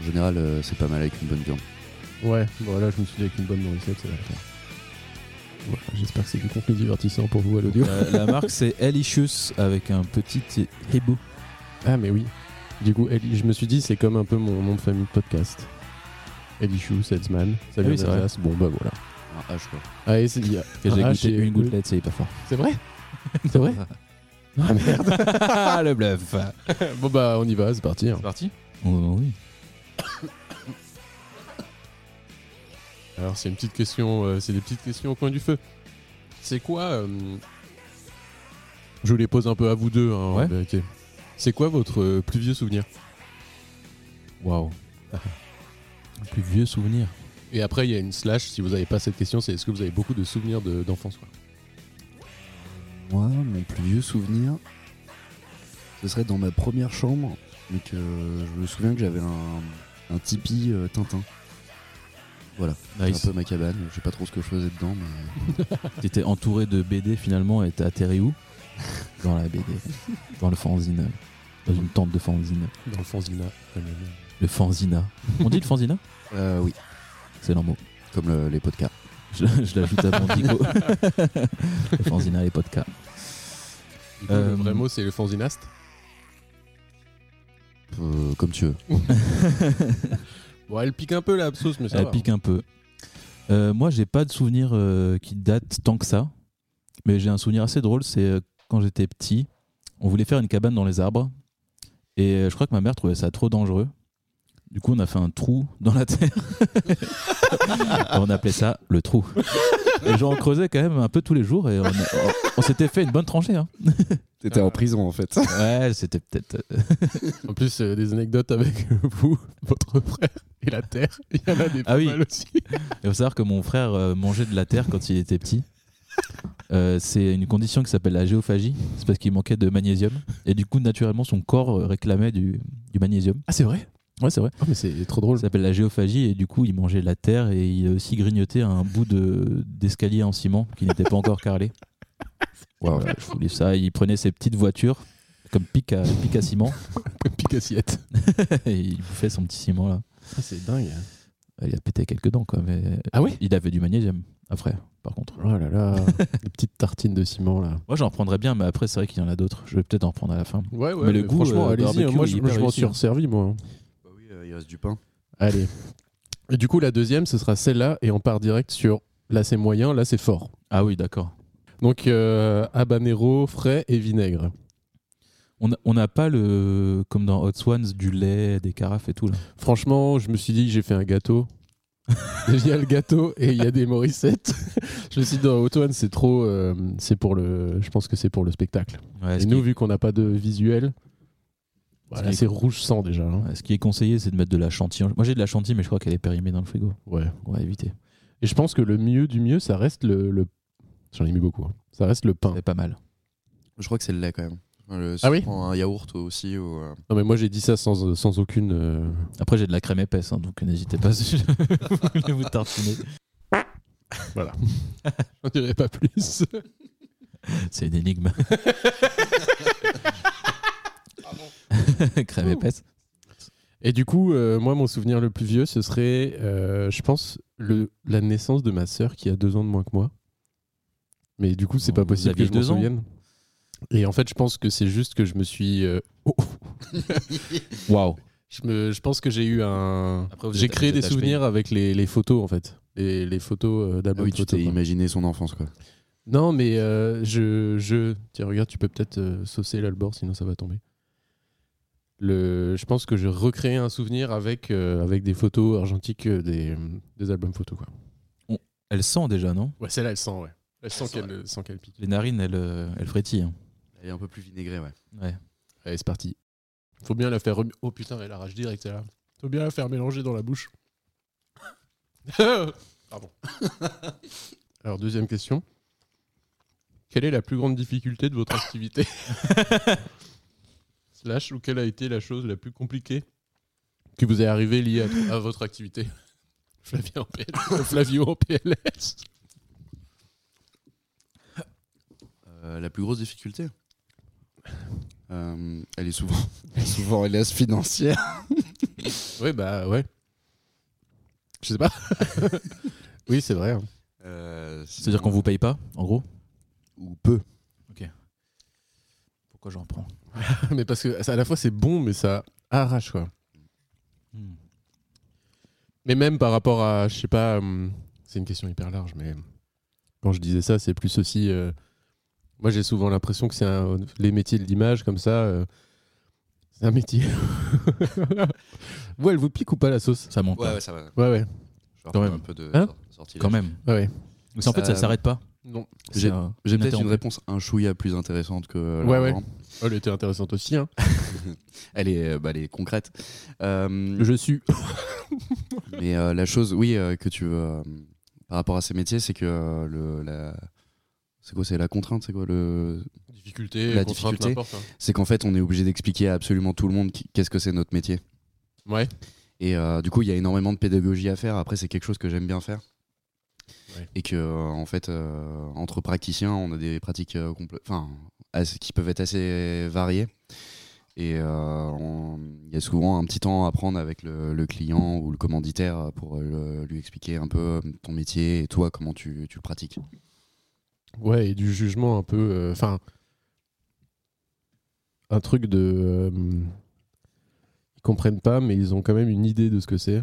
Speaker 3: En général, euh, c'est pas mal avec une bonne viande.
Speaker 4: Ouais. Bon là, je me suis dit avec une bonne recette, ça va le faire. Voilà, J'espère que c'est du contenu divertissant pour vous à l'audio.
Speaker 2: Euh, la marque c'est Elicious avec un petit hibou.
Speaker 4: Ah mais oui. Du coup, Eli- je me suis dit, c'est comme un peu mon nom de famille de podcast. Elichou, Salesman, ça
Speaker 2: Ah
Speaker 4: vient
Speaker 2: oui, c'est vrai.
Speaker 4: d'Alsace. Bon bah voilà.
Speaker 3: Un H, quoi.
Speaker 4: Ah et c'est il y a-
Speaker 2: Et j'ai
Speaker 4: Ah,
Speaker 2: goûté
Speaker 4: j'ai-
Speaker 2: une gouttelette, c'est hyper fort.
Speaker 4: C'est vrai C'est vrai Ah merde.
Speaker 2: Ah le bluff
Speaker 4: bon bah on y va, c'est parti. hein.
Speaker 2: parti Oh oui.
Speaker 4: Alors c'est une petite question, euh, c'est des petites questions au coin du feu. C'est quoi euh, Je vous les pose un peu à vous deux. hein, en
Speaker 2: Ouais.
Speaker 4: vérité. C'est quoi votre euh, plus vieux souvenir
Speaker 2: Waouh. Un plus vieux souvenir.
Speaker 4: Et après il y a une slash. Si vous n'avez pas cette question, c'est est-ce que vous avez beaucoup de souvenirs de- d'enfance quoi
Speaker 3: Moi, mon plus vieux souvenir, ce serait dans ma première chambre. Mais que je me souviens que j'avais un, un Tipeee euh, Tintin. C'est
Speaker 2: Nice.
Speaker 3: un peu ma cabane. Je sais pas trop ce que je faisais dedans, mais
Speaker 2: T'étais entouré de BD finalement et t'as atterri où Dans la BD. Dans le fanzine. Dans une tente de fanzine.
Speaker 4: Dans le fanzina.
Speaker 2: Le fanzina. On dit le fanzina
Speaker 3: euh, oui,
Speaker 2: Excellent mot.
Speaker 3: comme le- les podcasts.
Speaker 2: Je, je l'ajoute à mon dico. le fanzina, les podcasts.
Speaker 4: Du coup,
Speaker 2: Euh,
Speaker 4: Le vrai mot c'est le fanzinaste.
Speaker 3: Euh, comme tu veux.
Speaker 4: Bon elle pique un peu la sauce, mais ça
Speaker 2: Elle
Speaker 4: va. hein.
Speaker 2: pique un peu. Euh, moi, j'ai pas de souvenir euh, qui date tant que ça, mais j'ai un souvenir assez drôle. C'est euh, quand j'étais petit, on voulait faire une cabane dans les arbres, et euh, je crois que ma mère trouvait ça trop dangereux. Du coup, on a fait un trou dans la terre. Et on appelait ça le trou. Les gens creusaient quand même un peu tous les jours et on, a- on s'était fait une bonne tranchée. hein.
Speaker 3: T'étais
Speaker 4: en
Speaker 3: prison en fait.
Speaker 2: Ouais, c'était peut-être. euh,
Speaker 4: En plus euh, des anecdotes avec vous, votre frère et la terre. Il y en a des
Speaker 2: Ah
Speaker 4: pas
Speaker 2: oui.
Speaker 4: mal aussi.
Speaker 2: Il faut savoir que mon frère euh, mangeait de la terre quand il était petit. Euh, c'est une condition qui s'appelle la géophagie. C'est parce qu'il manquait de magnésium. Et du coup, naturellement, son corps euh, réclamait du, du magnésium.
Speaker 4: Ah c'est vrai
Speaker 2: Ouais, c'est vrai.
Speaker 4: mais c'est trop drôle.
Speaker 2: Ça s'appelle la géophagie. Et du coup, il mangeait de la terre et il a aussi grignoté un bout de- d'escalier en ciment qui n'était pas encore carrelé. Voilà, je vous lis ça. Il prenait ses petites voitures comme pic à, pic à ciment.
Speaker 4: petite assiette.
Speaker 5: il bouffait son petit ciment là.
Speaker 4: Ah, C'est dingue. hein.
Speaker 5: Il a pété quelques dents quoi. Mais
Speaker 4: Ah ouais
Speaker 5: Il avait du magnésium après, par contre.
Speaker 4: Oh là là, les petites tartines de ciment là.
Speaker 5: Moi j'en reprendrais bien, mais après c'est vrai qu'il y en a d'autres. Je vais peut-être en reprendre à la fin.
Speaker 4: Ouais,
Speaker 5: Mais le goût,
Speaker 4: franchement,
Speaker 5: euh,
Speaker 4: allez-y. hein,
Speaker 5: barbecue
Speaker 4: Moi,
Speaker 5: est
Speaker 4: je,
Speaker 5: hyper
Speaker 4: je m'en
Speaker 5: réussi,
Speaker 4: suis
Speaker 5: hein.
Speaker 4: resservi, moi.
Speaker 3: Bah oui, il reste du pain.
Speaker 4: Allez. Et du coup, la deuxième, ce sera celle-là, et on part direct sur là, c'est moyen, là, c'est fort.
Speaker 5: Ah oui, d'accord.
Speaker 4: Donc, euh, habanero, frais et vinaigre.
Speaker 5: On n'a- on n'a pas le comme dans Hot Swans du lait, des carafes et tout là.
Speaker 4: Franchement, je me suis dit, j'ai fait un gâteau. il y a le gâteau et il y a des morissettes. je me suis dit, dans Auto c'est trop. euh, c'est pour le. Je pense que c'est pour le spectacle.
Speaker 5: Ouais,
Speaker 4: Et
Speaker 5: ce,
Speaker 4: nous,
Speaker 5: qui,
Speaker 4: vu qu'on n'a pas de visuel, voilà,
Speaker 5: qui-
Speaker 4: c'est rouge sang déjà. hein.
Speaker 5: ouais, ce qui est conseillé, c'est de mettre de la chantilly. Moi j'ai de la chantilly, mais je crois qu'elle est périmée dans le frigo.
Speaker 4: Ouais.
Speaker 5: On va éviter.
Speaker 4: Et je pense que le mieux du mieux, ça reste le. le- J'en ai mis beaucoup. hein. Ça reste le pain.
Speaker 5: C'est pas mal.
Speaker 3: Je crois que c'est le lait quand même. Le- si
Speaker 4: Ah
Speaker 3: tu
Speaker 4: oui
Speaker 3: prends un yaourt aussi ou. euh,
Speaker 4: Non, mais moi, j'ai dit ça sans, sans aucune. euh,
Speaker 5: Après j'ai de la crème épaisse, hein, donc n'hésitez pas si vous voulez vous tartiner.
Speaker 4: Voilà. J'en dirai pas plus.
Speaker 5: C'est une énigme. Crème épaisse.
Speaker 4: Et du coup, euh, moi, mon souvenir le plus vieux, ce serait, euh, je pense, le, la naissance de ma sœur qui a deux ans de moins que moi. Mais du coup, c'est pas
Speaker 5: Oh, Vous
Speaker 4: possible que
Speaker 5: aviez
Speaker 4: je m'en
Speaker 5: deux ans
Speaker 4: souvienne. Et en fait, je pense que c'est juste que je me suis. euh, oh,
Speaker 5: Waouh.
Speaker 4: je, me, je pense que j'ai eu un.
Speaker 5: Après, vous
Speaker 4: J'ai
Speaker 5: êtes-
Speaker 4: créé
Speaker 5: vous
Speaker 4: des
Speaker 5: êtes
Speaker 4: souvenirs avec les, les photos, en fait. Les, les photos euh,
Speaker 3: Ah
Speaker 4: d'albums
Speaker 3: oui, tu
Speaker 4: photos,
Speaker 3: t'es
Speaker 4: quoi.
Speaker 3: imaginé son enfance quoi.
Speaker 4: Non, mais euh, je, je. Tiens, regarde, tu peux peut-être euh, saucer là le bord, sinon ça va tomber. Le... Je pense que je recréais un souvenir avec, euh, avec des photos argentiques euh, des, euh, des albums photos. Quoi.
Speaker 5: Elle sent déjà, non
Speaker 4: Ouais, celle-là, elle sent, ouais. Elle sent qu'elle euh, sent qu'elle pique.
Speaker 5: Les narines, elles, euh, elles frétillent. hein.
Speaker 3: Elle est un peu plus vinaigrée, ouais.
Speaker 5: Ouais.
Speaker 4: Allez, c'est parti. Faut bien la faire. rem- Oh putain, elle arrache direct, là. Faut bien la faire mélanger dans la bouche. Pardon. Alors, deuxième question. Quelle est la plus grande difficulté de votre activité Slash, ou quelle a été la chose la plus compliquée qui vous est arrivée liée à, à votre activité Flavien en PL- Flavio en PLS.
Speaker 3: Euh, la plus grosse difficulté Euh, Elle est souvent, elle est souvent hélas financière.
Speaker 4: Ouais, bah ouais. Je sais pas. oui, c'est vrai. hein.
Speaker 3: Euh, sinon-
Speaker 5: C'est-à-dire qu'on vous paye pas, en gros
Speaker 3: ou peu.
Speaker 5: Pourquoi j'en prends
Speaker 4: Mais parce que ça, à la fois c'est bon, mais ça arrache quoi.
Speaker 5: Hmm.
Speaker 4: Mais même par rapport à, je sais pas, hum, c'est une question hyper large, mais quand je disais ça, c'est plus aussi. euh, moi j'ai souvent l'impression que c'est un- les métiers de l'image comme ça. euh, c'est un métier. ouais, elle vous pique ou pas la sauce
Speaker 5: Ça monte,
Speaker 3: Ouais,
Speaker 5: là.
Speaker 3: ouais, ça va.
Speaker 4: Ouais, ouais.
Speaker 3: Je vais
Speaker 5: Quand
Speaker 3: reprendre
Speaker 5: même.
Speaker 3: Un peu de
Speaker 4: Hein
Speaker 3: sor- sortilège.
Speaker 5: quand même.
Speaker 4: Ouais, ouais.
Speaker 5: Mais en fait, ça
Speaker 3: Euh,
Speaker 5: s'arrête pas.
Speaker 4: Non.
Speaker 3: J'ai-
Speaker 5: C'est, euh,
Speaker 3: J'ai peut-être une
Speaker 5: inattendu.
Speaker 3: réponse un chouïa plus intéressante que euh, la
Speaker 4: Ouais, ouais.
Speaker 3: avant.
Speaker 4: Elle était intéressante aussi. Hein.
Speaker 3: Elle est, euh, bah, elle est concrète. Euh,
Speaker 4: Je suis.
Speaker 3: Mais euh, la chose, oui, euh, que tu veux, euh, par rapport à ces métiers, c'est que euh, le, la, c'est quoi, c'est la contrainte, c'est quoi le,
Speaker 4: Difficulté,
Speaker 3: La
Speaker 4: contrainte,
Speaker 3: difficulté.
Speaker 4: n'importe, hein.
Speaker 3: c'est qu'en fait, on est obligé d'expliquer à absolument tout le monde qui- qu'est-ce que c'est notre métier.
Speaker 4: Ouais.
Speaker 3: Et euh, du coup, il y a énormément de pédagogie à faire. Après, c'est quelque chose que j'aime bien faire.
Speaker 4: Ouais.
Speaker 3: Et que, euh, en fait, euh, entre praticiens, on a des pratiques euh, complè- enfin, assez- qui peuvent être assez variées. Et euh, on- il y a souvent un petit temps à prendre avec le, le client ou le commanditaire pour euh, le- lui expliquer un peu euh, ton métier et toi, comment tu, tu le pratiques.
Speaker 4: Ouais, et du jugement un peu. euh, Enfin. un truc de. euh, ils comprennent pas, mais ils ont quand même une idée de ce que c'est.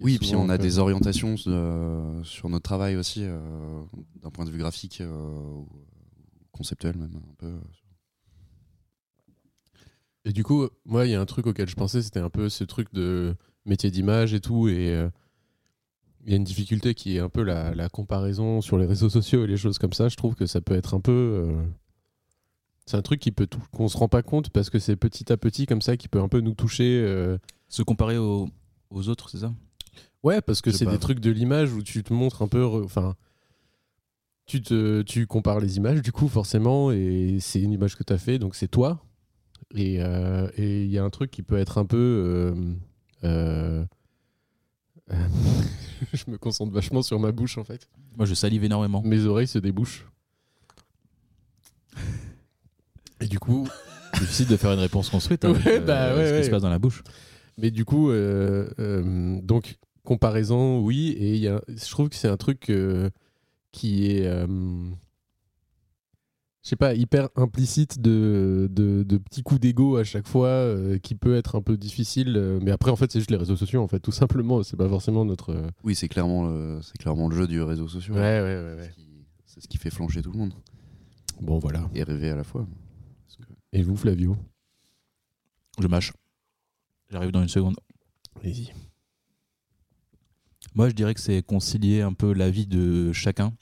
Speaker 3: Oui, puis
Speaker 4: Souvent,
Speaker 3: on
Speaker 4: un
Speaker 3: a
Speaker 4: peu-
Speaker 3: des orientations euh, sur notre travail aussi, euh, d'un point de vue graphique euh, ou conceptuel même, un peu.
Speaker 4: Et du coup, moi, il y a un truc auquel je pensais, c'était un peu ce truc de métier d'image et tout. Et euh, il y a une difficulté qui est un peu la, la comparaison sur les réseaux sociaux et les choses comme ça. Je trouve que ça peut être un peu. euh, c'est un truc qui peut tout- qu'on se rend pas compte parce que c'est petit à petit comme ça qui peut un peu nous toucher. euh,
Speaker 5: Se comparer aux, aux autres, c'est ça
Speaker 4: Ouais, parce que
Speaker 3: Je sais
Speaker 4: c'est
Speaker 3: pas.
Speaker 4: des trucs de l'image où tu te montres un peu. re- Enfin. Tu, te, tu compares les images, du coup, forcément, et c'est une image que tu as fait, donc c'est toi. Et euh, et il y a un truc qui peut être un peu. euh, euh, euh, je me concentre vachement sur ma bouche, en fait.
Speaker 5: Moi, je salive énormément.
Speaker 4: Mes oreilles se débouchent. Et du coup.
Speaker 5: difficile de faire une réponse construite avec,
Speaker 4: Ouais,
Speaker 5: euh,
Speaker 4: bah, ouais,
Speaker 5: ce qui
Speaker 4: ouais.
Speaker 5: se passe dans la bouche.
Speaker 4: Mais du coup, euh, euh, donc, comparaison, oui. Et il y a, je trouve que c'est un truc euh, qui est, euh, je sais pas, hyper implicite de, de, de petits coups d'ego à chaque fois, euh, qui peut être un peu difficile. euh, mais après, en fait, c'est juste les réseaux sociaux, en fait, tout simplement. C'est pas forcément notre. euh,
Speaker 3: Oui, c'est clairement, le- c'est clairement le jeu du réseau social.
Speaker 4: ouais, ouais,
Speaker 3: C'est ce qui- C'est ce qui fait flancher tout le monde.
Speaker 4: Bon, voilà.
Speaker 3: Et rêver à la fois.
Speaker 4: Et vous, Flavio
Speaker 2: Je mâche. J'arrive dans une seconde.
Speaker 4: Allez-y.
Speaker 2: Moi, je dirais que c'est concilier un peu la vie de chacun.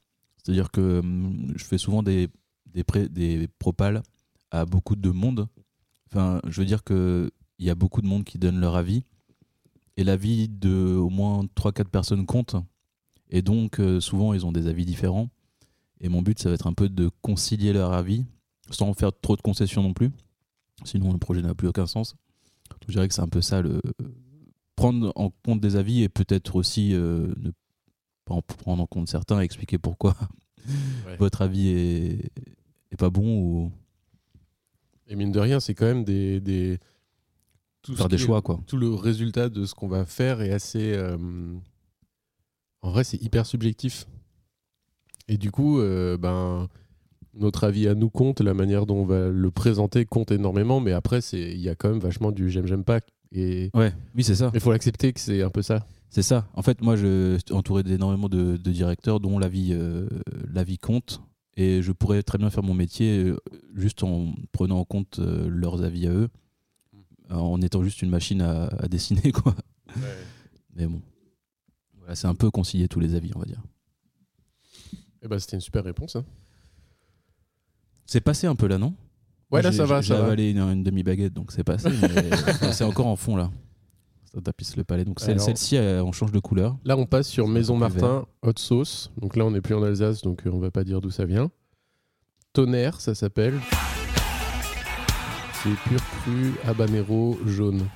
Speaker 2: C'est-à-dire que hum, je fais souvent des, des, pré- des propales à beaucoup de monde. Enfin, je veux dire qu'il y a beaucoup de monde qui donne leur avis. Et l'avis de au moins 3-4 personnes compte. Et donc, euh, souvent, ils ont des avis différents. Et mon but, ça va être un peu de concilier leur avis, sans faire trop de concessions non plus. Sinon, le projet n'a plus aucun sens. Donc, je dirais que c'est un peu ça le, prendre en compte des avis et peut-être aussi euh, ne pas en prendre en compte certains et expliquer pourquoi
Speaker 4: Ouais.
Speaker 2: votre avis est, est pas bon ou
Speaker 4: Et mine de rien, c'est quand même des. des... tout ce
Speaker 2: faire des
Speaker 4: qui est-
Speaker 2: choix quoi.
Speaker 4: tout le résultat de ce qu'on va faire est assez. euh, en vrai, c'est hyper subjectif. Et du coup, euh, ben, notre avis à nous compte, la manière dont on va le présenter compte énormément, mais après, c'est- il y a quand même vachement du j'aime, j'aime pas. Et
Speaker 2: Ouais, oui c'est ça.
Speaker 4: il faut l'accepter que c'est un peu ça.
Speaker 2: C'est ça. En fait, moi, je suis entouré d'énormément de, de directeurs dont l'avis euh, l'avis compte. Et je pourrais très bien faire mon métier euh, juste en prenant en compte euh, leurs avis à eux, en étant juste une machine à, à dessiner, quoi. Mais bon, voilà, c'est un peu concilier tous les avis, on va dire.
Speaker 4: Et ben, c'était une super réponse. hein.
Speaker 2: C'est passé un peu là, non
Speaker 4: Ouais, là,
Speaker 2: J'ai-
Speaker 4: ça va,
Speaker 2: J'ai
Speaker 4: ça va.
Speaker 2: avalé une, une demi-baguette, donc c'est passé. mais enfin, c'est encore en fond, là. Ça tapisse le palais. Donc celle-
Speaker 4: Alors-
Speaker 2: celle-ci, elle- on change de couleur.
Speaker 4: Là, on passe sur
Speaker 2: C'est un
Speaker 4: Maison
Speaker 2: peu plus
Speaker 4: Martin, Hot Sauce. Donc là, on n'est plus en Alsace, donc euh, on va pas dire d'où ça vient. Tonnerre, ça s'appelle. C'est pur cru habanero jaune.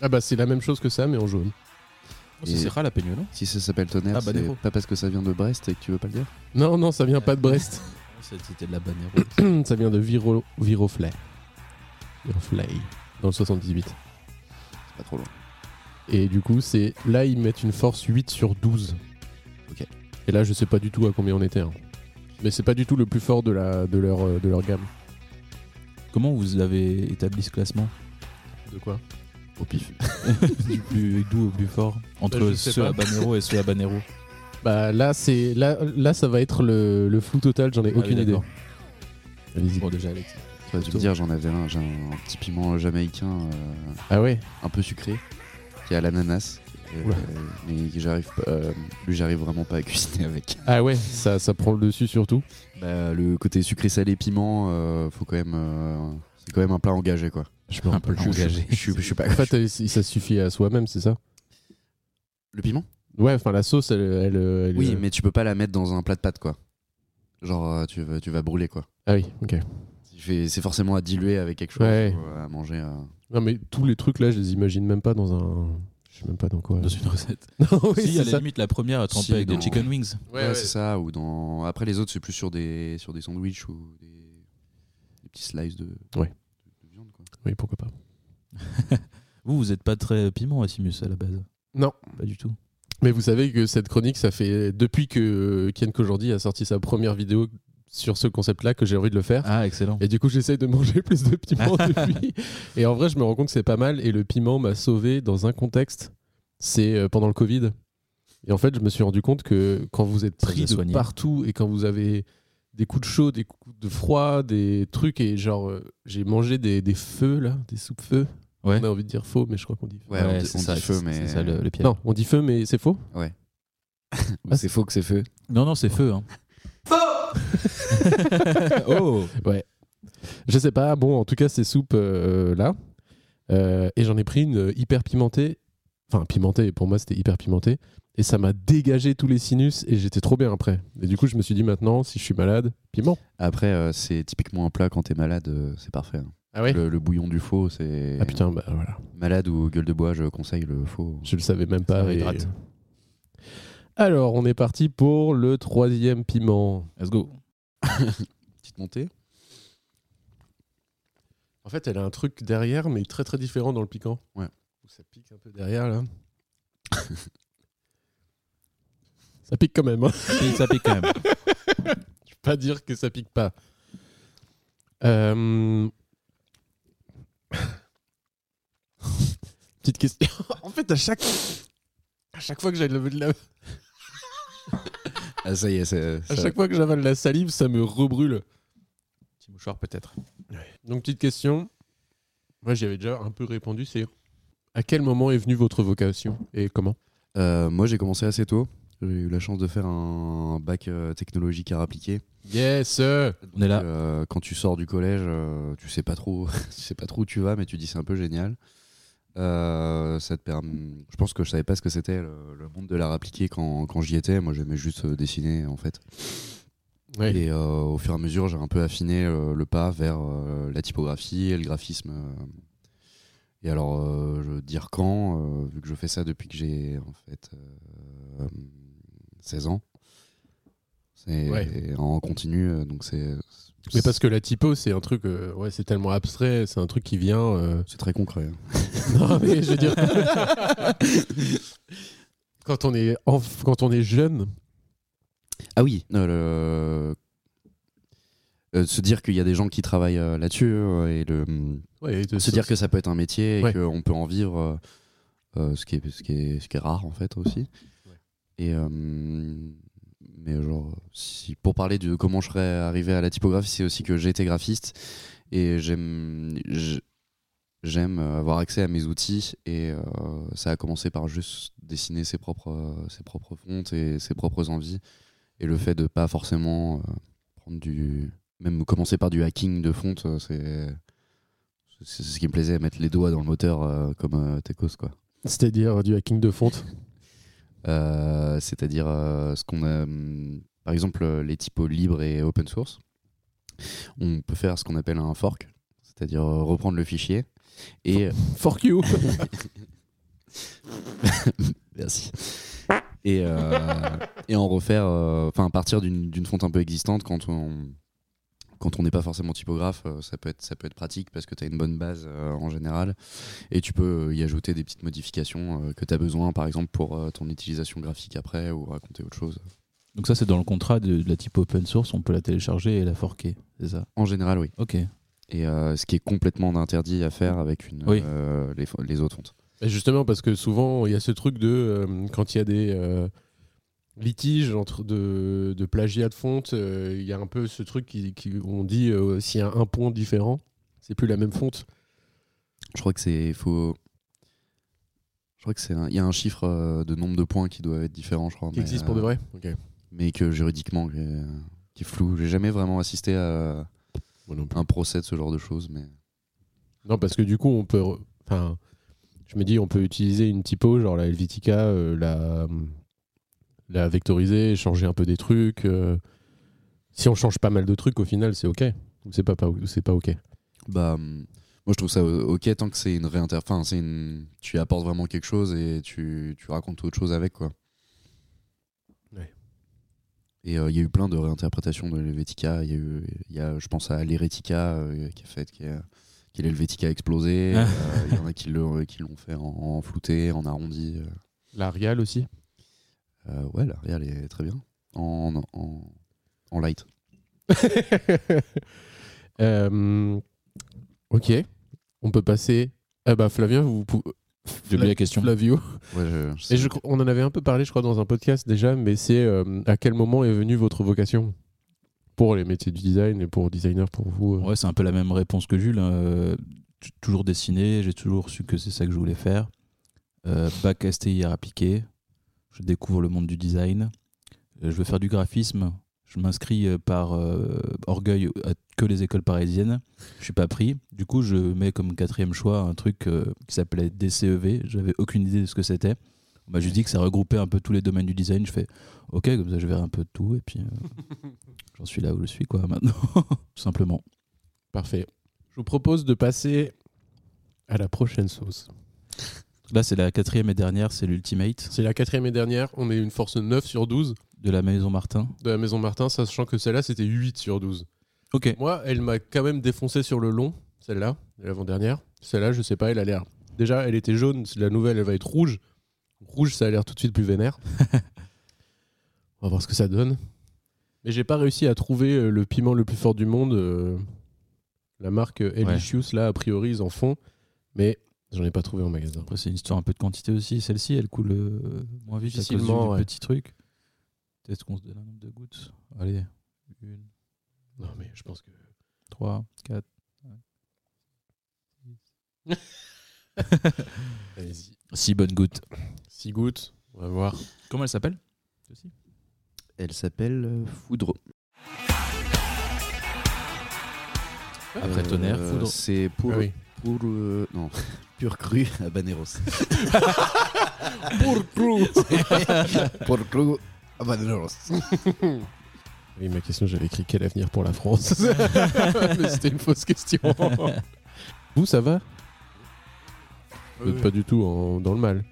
Speaker 4: Ah bah c'est la même chose que ça, mais en jaune.
Speaker 3: ça, c'est
Speaker 2: la peigneuse, non
Speaker 3: Si ça s'appelle tonnerre,
Speaker 2: Ah, bah, des
Speaker 3: c'est
Speaker 2: fois.
Speaker 3: pas parce que ça vient de Brest et que tu veux pas le dire.
Speaker 4: Non, non, ça vient pas de Brest.
Speaker 2: C'était de la bannière.
Speaker 4: ça vient de Viro... Viroflay. Viroflay, dans le 78.
Speaker 3: C'est pas trop loin.
Speaker 4: Et du coup, c'est là, ils mettent une force 8 sur 12.
Speaker 3: Ok.
Speaker 4: Et là, je sais pas du tout à combien on était. hein. Mais c'est pas du tout le plus fort de, la... de, leur, euh, de leur gamme.
Speaker 2: Comment vous avez établi ce classement
Speaker 4: De quoi
Speaker 3: Au pif.
Speaker 2: Du plus doux au plus fort Entre
Speaker 4: Bah, je sais
Speaker 2: ceux
Speaker 4: pas.
Speaker 2: à Banero et ceux à Banero.
Speaker 4: Bah là c'est là, là ça va être le, le flou total,
Speaker 3: Ah
Speaker 4: j'en ai aucune idée. Allez-y.
Speaker 2: Bon, déjà, Alex.
Speaker 3: Tu vas te dire, j'en avais un, j'ai un, un petit piment jamaïcain euh,
Speaker 4: Ah ouais.
Speaker 3: un peu sucré qui est à l'ananas. euh,
Speaker 4: Oula.
Speaker 3: mais que j'arrive pas- euh, lui, j'arrive vraiment pas à cuisiner avec.
Speaker 4: Ah ouais, ça, ça prend le dessus surtout.
Speaker 3: Bah, le côté sucré salé piment, euh, faut quand même. euh, c'est quand même un plat engagé quoi.
Speaker 2: Je me
Speaker 4: Ah,
Speaker 2: rappelle
Speaker 3: Je- je- Je suis- je suis pas.
Speaker 4: En fait, elle- ça suffit à soi-même, c'est ça
Speaker 3: le piment
Speaker 4: Ouais, enfin la sauce elle, elle, elle- euh,
Speaker 3: Oui, mais tu peux pas la mettre dans un plat de pâtes quoi. Genre euh, tu, vas- tu vas brûler quoi.
Speaker 4: Ah oui, OK.
Speaker 3: Tu fais- C'est forcément à diluer avec quelque chose
Speaker 4: Ouais.
Speaker 3: ou à manger. euh.
Speaker 4: Non mais tous les trucs là, je les imagine même pas dans un je sais même pas dans quoi.
Speaker 2: Dans une recette.
Speaker 4: non, oui,
Speaker 2: si, à
Speaker 4: c'est
Speaker 2: la
Speaker 4: ça.
Speaker 2: limite, la première à tremper
Speaker 3: Si,
Speaker 2: avec
Speaker 3: non.
Speaker 2: des chicken wings.
Speaker 3: Ouais, c'est ça. Ou dans... Après, les autres, c'est plus sur des, sur des sandwichs ou des, des petits slices de,
Speaker 4: Ouais.
Speaker 3: de- de viande. Quoi.
Speaker 4: Oui, pourquoi pas.
Speaker 2: Vous, vous n'êtes pas très piment, Simus, à la base
Speaker 4: Non.
Speaker 2: Pas du tout.
Speaker 4: Mais vous savez que cette chronique, ça fait depuis que euh, Ken Kojandi a sorti sa première vidéo sur ce concept-là que j'ai envie de le faire.
Speaker 2: Ah, excellent.
Speaker 4: Et du coup, j'essaye de manger plus de piment depuis. Et en vrai, je me rends compte que c'est pas mal. Et le piment m'a sauvé dans un contexte. C'est euh, pendant le Covid. Et en fait, je me suis rendu compte que quand vous êtes
Speaker 2: Ça vous
Speaker 4: pris
Speaker 2: a
Speaker 4: de
Speaker 2: soigné.
Speaker 4: partout et quand vous avez des coups de chaud, des coups de froid, des trucs, et genre, euh, j'ai mangé des, des feux, là, des soupes feux.
Speaker 2: Ouais.
Speaker 4: On a envie de dire faux, mais je crois qu'on dit faux.
Speaker 3: Ouais, on dit-
Speaker 2: c'est
Speaker 3: on dit
Speaker 2: ça,
Speaker 3: feu,
Speaker 2: c'est-
Speaker 3: mais-
Speaker 2: C'est ça le, le piège.
Speaker 4: Non, on dit feu, mais c'est faux.
Speaker 3: Ou c'est faux que c'est feu.
Speaker 2: Non, non, c'est feu. Hein. oh
Speaker 4: Je sais pas. Bon, en tout cas, ces soupes euh, là. Euh, et j'en ai pris une hyper pimentée. Enfin, pimentée, pour moi, c'était hyper pimenté. Et ça m'a dégagé tous les sinus et j'étais trop bien après. Et du coup, je me suis dit maintenant, si je suis malade, piment.
Speaker 3: Après, euh, c'est typiquement un plat quand t'es malade, euh, c'est parfait. hein.
Speaker 4: Ah ouais
Speaker 3: Le, le bouillon du faux, c'est.
Speaker 4: Ah putain, bah voilà.
Speaker 3: Malade ou gueule de bois, je conseille le faux.
Speaker 4: Je le savais même pas. et-
Speaker 2: réhydrate.
Speaker 4: Alors, on est parti pour le troisième piment.
Speaker 2: Let's go.
Speaker 3: Petite montée.
Speaker 4: En En fait, elle a un truc derrière, mais très très différent dans le piquant.
Speaker 3: Ouais.
Speaker 4: Où ça pique un peu derrière, là. ça pique quand même. Hein.
Speaker 2: Et ça pique quand même.
Speaker 4: Je peux pas dire que ça pique pas. Euh, Petite question. en fait, à chaque... à chaque fois que j'avale la...
Speaker 3: Ah, ça y est, c'est.
Speaker 4: à chaque fois que j'avale la salive, ça me rebrûle.
Speaker 2: Petit mouchoir peut-être.
Speaker 4: Donc, petite question. Moi, j'y avais déjà un peu répondu. C'est à quel moment est venue votre vocation et comment
Speaker 3: Euh, moi, j'ai commencé assez tôt. J'ai eu la chance de faire un bac euh, technologique à appliquer.
Speaker 4: Yes euh.
Speaker 2: On est là.
Speaker 3: Euh, quand tu sors du collège, euh, tu sais pas trop, tu sais pas trop où tu vas, mais tu dis c'est un peu génial. Euh, ça te permet. Je pense que je savais pas ce que c'était le, le monde de l'art appliqué quand, quand j'y étais. Moi, j'aimais juste euh, dessiner en fait.
Speaker 4: Ouais.
Speaker 3: Et euh, au fur et à mesure, j'ai un peu affiné euh, le pas vers euh, la typographie et le graphisme. euh. Et alors, euh, je veux dire quand, euh, vu que je fais ça depuis que j'ai en fait euh, 16 ans. C'est
Speaker 4: Ouais.
Speaker 3: en continu, euh, donc c'est
Speaker 4: Mais parce que la typo, c'est un truc, euh, ouais, c'est tellement abstrait, c'est un truc qui vient. euh,
Speaker 3: c'est très concret.
Speaker 4: Non, mais je veux dire. quand, on est enf- quand on est jeune,
Speaker 3: Ah oui, euh, le- euh, se dire qu'il y a des gens qui travaillent euh, là-dessus euh, et le,
Speaker 4: ouais, de-
Speaker 3: se dire que ça peut être un métier et
Speaker 4: Ouais.
Speaker 3: qu'on peut en vivre, euh, euh, ce, qui est, ce, qui est, ce qui est rare en fait aussi.
Speaker 4: Ouais.
Speaker 3: Et euh, mais genre, si, pour parler de comment je serais arrivé à la typographie, c'est aussi que j'ai été graphiste et j'aime j'- j'aime avoir accès à mes outils et euh, ça a commencé par juste dessiner ses propres ses propres fontes et ses propres envies et le fait de pas forcément euh, prendre du même commencer par du hacking de fonte euh, c'est c'est ce qui me plaisait, mettre les doigts dans le moteur euh, comme euh, Tecos, quoi.
Speaker 4: C'est-à-dire du hacking de fonte.
Speaker 3: Euh, C'est-à-dire euh, ce qu'on a, hum, par exemple, euh, les typos libres et open source. On peut faire ce qu'on appelle un fork, c'est-à-dire euh, reprendre le fichier et
Speaker 4: Fork you
Speaker 3: Merci. Et, euh, et en refaire, euh, enfin, partir d'une d'une fonte un peu existante quand on quand on n'est pas forcément typographe, euh, ça peut être ça peut être pratique parce que tu as une bonne base euh, en général et tu peux euh, y ajouter des petites modifications euh, que tu as besoin par exemple pour euh, ton utilisation graphique après ou raconter autre chose.
Speaker 2: Donc ça c'est dans le contrat de, de la typo open source, on peut la télécharger et la forquer, c'est ça
Speaker 3: En général, oui.
Speaker 2: Ok.
Speaker 3: Et euh, ce qui est complètement interdit à faire avec une
Speaker 2: Oui.
Speaker 3: euh, les, fo- les autres fontes.
Speaker 4: Bah, Justement, parce que souvent, il y a ce truc de. euh, quand il y a des euh, litiges entre de, de plagiat de fonte, euh, il y a un peu ce truc qui, qui- on dit euh, s'il y a un pont différent, c'est plus la même fonte.
Speaker 3: Je crois que c'est faut. Je crois que c'est un- il y a un chiffre euh, de nombre de points qui doit être différent, je crois.
Speaker 4: Qui
Speaker 3: mais,
Speaker 4: existe pour de
Speaker 3: euh,
Speaker 4: vrai Ok.
Speaker 3: mais que juridiquement qui est, qui est flou. J'ai jamais vraiment assisté à un procès de ce genre de choses, mais
Speaker 4: Non, parce que du coup, on peut. re- Enfin, je me dis, on peut utiliser une typo, genre la Helvetica, euh, la, la vectoriser, changer un peu des trucs. euh. Si on change pas mal de trucs, au final, c'est OK. Ou c'est pas, pas, ou c'est pas OK.
Speaker 3: bah hum, moi je trouve ça o- ok tant que c'est une réinter. Enfin, c'est une tu apportes vraiment quelque chose et tu, tu racontes autre chose avec quoi.
Speaker 4: Ouais.
Speaker 3: Et euh, il y a eu plein de réinterprétations de l'Helvetica. Il y a eu, il y a, je pense à l'Heretica euh, qui a fait qui a- qui est l'Helvetica explosé. Euh, Il y en a qui le- qui l'ont fait en, en flouté, en arrondi. euh.
Speaker 4: L'Arial aussi
Speaker 3: Euh, ouais, la réal est très bien. En, en, en light.
Speaker 4: Euh, OK. On peut passer. Ah bah, Flavien, vous pouvez.
Speaker 5: J'ai oublié la question.
Speaker 4: Flavio.
Speaker 3: Ouais, je- je
Speaker 4: Et
Speaker 3: sais.
Speaker 4: je cro- on en avait un peu parlé, je crois, dans un podcast déjà, mais c'est euh, à quel moment est venue votre vocation pour les métiers du design et pour designer pour vous euh.
Speaker 2: Ouais, c'est un peu la même réponse que Jules. euh, t- toujours dessiné, j'ai toujours su que c'est ça que je voulais faire. Euh, bac STI à appliqué, je découvre le monde du design. Euh, je veux faire du graphisme. Je m'inscris euh, par euh, orgueil à que les écoles parisiennes. Je suis pas pris. Du coup, je mets comme quatrième choix un truc euh, qui s'appelait DCEV. J'avais aucune idée de ce que c'était. On m'a juste dit que ça regroupait un peu tous les domaines du design. Je fais OK, comme ça je verrai un peu de tout. Et puis, euh, j'en suis là où je suis, quoi, maintenant. tout simplement.
Speaker 4: Parfait. Je vous propose de passer à la prochaine sauce.
Speaker 2: Là, c'est la quatrième et dernière, c'est l'Ultimate
Speaker 4: C'est la quatrième et dernière. On est une force 9 sur 12
Speaker 2: de la Maison Martin.
Speaker 4: de la Maison Martin, sachant que celle-là, c'était 8 sur 12.
Speaker 2: Ok.
Speaker 4: Moi, elle m'a quand même défoncé sur le long. Celle-là, et l'avant-dernière. Celle-là, je sais pas, elle a l'air. Déjà, elle était jaune, la nouvelle, elle va être rouge. Rouge, ça a l'air tout de suite plus vénère. On va voir ce que ça donne. Mais j'ai pas réussi à trouver euh, le piment le plus fort du monde. euh, La marque euh, Elicious, là, a priori, ils en font. Mais j'en ai pas trouvé en magasin.
Speaker 2: Après, c'est une histoire un peu de quantité aussi. Celle-ci, elle coule euh, moins vite à cause du
Speaker 4: Difficilement, ouais.
Speaker 2: petit truc. Peut-être qu'on se donne un nombre de gouttes. Allez, une,
Speaker 4: Non, mais je pense que.
Speaker 2: 3, 4.
Speaker 4: Allez-y.
Speaker 2: 6 bonnes gouttes.
Speaker 4: 6 gouttes, on va voir.
Speaker 2: Comment elle s'appelle
Speaker 3: Elle s'appelle euh, Foudre.
Speaker 2: Après tonnerre,
Speaker 3: Euh,
Speaker 2: foudre.
Speaker 3: C'est pour,
Speaker 4: Ah oui.
Speaker 3: pour euh, non, pur cru à Baneros.
Speaker 4: Pour
Speaker 3: pour cru à Baneros.
Speaker 4: Oui, ma question, j'avais écrit quel avenir pour la France Mais c'était une fausse question. Vous, ça va Vous n'êtes pas du tout en- dans le mal.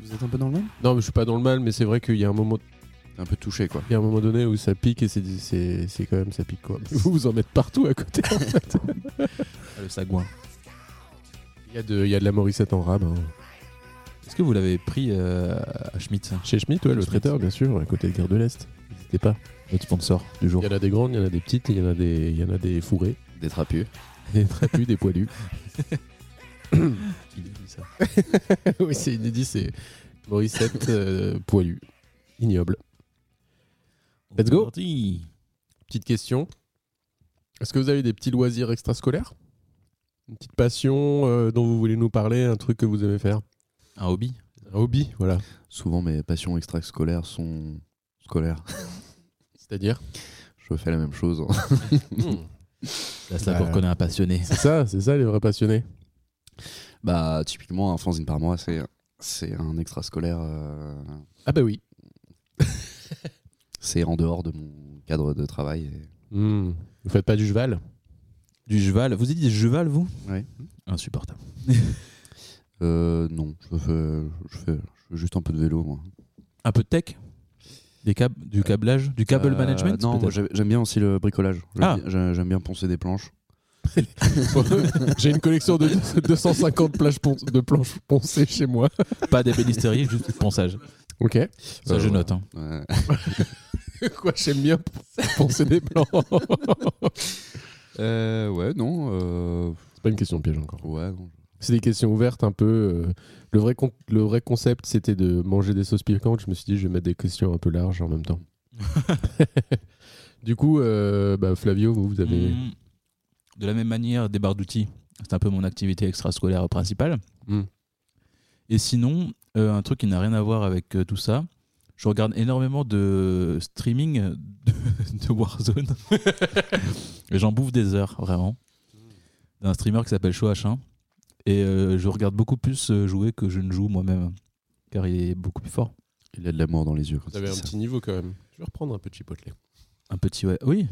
Speaker 3: Vous êtes un peu dans le même
Speaker 4: Non, mais je suis pas dans le mal, mais c'est vrai qu'il y a un moment,
Speaker 3: Un peu touché quoi.
Speaker 4: il y a un moment donné où ça pique et c'est- c'est c'est quand même ça pique quoi. Mais Vous vous en mettez partout à côté. en fait.
Speaker 2: Le sagouin.
Speaker 4: Il y, a de- il y a de la Morissette en rab. hein.
Speaker 2: Est-ce que vous l'avez pris euh, à Schmitt
Speaker 4: Chez Schmitt, ouais, le
Speaker 2: Schmitt.
Speaker 4: traiteur, bien sûr, à côté de Gare de l'Est. N'hésitez pas.
Speaker 2: Notre sponsor du jour.
Speaker 4: Il y en a des grandes, il y en a des petites, et il y en a des, il y en a des fourrées,
Speaker 3: Des trapus.
Speaker 4: des trapus, des poilus.
Speaker 2: Qui lui dit ça
Speaker 4: oui, c'est inédit, c'est Morissette euh, poilu, ignoble. Let's go.
Speaker 2: Parti.
Speaker 4: Petite question. Est-ce que vous avez des petits loisirs extrascolaires Une petite passion euh, dont vous voulez nous parler, un truc que vous aimez faire
Speaker 2: Un hobby
Speaker 4: Un hobby, voilà.
Speaker 3: Souvent mes passions extra-scolaires sont scolaires.
Speaker 4: C'est-à-dire
Speaker 3: Je fais la même chose. hein.
Speaker 2: Là, c'est là pour
Speaker 4: Bah,
Speaker 2: qu'on est un passionné.
Speaker 4: C'est ça, c'est ça les vrais passionnés.
Speaker 3: bah typiquement un fanzine par mois c'est c'est un extra-scolaire. euh,
Speaker 4: Ah bah oui.
Speaker 3: c'est en dehors de mon cadre de travail. et-
Speaker 4: Hmm. Vous faites pas du cheval
Speaker 2: Du cheval. Vous avez dit cheval, vous
Speaker 3: Ouais.
Speaker 2: Insupportable.
Speaker 3: Euh, non, je fais, je, fais, je fais juste un peu de vélo moi.
Speaker 2: Un peu de tech Des câbles, Du câblage Du cable
Speaker 3: Euh,
Speaker 2: management
Speaker 3: Non, moi,
Speaker 2: peut-être
Speaker 3: j'aime j'aime bien aussi le bricolage. J'aime
Speaker 2: Ah.
Speaker 3: bien- J'aime j'aime bien poncer des planches.
Speaker 4: J'ai une collection de 250 plages pon- de planches poncées chez moi.
Speaker 2: Pas d'ébénisterie, juste du ponçage.
Speaker 4: Ok.
Speaker 2: Ça,
Speaker 3: Euh,
Speaker 2: je
Speaker 3: ouais.
Speaker 2: note. hein.
Speaker 3: Ouais.
Speaker 4: Quoi, j'aime bien poncer des plans. c'est
Speaker 3: Euh, ouais, non. euh,
Speaker 4: pas une question piège encore.
Speaker 3: ouais, non.
Speaker 4: C'est des questions ouvertes un peu. euh, le, vrai con- le vrai concept, c'était de manger des sauces piquantes. Je me suis dit, je vais mettre des questions un peu larges en même temps. du coup, euh, bah, Flavio, vous, vous avez.
Speaker 2: Mm. De la même manière, des barres d'outils. C'est un peu mon activité extrascolaire principale.
Speaker 4: Mm.
Speaker 2: Et sinon, euh, un truc qui n'a rien à voir avec euh, tout ça, je regarde énormément de streaming de, de Warzone. Et J'en bouffe des heures, vraiment. D'un streamer qui s'appelle Shoah1. Et euh, je regarde beaucoup plus euh, jouer que je ne joue moi-même. Car il est beaucoup plus fort.
Speaker 3: Il a de l'amour dans les yeux. Quand
Speaker 4: Vous avez
Speaker 3: il
Speaker 4: un
Speaker 3: dit ça.
Speaker 4: petit niveau quand même. Je vais reprendre un peu de chipotle.
Speaker 2: Un petit, ouais. Oui.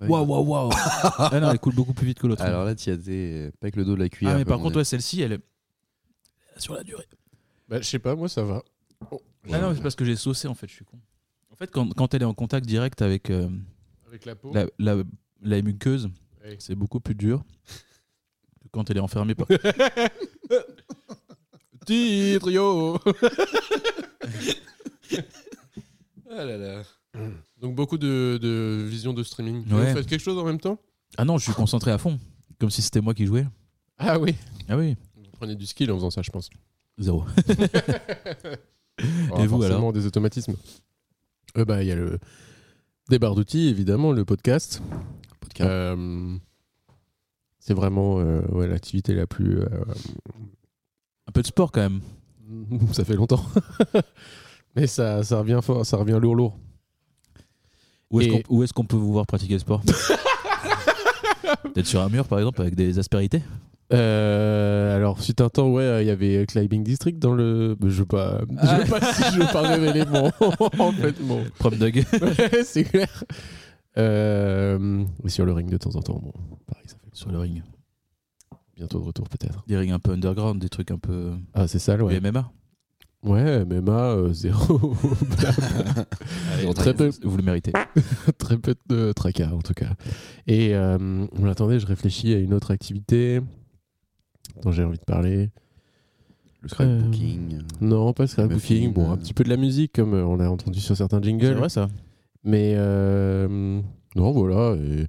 Speaker 3: Ouais.
Speaker 2: Waouh, waouh, waouh. Ah non, il coule beaucoup plus vite que l'autre.
Speaker 3: Alors là, tu as des. Pas avec le dos de la cuillère.
Speaker 2: ah, mais par
Speaker 3: comme on
Speaker 2: contre,
Speaker 3: dit.
Speaker 2: ouais, celle-ci, elle est sur la durée.
Speaker 4: Bah, je sais pas, moi, ça va. Oh.
Speaker 2: Ah non, mais c'est parce que j'ai saucé, en fait, je suis con. En fait, quand, quand elle est en contact direct avec euh,
Speaker 4: Avec la peau.
Speaker 2: la, la, la muqueuse,
Speaker 4: Ouais.
Speaker 2: c'est beaucoup plus dur que quand elle est enfermée par.
Speaker 4: Titre, yo Ah là là. Donc, beaucoup de, de visions de streaming.
Speaker 2: Ouais.
Speaker 4: Vous faites quelque chose en même temps
Speaker 2: Ah non, je suis concentré à fond, comme si c'était moi qui jouais.
Speaker 4: Ah oui.
Speaker 2: Ah oui,
Speaker 4: Vous prenez du skill en faisant ça, je pense.
Speaker 2: zéro.
Speaker 4: Et vous
Speaker 2: alors
Speaker 4: des automatismes Euh, bah, Il y a le des barres d'outils, évidemment, le podcast.
Speaker 3: Podcast.
Speaker 4: Euh, c'est vraiment euh, ouais, l'activité la plus... euh,
Speaker 2: Un peu de sport quand même.
Speaker 4: ça fait longtemps. Mais ça, ça revient fort, ça revient lourd lourd.
Speaker 2: Où est-ce
Speaker 4: Et-
Speaker 2: qu'on- où est-ce qu'on peut vous voir pratiquer le sport Peut-être sur un mur, par exemple, avec des aspérités
Speaker 4: Euh, alors, fut un temps, ouais, il y avait Climbing District dans le... Je veux pas, je veux pas, si- je veux pas révéler mon... en fait, mon...
Speaker 2: Prom dog.
Speaker 4: Ouais, c'est clair. Euh, et sur le ring de temps en temps, bon, pareil, ça fait
Speaker 2: sur le ring.
Speaker 4: bientôt de retour peut-être.
Speaker 2: Des rings un peu underground, des trucs un peu.
Speaker 4: Ah, c'est sale, ouais.
Speaker 2: du MMA.
Speaker 4: Ouais, MMA, euh, zéro. très peu.
Speaker 5: Vous le méritez.
Speaker 4: très peu de tracas en tout cas. Et euh, on attendait, je réfléchis à une autre activité dont j'ai envie de parler.
Speaker 3: Le
Speaker 2: euh,
Speaker 3: scrapbooking. euh,
Speaker 4: Non, pas le booking.
Speaker 3: film,
Speaker 4: Bon,
Speaker 3: euh.
Speaker 4: un petit peu de la musique comme euh, on l'a entendu sur certains jingles.
Speaker 5: ça.
Speaker 4: Mais euh, non, voilà. et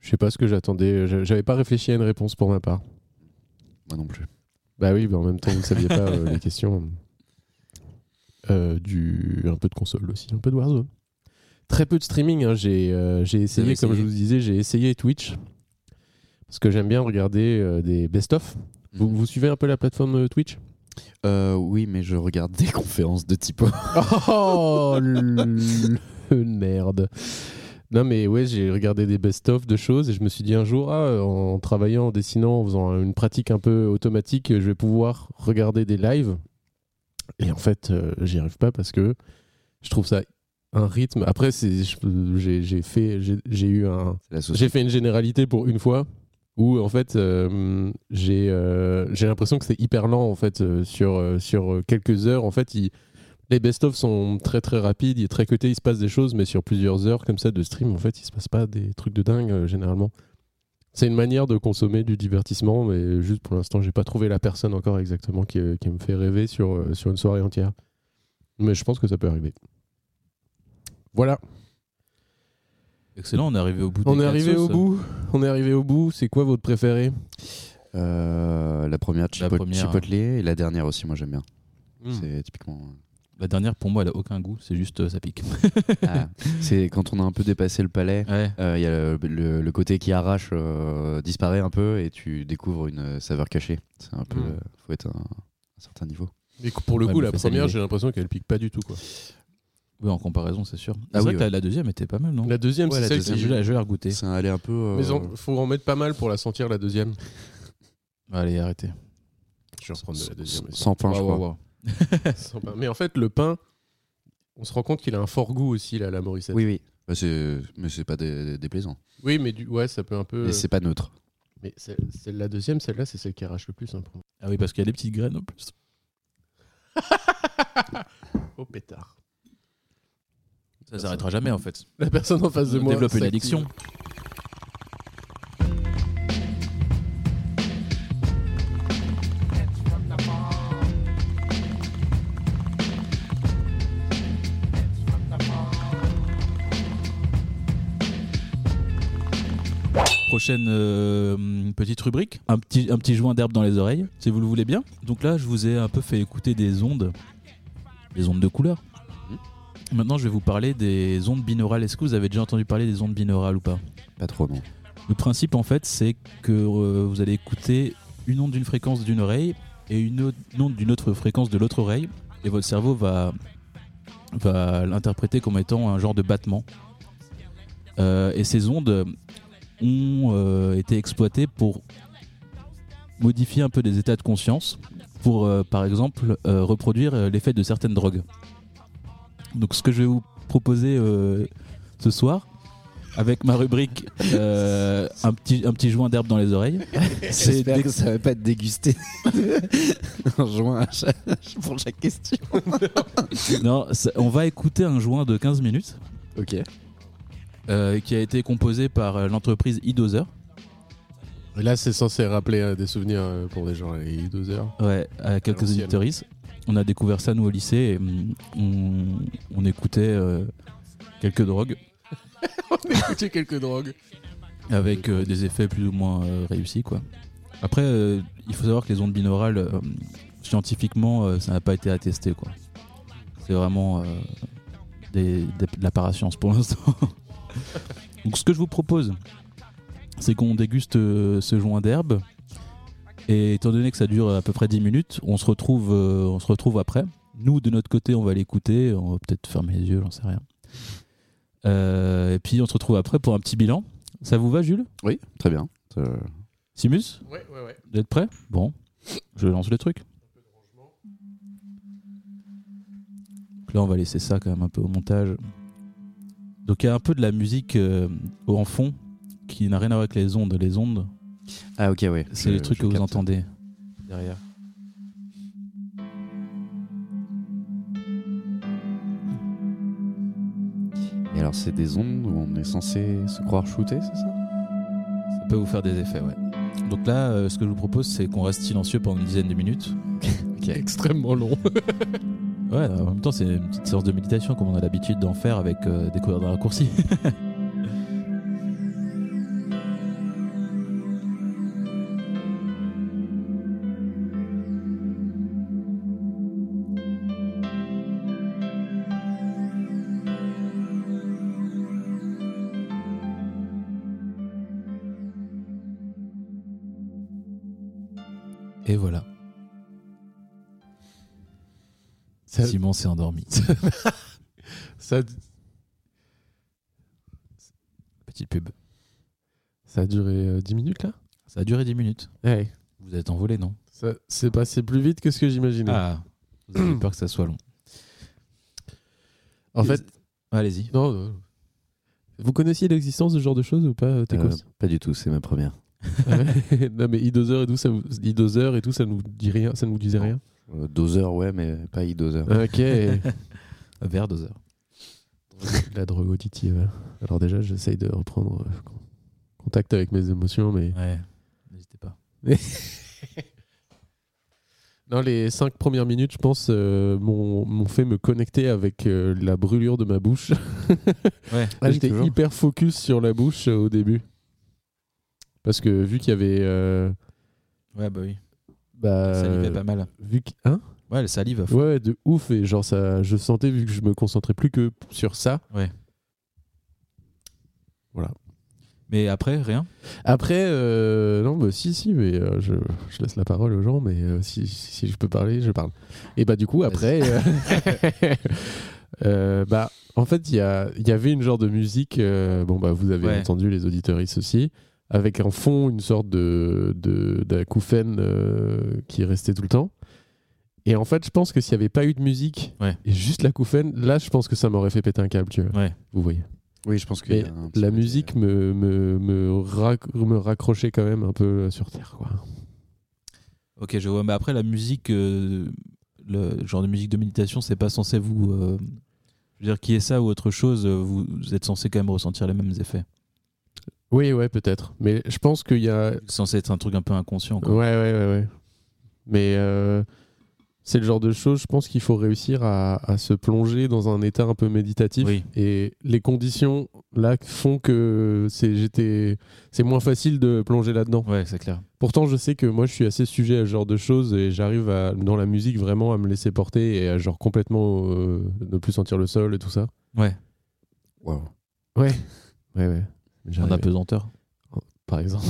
Speaker 4: Je sais pas ce que j'attendais. J'a- J'avais pas réfléchi à une réponse pour ma part.
Speaker 3: Moi non plus.
Speaker 4: Bah oui, mais en même temps, vous ne saviez pas euh, les questions. Euh, du... Un peu de console aussi, un peu de Warzone. Très peu de streaming. hein, J'ai euh, j'ai essayé,
Speaker 3: avez
Speaker 4: comme je
Speaker 3: essayé
Speaker 4: vous disais, j'ai essayé Twitch. Parce que j'aime bien regarder euh, des best-of. Vous,
Speaker 3: Mhm.
Speaker 4: vous suivez un peu la plateforme euh, Twitch
Speaker 3: Euh, oui, mais je regarde des conférences de typo.
Speaker 4: Oh le le merde. Non mais ouais, j'ai regardé des best-of de choses et je me suis dit un jour, ah, en travaillant, en dessinant, en faisant une pratique un peu automatique, je vais pouvoir regarder des lives. Et en fait, euh, j'y arrive pas parce que je trouve ça un rythme. Après, c'est- je- j'ai j'ai fait, j'ai j'ai eu un,
Speaker 3: C'est la
Speaker 4: j'ai
Speaker 3: société.
Speaker 4: fait une généralité pour une fois où en fait euh, j'ai euh, j'ai l'impression que c'est hyper lent en fait euh, sur euh, sur euh, quelques heures en fait il- les best-of sont très très rapides, il est très cotés, il se passe des choses, mais sur plusieurs heures comme ça de stream, en fait, il se passe pas des trucs de dingue euh, généralement. C'est une manière de consommer du divertissement, mais juste pour l'instant, j'ai pas trouvé la personne encore exactement qui, euh, qui me fait rêver sur, euh, sur une soirée entière. Mais je pense que ça peut arriver. Voilà.
Speaker 2: Excellent, on est arrivé au bout.
Speaker 4: On
Speaker 2: des
Speaker 4: est
Speaker 2: quatre
Speaker 4: arrivé au
Speaker 2: sauces.
Speaker 4: bout. On est arrivé au bout. C'est quoi votre préféré
Speaker 3: Euh, la première, chipotle
Speaker 2: première.
Speaker 3: Chipotle, et la dernière aussi, moi j'aime bien.
Speaker 2: Hmm.
Speaker 3: C'est typiquement.
Speaker 2: La dernière, pour moi, elle a aucun goût. C'est juste, euh, ça pique.
Speaker 3: Ah, c'est quand on a un peu dépassé le palais.
Speaker 2: Ouais.
Speaker 3: euh, Il y a le, le- le côté qui arrache euh, disparaît un peu et tu découvres une euh, saveur cachée. C'est un peu.
Speaker 4: Mm.
Speaker 2: Hmm.
Speaker 3: euh, faut être un, un certain niveau.
Speaker 4: Mais pour le
Speaker 2: Ouais,
Speaker 4: coup,
Speaker 2: mais
Speaker 4: la
Speaker 2: faut
Speaker 4: première,
Speaker 2: s'aligner.
Speaker 4: j'ai l'impression qu'elle pique pas du tout. Quoi.
Speaker 2: Oui, en comparaison, c'est sûr.
Speaker 3: Ah
Speaker 2: c'est
Speaker 3: oui,
Speaker 2: vrai que la- la deuxième était pas mal, non
Speaker 4: La deuxième,
Speaker 3: Ouais,
Speaker 4: c'est
Speaker 3: la
Speaker 4: celle
Speaker 3: deuxième.
Speaker 2: Je
Speaker 4: qui.
Speaker 2: vais la- je vais la regoûter.
Speaker 3: C'est un aller un peu. euh,
Speaker 4: Mais en- faut en mettre pas mal pour la sentir la deuxième.
Speaker 2: Allez, arrêtez.
Speaker 4: Je vais reprendre de la deuxième. mais
Speaker 3: sans pain, je
Speaker 2: Waouh,
Speaker 3: crois.
Speaker 2: waouh, waouh.
Speaker 4: sans- sans pain. Mais en fait, le pain, on se rend compte qu'il a un fort goût aussi là, la Morissette.
Speaker 3: Oui, oui. Bah, c'est- mais c'est pas dé- déplaisant.
Speaker 4: Oui, mais du... ouais, ça peut un
Speaker 2: Euh.
Speaker 4: peu.
Speaker 3: Mais c'est pas neutre.
Speaker 4: Mais c'est- c'est la deuxième, celle-là, c'est celle qui arrache le plus hein, pour moi.
Speaker 2: Ah oui, parce qu'il y a les petites graines en plus.
Speaker 4: Oh pétard.
Speaker 2: Ça s'arrêtera jamais en fait.
Speaker 4: La personne en face de
Speaker 2: On
Speaker 4: moi.
Speaker 2: développe une
Speaker 4: s'active.
Speaker 2: addiction. Prochaine euh, petite rubrique, un petit, un petit joint d'herbe dans les oreilles, si vous le voulez bien. Donc là, je vous ai un peu fait écouter des ondes, des ondes de couleur. Maintenant, je vais vous parler des ondes binaurales. Est-ce que vous avez déjà entendu parler des ondes binaurales ou pas
Speaker 3: Pas trop, non.
Speaker 2: Le principe, en fait, c'est que euh, vous allez écouter une onde d'une fréquence d'une oreille et une, autre- une onde d'une autre fréquence de l'autre oreille, et votre cerveau va, va l'interpréter comme étant un genre de battement. Euh, et ces ondes ont euh, été exploitées pour modifier un peu des états de conscience, pour euh, par exemple euh, reproduire euh, l'effet de certaines drogues. Donc ce que je vais vous proposer euh, ce soir, avec ma rubrique euh, un, petit, un petit joint d'herbe dans les oreilles, c'est
Speaker 3: J'espère
Speaker 2: d'ex-
Speaker 3: que ça va pas te déguster un joint à chaque- pour chaque question.
Speaker 2: Non, ça- on va écouter un joint de 15 minutes
Speaker 3: Ok.
Speaker 2: euh, qui a été composé par euh, l'entreprise iDozer.
Speaker 4: Et Là, c'est censé rappeler euh, des souvenirs euh, pour des gens. Il est deux heures.
Speaker 2: Ouais, à
Speaker 4: À
Speaker 2: quelques
Speaker 4: l'ancienne.
Speaker 2: éditoristes. On a découvert ça nous au lycée et mm, on, on écoutait euh, quelques drogues
Speaker 4: J'ai quelques drogues.
Speaker 2: avec euh, des effets plus ou moins euh, réussis quoi. Après, euh, il faut savoir que les ondes binaurales, euh, scientifiquement, euh, ça n'a pas été attesté quoi. C'est vraiment euh, des- des- de la parascience pour l'instant. Donc ce que je vous propose, c'est qu'on déguste euh, ce joint d'herbe. Et étant donné que ça dure à peu près 10 minutes, on se retrouve, euh, on se retrouve après. Nous, de notre côté, on va l'écouter. On va peut-être fermer les yeux, j'en sais rien. Euh, et puis on se retrouve après pour un petit bilan. Ça vous va, Jules
Speaker 3: Oui, très bien. Euh,
Speaker 2: Simus
Speaker 4: Ouais, ouais, ouais.
Speaker 2: Vous êtes prêt Bon, je lance le truc. Donc Là, on va laisser ça quand même un peu au montage. Donc, il y a un peu de la musique euh, en fond qui n'a rien à voir avec les ondes. Les ondes,
Speaker 3: Ah, ok, ouais.
Speaker 2: c'est
Speaker 3: Je-
Speaker 2: les trucs
Speaker 3: je
Speaker 2: que vous
Speaker 3: capte.
Speaker 2: entendez derrière.
Speaker 3: Et alors, c'est des ondes où on est censé se croire shooter, c'est ça
Speaker 2: Ça peut vous faire des effets, ouais. Donc là, euh, ce que je vous propose, c'est qu'on reste silencieux pendant une dizaine de minutes.
Speaker 4: Extrêmement long.
Speaker 2: Ouais, en même temps, c'est une petite séance de méditation comme on a l'habitude d'en faire avec euh, des couleurs de raccourci. Et voilà,
Speaker 4: Ça-
Speaker 2: Simon s'est endormi.
Speaker 4: ça,
Speaker 2: Petite pub.
Speaker 4: ça a duré euh, 10 minutes là
Speaker 2: Ça a duré 10 minutes.
Speaker 4: Ouais.
Speaker 2: Vous êtes envolé, non
Speaker 4: Ça s'est passé plus vite que ce que j'imaginais.
Speaker 2: Ah, vous avez peur que ça soit long.
Speaker 4: en fait,
Speaker 2: Allez-y.
Speaker 4: non, non. Vous connaissiez l'existence de ce genre de choses ou pas, euh, Tekos
Speaker 3: Euh, Pas du tout, c'est ma première.
Speaker 4: Ouais. Non mais i2heures et tout ça vous- i2heures et tout ça nous dit rien, ça nous disait rien.
Speaker 3: Euh, doseur, ouais, mais pas e-doseur.
Speaker 4: OK.
Speaker 2: Vers deux heures.
Speaker 4: La drogue auditive. Alors déjà, j'essaye de reprendre euh, con- contact avec mes émotions mais
Speaker 2: Ouais, n'hésitez pas.
Speaker 4: Non, les cinq premières minutes, je pense, euh, m'ont m'ont fait me connecter avec euh, la brûlure de ma bouche.
Speaker 2: Ouais.
Speaker 4: Là,
Speaker 3: Ah oui,
Speaker 4: J'étais
Speaker 3: toujours.
Speaker 4: hyper focus sur la bouche euh, au début. Parce que vu qu'il y avait. euh,
Speaker 2: Ouais, bah oui.
Speaker 4: bah,
Speaker 2: Ça salivait pas mal.
Speaker 4: vu que, hein
Speaker 2: Euh, Ouais, elle salive. à fond.
Speaker 4: ouais, ouais, de ouf. Et genre, ça, je sentais, vu que je me concentrais plus que sur ça.
Speaker 2: Mais après, rien.
Speaker 4: Après, euh, non, bah si, si, mais euh, je, je laisse la parole aux gens, mais euh, si, si, si je peux parler, je parle. Et bah du coup, après, euh, euh, bah en fait, il y, a- il y avait une genre de musique, euh, bon bah vous avez
Speaker 2: Ouais.
Speaker 4: entendu les auditeuristes aussi, avec en fond une sorte de de- d'acouphène euh, qui restait tout le temps. Et en fait, je pense que s'il n'y avait pas eu de musique
Speaker 2: Ouais.
Speaker 4: et juste l'acouphène, là, je pense que ça m'aurait fait péter un câble, tu vois.
Speaker 2: Ouais.
Speaker 4: Vous voyez.
Speaker 3: Oui, je pense que
Speaker 4: Mais la musique me, me, me, rac- me raccrochait quand même un peu euh, sur Terre. Quoi.
Speaker 2: Ok, je vois. Mais après, la musique, euh, le genre de musique de méditation, c'est pas censé vous. euh, je veux dire, qui est ça ou autre chose, euh, vous, vous êtes censé quand même ressentir les mêmes effets.
Speaker 4: Oui, ouais, peut-être. Mais je pense qu'il y a.
Speaker 2: C'est censé être un truc un peu inconscient.
Speaker 4: Ouais,
Speaker 2: quoi.
Speaker 4: ouais, ouais. ouais. Mais euh, c'est le genre de choses, je pense qu'il faut réussir à, à se plonger dans un état un peu méditatif.
Speaker 2: Oui.
Speaker 4: Et les conditions là font que c'est j'étais- c'est moins facile de plonger là-dedans.
Speaker 2: Ouais, c'est clair.
Speaker 4: Pourtant, je sais que moi, je suis assez sujet à ce genre de choses et j'arrive à- dans la musique vraiment à me laisser porter et à genre complètement euh, ne plus sentir le sol et tout ça.
Speaker 2: Ouais,
Speaker 3: euh,
Speaker 4: Ouais. Ouais, ouais.
Speaker 2: en apesanteur.
Speaker 4: Par exemple.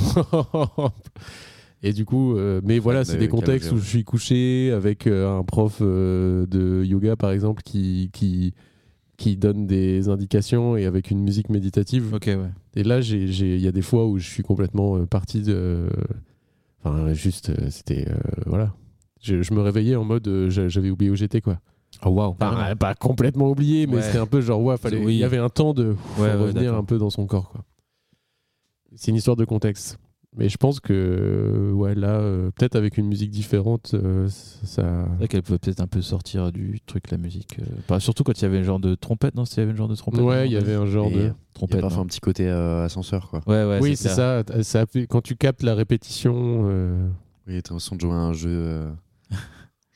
Speaker 4: Et du coup, euh, mais voilà,
Speaker 3: Ah,
Speaker 4: c'est
Speaker 3: mais
Speaker 4: des
Speaker 3: oui,
Speaker 4: contextes
Speaker 3: calogère,
Speaker 4: où
Speaker 3: ouais.
Speaker 4: je suis couché avec euh, un prof euh, de yoga, par exemple, qui, qui, qui donne des indications et avec une musique méditative.
Speaker 2: Ok, ouais.
Speaker 4: Et là, j'ai- j'ai- il y a des fois où je suis complètement euh, parti de. Enfin, juste, euh, c'était. euh, voilà. Je, je me réveillais en mode, euh, j'a- j'avais oublié où j'étais, quoi.
Speaker 2: Oh, waouh.
Speaker 4: Enfin, euh, pas complètement oublié, mais
Speaker 2: Ouais.
Speaker 4: c'était un peu genre, ouais, fallait,
Speaker 2: Oui.
Speaker 4: il y avait un temps de ouf,
Speaker 2: Ouais,
Speaker 4: faut
Speaker 2: ouais,
Speaker 4: revenir
Speaker 2: d'accord.
Speaker 4: un peu dans son corps. quoi. C'est une histoire de contexte. Mais je pense que, euh, ouais, là, euh, peut-être avec une musique différente, euh, ça.
Speaker 2: C'est vrai qu'elle pouvait peut-être un peu sortir du truc, la musique. euh, pas- surtout quand il y avait un genre de trompette, non S'il y avait un genre de trompette.
Speaker 4: Ouais, il y avait un genre
Speaker 3: Et-
Speaker 4: de.
Speaker 3: Il y a
Speaker 2: trompette.
Speaker 3: parfois
Speaker 2: non
Speaker 3: un petit côté euh, ascenseur, quoi.
Speaker 2: Ouais, ouais,
Speaker 4: oui, c'est
Speaker 2: clair.
Speaker 4: ça. t- ça appuie- quand tu captes la répétition. euh,
Speaker 3: Oui, t'as l'impression de jouer à un jeu euh,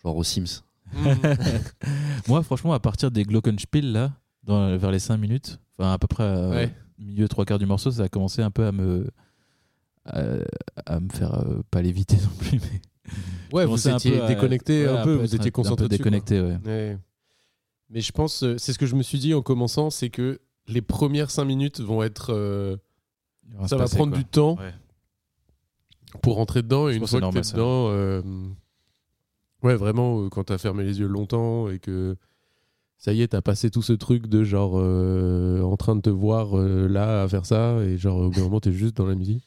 Speaker 3: genre aux Sims.
Speaker 2: Moi, franchement, à partir des Glockenspiel, là, dans- vers les 5 minutes, enfin à peu près euh,
Speaker 4: Ouais.
Speaker 2: milieu, trois quarts du morceau, ça a commencé un peu à me. à, à me faire euh, pas l'éviter non plus. Mais
Speaker 4: Ouais, vous
Speaker 2: commencer un
Speaker 4: étiez
Speaker 2: peu à-
Speaker 4: déconnecté
Speaker 2: ouais,
Speaker 4: un peu,
Speaker 2: à être
Speaker 4: vous
Speaker 2: un- un
Speaker 4: étiez
Speaker 2: peu
Speaker 4: concentré dessus, quoi.
Speaker 2: déconnecté, ouais.
Speaker 4: Ouais. Mais je pense, euh, c'est ce que je me suis dit en commençant, c'est que les premières 5 minutes vont être. euh, ça va prendre du temps
Speaker 2: Ouais.
Speaker 4: pour rentrer dedans. Et
Speaker 2: Je
Speaker 4: une
Speaker 2: pense que
Speaker 4: fois
Speaker 2: c'est
Speaker 4: que t'es
Speaker 2: normal, ça.
Speaker 4: dedans, euh, ouais, vraiment, euh, quand t'as fermé les yeux longtemps et que ça y est, t'as passé tout ce truc de genre euh, en train de te voir euh, là à faire ça et genre au bout d'un moment, t'es juste dans la musique.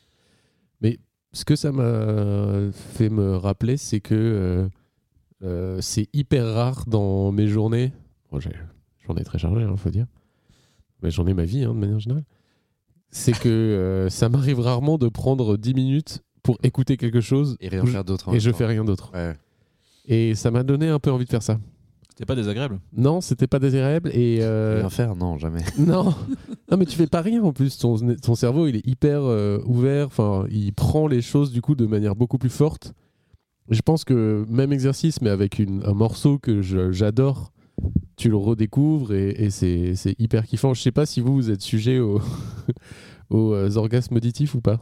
Speaker 4: Mais ce que ça m'a fait me rappeler, c'est que euh, euh, c'est hyper rare dans mes journées. Bon, j'ai- j'en ai très chargé, hein, faut dire. Mais j'en ai ma vie, hein, de manière générale. C'est que euh, ça m'arrive rarement de prendre 10 minutes pour écouter quelque chose
Speaker 3: Et
Speaker 4: où
Speaker 3: rien
Speaker 4: je-
Speaker 3: faire d'autre. en
Speaker 4: et
Speaker 3: même
Speaker 4: je
Speaker 3: temps.
Speaker 4: fais rien d'autre.
Speaker 3: Ouais.
Speaker 4: Et ça m'a donné un peu envie de faire ça.
Speaker 2: C'était pas désagréable.
Speaker 4: Non, c'était pas désirable et euh,
Speaker 3: Rien faire Non, jamais.
Speaker 4: non, non mais tu fais pas rien en plus. Ton, ton cerveau il est hyper euh, ouvert. Enfin, il prend les choses du coup de manière beaucoup plus forte. Je pense que même exercice, mais avec une- un morceau que je- j'adore, tu le redécouvres et, et c'est c'est hyper kiffant. Je sais pas si vous vous êtes sujet au- aux euh, orgasmes auditifs ou pas.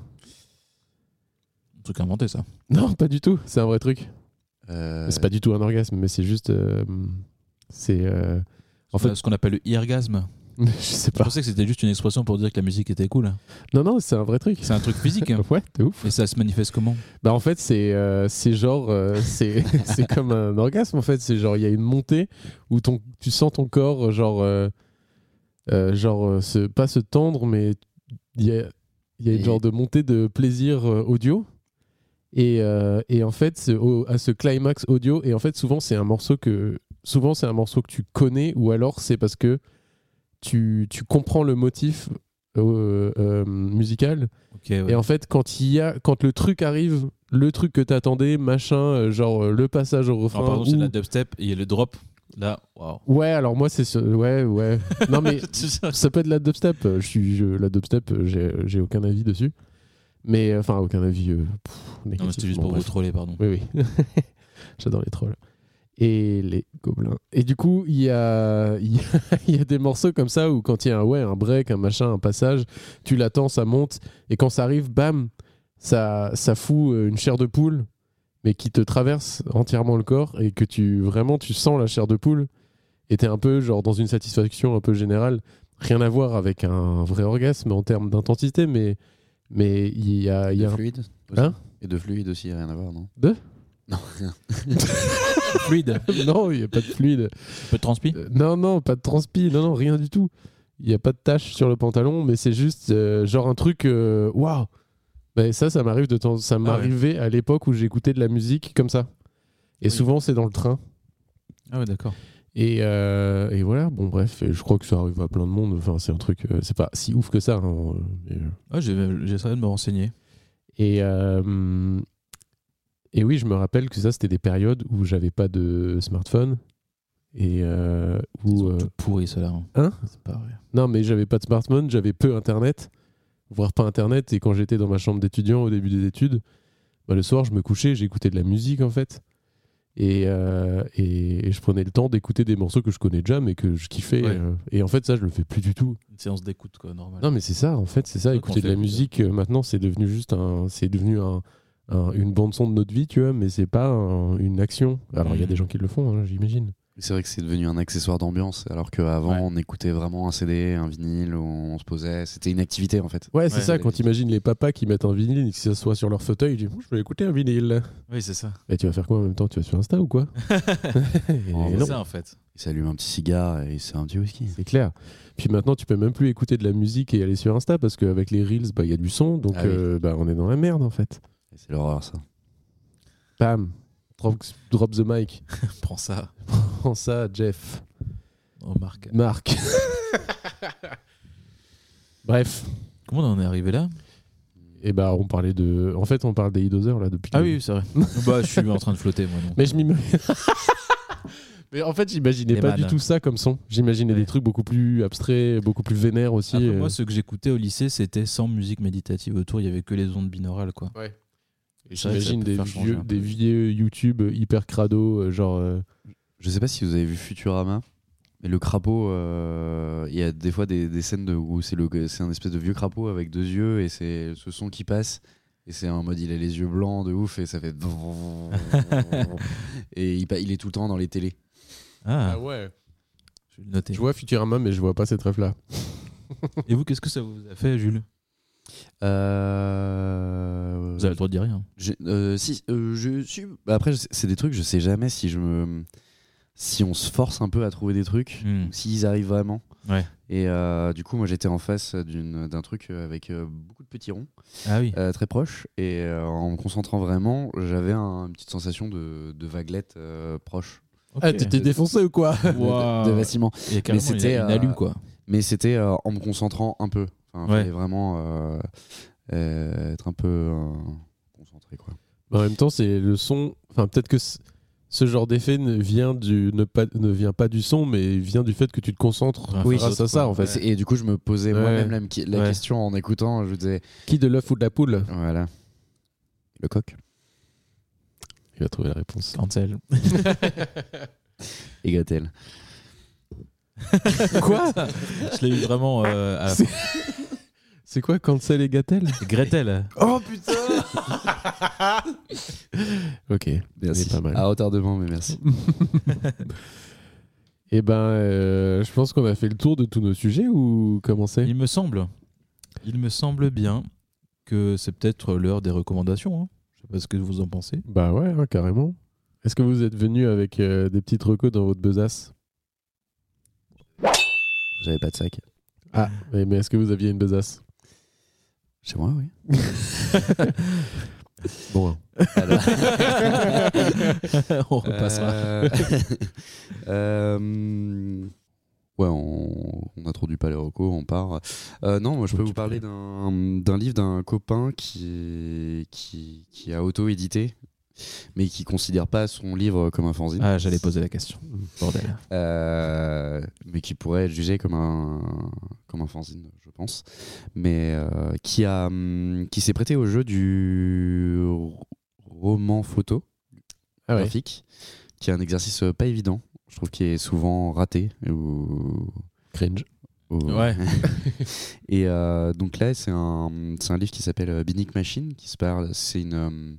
Speaker 2: Un truc inventé, ça.
Speaker 4: Non, pas du tout. C'est un vrai truc.
Speaker 3: Euh,
Speaker 4: C'est pas du tout un orgasme, mais c'est juste. euh, c'est. euh, En
Speaker 2: En fait,
Speaker 4: fait- Ah.
Speaker 2: ce qu'on appelle le irgasme.
Speaker 4: je sais
Speaker 2: Je
Speaker 4: pas.
Speaker 2: pensais que c'était juste une expression pour dire que la musique était cool. hein.
Speaker 4: Non, non, c'est un vrai truc.
Speaker 2: C'est un truc physique. hein.
Speaker 4: Ouais, t'es ouf.
Speaker 2: Et ça se manifeste comment
Speaker 4: Bah en fait c'est euh, c'est genre euh, c'est c'est comme un orgasme en fait c'est genre il y a une montée où ton tu sens ton corps euh, genre euh, euh, genre euh, se, pas se tendre mais il y a il y a une
Speaker 3: Et-
Speaker 4: genre de montée de plaisir euh, audio et, euh, et en fait c'est au- à ce climax audio et en fait souvent c'est un morceau que souvent c'est un morceau que tu connais ou alors c'est parce que tu, tu comprends le motif euh, euh, musical
Speaker 2: Ok, ouais.
Speaker 4: et en fait, quand il y a, quand le truc arrive, le truc que t'attendais, machin, euh, genre euh, le passage au refrain.
Speaker 2: Alors, Ah, pardon, c'est de
Speaker 4: ou-
Speaker 2: la dubstep et le drop. Là, waouh.
Speaker 4: Ouais, alors moi c'est ce- ouais ouais. non mais
Speaker 2: C'est ça.
Speaker 4: ça peut être la dubstep. Euh, Je suis je- la dubstep, euh, j'ai j'ai aucun avis dessus. Mais euh, enfin aucun avis. euh, pff,
Speaker 2: Non,
Speaker 4: négatif,
Speaker 2: mais c'était juste
Speaker 4: bon,
Speaker 2: pour vous
Speaker 4: bref.
Speaker 2: troller, pardon.
Speaker 4: Oui oui. J'adore les trolls. Et les gobelins. Et du coup, il y a, il y a- il y a des morceaux comme ça où quand il y a un, ouais, un break, un machin, un passage, tu l'attends, ça monte, et quand ça arrive, bam, ça, ça fout euh, une chair de poule, mais qui te traverse entièrement le corps, et que tu vraiment tu sens la chair de poule, et t'es un peu genre dans une satisfaction un peu générale, rien à voir avec un vrai orgasme en termes d'intensité, mais mais il y a, il y
Speaker 3: de
Speaker 4: a un-
Speaker 3: fluide aussi.
Speaker 4: Hein
Speaker 3: Et de fluide aussi, rien à voir, non
Speaker 4: De
Speaker 3: Non, rien.
Speaker 2: Fluide.
Speaker 4: non, il n'y a pas de fluide.
Speaker 2: Un peu de transpi.
Speaker 4: Euh, non, non, pas de transpi, non, non, rien du tout. Il n'y a pas de tache sur le pantalon, mais c'est juste euh, genre un truc. euh, Waouh! Mais ça, ça m'arrive de temps. Ça m'arrivait à l'époque où j'écoutais de la musique comme ça. Et
Speaker 2: Oui.
Speaker 4: souvent, c'est dans le train.
Speaker 2: Ah ouais, d'accord.
Speaker 4: Et, euh, et voilà, bon, bref, et je crois que ça arrive à plein de monde. Enfin, c'est un truc. euh, c'est pas si ouf que ça. hein, euh, mais, euh,
Speaker 2: Ah, j'ai- J'essaierai de me renseigner.
Speaker 4: Et, euh, et oui, je me rappelle que ça, c'était des périodes où j'avais pas de smartphone. Et euh,
Speaker 2: Ils
Speaker 4: où.
Speaker 2: sont
Speaker 4: euh,
Speaker 2: tout pourris, ceux-là. hein.
Speaker 4: Hein
Speaker 2: C'est pas vrai.
Speaker 4: Non, mais j'avais pas de smartphone, j'avais peu internet, voire pas internet. Et quand j'étais dans ma chambre d'étudiant au début des études, bah, le soir, je me couchais, j'écoutais de la musique en fait. Et, euh, et, et je prenais le temps d'écouter des morceaux que je connais déjà, mais que je kiffais.
Speaker 2: Ouais.
Speaker 4: euh, et en fait, ça, je le fais plus du tout.
Speaker 2: Une séance d'écoute, quoi, normal.
Speaker 4: Non, mais c'est ça, en fait, c'est ça.
Speaker 2: Ouais,
Speaker 4: écouter
Speaker 2: qu'on
Speaker 4: de la
Speaker 2: fait,
Speaker 4: musique, euh, maintenant, c'est devenu juste un. C'est devenu un. un- une bande son de notre vie, tu vois, mais c'est pas un- une action. Alors il y a
Speaker 2: Mhm.
Speaker 4: des gens qui le font, hein, j'imagine.
Speaker 3: C'est vrai que c'est devenu un accessoire d'ambiance, alors qu'avant,
Speaker 2: Ouais.
Speaker 3: on écoutait vraiment un CD, un vinyle, où on se posait. C'était une activité, en fait.
Speaker 4: Ouais, c'est
Speaker 2: Ouais.
Speaker 4: ça. Quand t'imagines les papas qui mettent un vinyle, et que ça soit sur leur fauteuil, ils disent je vais écouter un vinyle.
Speaker 2: Oui, c'est ça.
Speaker 4: Et tu vas faire quoi en même temps Tu vas sur Insta ou quoi Et
Speaker 3: En
Speaker 2: C'est
Speaker 4: non,
Speaker 2: ça, en fait.
Speaker 3: Il s'allume un petit cigare et c'est un petit whisky.
Speaker 4: c'est clair. Puis maintenant, tu peux même plus écouter de la musique et aller sur Insta parce qu'avec les reels, bah, il y a du son, donc
Speaker 3: Ah oui.
Speaker 4: euh, bah, on est dans la merde en fait.
Speaker 3: Et C'est l'horreur, ça.
Speaker 4: Bam, drop, drop the mic.
Speaker 2: Prends ça.
Speaker 4: Prends ça, Jeff,
Speaker 2: Oh, Marc.
Speaker 4: Marc. Bref,
Speaker 2: Comment on en est arrivé là
Speaker 4: et bah on parlait de. En fait, on parle des e là depuis. le début.
Speaker 2: c'est vrai. bah, je suis en train de flotter, moi. Donc.
Speaker 4: Mais je m'imagine. Mais en fait, j'imaginais
Speaker 2: Les
Speaker 4: pas
Speaker 2: man.
Speaker 4: du tout ça comme son. J'imaginais
Speaker 2: Ouais.
Speaker 4: des trucs beaucoup plus abstraits, beaucoup plus vénères aussi.
Speaker 2: Après,
Speaker 4: euh.
Speaker 2: Ah, moi, ce que j'écoutais au lycée, c'était sans musique méditative autour. Il y avait que les ondes binaurales, quoi.
Speaker 4: Et
Speaker 2: C'est vrai que ça
Speaker 4: J'imagine
Speaker 2: peut
Speaker 4: des
Speaker 2: faire changer
Speaker 4: vieux,
Speaker 2: un peu.
Speaker 4: des vieux YouTube hyper crado, euh, genre. euh,
Speaker 3: Je sais pas si vous avez vu Futurama, mais le crapaud, euh, il y a des fois des, des scènes de, où c'est le- c'est un espèce de vieux crapaud avec deux yeux et c'est ce son qui passe. Et c'est en mode, il a les yeux blancs de ouf et ça fait. et il, pa- il est tout le temps dans les télés.
Speaker 2: Ah,
Speaker 4: ouais.
Speaker 2: je vais le noter.
Speaker 4: Je vois Futurama, mais je vois pas cette rêve là.
Speaker 2: Et vous, qu'est-ce que ça vous a fait, Jules
Speaker 3: Euh,
Speaker 2: Vous avez le droit de dire rien.
Speaker 3: Je- euh, si, euh, je suis. bah Après, je sais- c'est des trucs, je sais jamais si je me. Si on se force un peu à trouver des trucs,
Speaker 2: Hmm.
Speaker 3: ou s'ils arrivent vraiment.
Speaker 2: Ouais.
Speaker 3: Et euh, du coup, moi, j'étais en face d'une- d'un truc avec euh, beaucoup de petits ronds,
Speaker 2: Ah oui.
Speaker 3: euh, très proches. Et euh, en me concentrant vraiment, j'avais un- une petite sensation de, de vaguelette euh, proche,
Speaker 4: Ah, t'étais défoncé ou quoi
Speaker 3: de- de, de vacillement.
Speaker 2: Mais
Speaker 3: c'était,
Speaker 2: c'était une,
Speaker 3: euh,
Speaker 2: allume, quoi.
Speaker 3: Mais c'était euh, en me concentrant un peu. Enfin,
Speaker 2: Ouais.
Speaker 3: fallait vraiment euh, euh, être un peu euh, concentré, quoi.
Speaker 4: En même temps, c'est le son. Enfin, peut-être que. c'est- ce genre d'effet ne vient, du, ne, pas, ne vient pas du son, mais vient du fait que tu te
Speaker 2: Ah,
Speaker 4: concentres
Speaker 5: Oui,
Speaker 4: grâce à ça, en fait.
Speaker 3: C'est- Et du coup, je me posais
Speaker 4: Ouais.
Speaker 3: moi-même la, m- la
Speaker 4: Ouais.
Speaker 3: question en écoutant. Je me disais,
Speaker 4: Qui de l'œuf ou de la poule
Speaker 3: voilà. Le coq.
Speaker 4: Il a trouvé la réponse.
Speaker 5: Cancel.
Speaker 3: Et Gretel.
Speaker 5: Quoi Je l'ai eu vraiment euh, à la fin.
Speaker 4: C'est quoi Cancel et Gatel
Speaker 5: Gretel.
Speaker 3: Oh putain
Speaker 4: Ok.
Speaker 3: Merci.
Speaker 4: C'est pas mal.
Speaker 3: À retardement, mais merci.
Speaker 4: Eh ben, euh, je pense qu'on a fait le tour de tous nos sujets ou comment c'est
Speaker 5: Il me semble. Il me semble bien que c'est peut-être l'heure des recommandations. hein. Je sais pas ce que vous en pensez.
Speaker 4: Bah ouais, hein, carrément. Est-ce que vous êtes venu avec euh, des petites recos dans votre besace
Speaker 3: J'avais pas de sac.
Speaker 4: Ah, mais mais est-ce que vous aviez une besace
Speaker 3: Chez moi, oui.
Speaker 4: Bon. hein.
Speaker 3: Alors-
Speaker 5: On repassera.
Speaker 3: Euh, euh, Ouais, on, on introduit pas les recos, on part. Euh, non, moi, je peux vous parler d'un d'un livre d'un copain qui, qui, qui a auto-édité, mais qui considère pas son livre comme un fanzine.
Speaker 5: Ah, j'allais poser la question. Bordel.
Speaker 3: Euh, mais qui pourrait être jugé comme un, comme un fanzine, je pense, mais euh, qui, a, hum, qui s'est prêté au jeu du ro- roman photo
Speaker 4: Ah ouais.
Speaker 3: graphique, qui est un exercice euh, pas évident, je trouve, qui est souvent raté. Ou,
Speaker 4: Cringe.
Speaker 3: ou-
Speaker 5: Ouais.
Speaker 3: Et euh, donc là, c'est un, c'est un livre qui s'appelle euh, Binic Machine, qui se parle, c'est une... euh,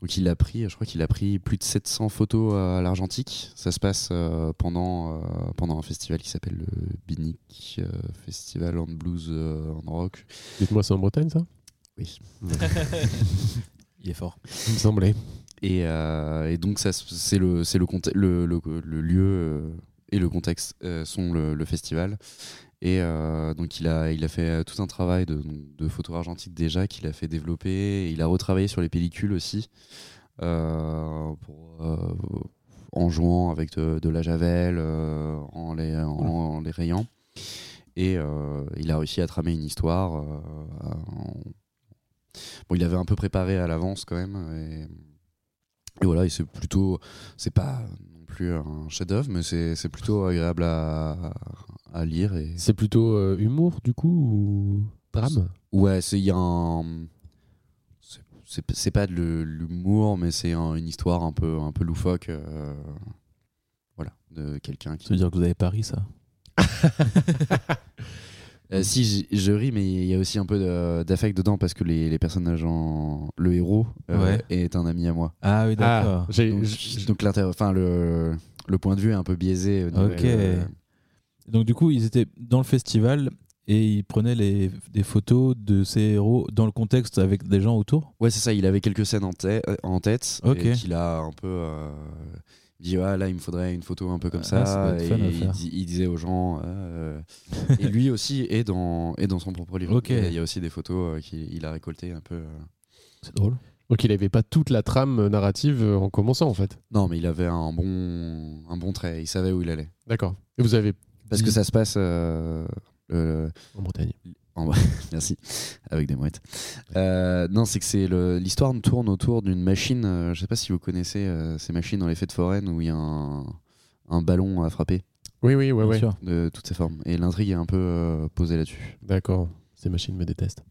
Speaker 3: donc il a pris, je crois qu'il a pris plus de 700 photos à l'Argentique. Ça se passe euh, pendant, euh, pendant un festival qui s'appelle le Binic euh, Festival and Blues euh, and Rock.
Speaker 4: Dites-moi, c'est en Bretagne, ça
Speaker 3: Oui.
Speaker 5: Il est fort.
Speaker 4: Il me semblait.
Speaker 3: Et, euh, et donc, ça, c'est le, c'est le, conte- le, le, le lieu euh, et le contexte euh, sont le, le festival. Et euh, donc, il a, il a fait tout un travail de, de photo argentique déjà qu'il a fait développer. Il a retravaillé sur les pellicules aussi euh, pour, euh, en jouant avec de, de la javel, euh, en, les, en, en les rayant. Et euh, il a réussi à tramer une histoire. euh, en- Bon, il avait un peu préparé à l'avance quand même. Et, et voilà, et c'est plutôt, c'est pas non plus un chef-d'œuvre, mais c'est c'est plutôt agréable à, à lire. Et...
Speaker 4: C'est plutôt euh, humour, du coup, ou drame
Speaker 3: Ouais, c'est il y a un, c'est- c'est c'est pas de l'humour, mais c'est un- une histoire un peu un peu loufoque, euh, voilà, de quelqu'un qui.
Speaker 5: Ça veut dire que vous avez Paris, ça
Speaker 3: Euh, si j- je ris, mais il y a aussi un peu de- d'affect dedans parce que les, les personnages en le héros euh,
Speaker 5: Ouais.
Speaker 3: est un ami à moi.
Speaker 5: Ah oui,
Speaker 4: Ah,
Speaker 5: d'accord.
Speaker 4: j'ai-
Speaker 3: Donc,
Speaker 4: j-
Speaker 3: donc l'inter- enfin le le point de vue est un peu biaisé. au niveau
Speaker 5: Ok.
Speaker 3: de-
Speaker 5: Donc, du coup, ils étaient dans le festival et ils prenaient les, des photos de ces héros dans le contexte avec des gens autour.
Speaker 3: Ouais, c'est ça, il avait quelques scènes en, tê- euh, en tête
Speaker 5: Ok.
Speaker 3: et qu'il a un peu euh, dit ah, là, il me faudrait une photo un peu comme
Speaker 5: Ah,
Speaker 3: ça.
Speaker 5: ça doit être
Speaker 3: et
Speaker 5: fun à
Speaker 3: il,
Speaker 5: faire.
Speaker 3: di- il disait aux gens. ah, euh, et lui aussi est dans, est dans son propre livre.
Speaker 5: Ok.
Speaker 3: Et Il y a aussi des photos euh, qu'il il a récoltées un peu. euh.
Speaker 5: C'est drôle.
Speaker 4: Donc il n'avait pas toute la trame narrative euh, en commençant, en fait.
Speaker 3: Non, mais il avait un bon, un bon trait, il savait où il allait.
Speaker 4: D'accord. Et vous avez
Speaker 3: Parce que ça se passe. euh, euh,
Speaker 4: en Bretagne.
Speaker 3: Merci. Avec des mouettes. Euh, non, c'est que c'est le- l'histoire tourne autour d'une machine. euh, je sais pas si vous connaissez euh, ces machines dans les fêtes foraines où il y a un, un ballon à frapper
Speaker 4: Oui, oui, ouais,
Speaker 5: Bien
Speaker 4: Ah ouais.
Speaker 5: sûr.
Speaker 3: de toutes ses formes. Et l'intrigue est un peu euh, posée là-dessus.
Speaker 4: D'accord. Ces machines me détestent.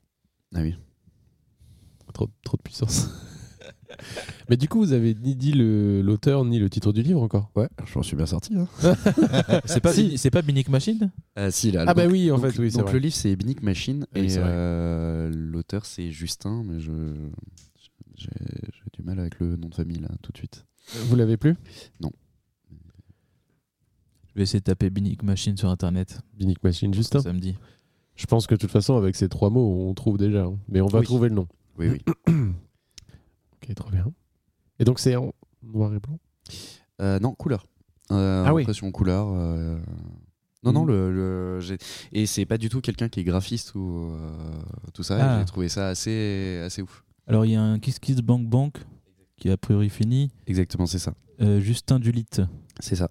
Speaker 3: Ah oui.
Speaker 4: Trop, trop de puissance. Mais du coup, vous avez ni dit le- l'auteur ni le titre du livre encore.
Speaker 3: Ouais, j'en suis bien sorti.
Speaker 5: C'est pas,
Speaker 4: Si.
Speaker 5: c'est pas Binic Machine
Speaker 3: Ah si, là.
Speaker 4: Ah bah
Speaker 3: donc-
Speaker 4: oui, en
Speaker 3: donc-
Speaker 4: fait, oui, c'est
Speaker 3: Donc
Speaker 4: vrai.
Speaker 3: le livre c'est Binic Machine
Speaker 4: Ah oui,
Speaker 3: et
Speaker 4: c'est vrai.
Speaker 3: euh, l'auteur c'est Justin, mais je j'ai j'ai du mal avec le nom de famille là tout de suite.
Speaker 4: Vous l'avez plus
Speaker 5: Je vais essayer de taper Binic Machine sur internet
Speaker 4: Binic Machine Justin.
Speaker 5: samedi.
Speaker 4: Je pense que de toute façon, avec ces trois mots, on trouve déjà. hein. Mais on va
Speaker 3: Oui.
Speaker 4: trouver le nom.
Speaker 3: Oui oui.
Speaker 4: Ok, trop bien. Et donc c'est en noir et blanc
Speaker 3: Euh, non, couleur. Euh,
Speaker 4: Ah oui.
Speaker 3: impression couleur. euh, Non, non,
Speaker 4: Mhm.
Speaker 3: le, le- j'ai- et c'est pas du tout quelqu'un qui est graphiste ou euh, tout ça. et
Speaker 5: Ah.
Speaker 3: J'ai trouvé ça assez, assez ouf.
Speaker 5: Alors, il y a un Kiss Kiss Bank Bank qui est a priori fini.
Speaker 3: Exactement, c'est ça.
Speaker 5: Euh, Justin Dulit,
Speaker 3: C'est ça.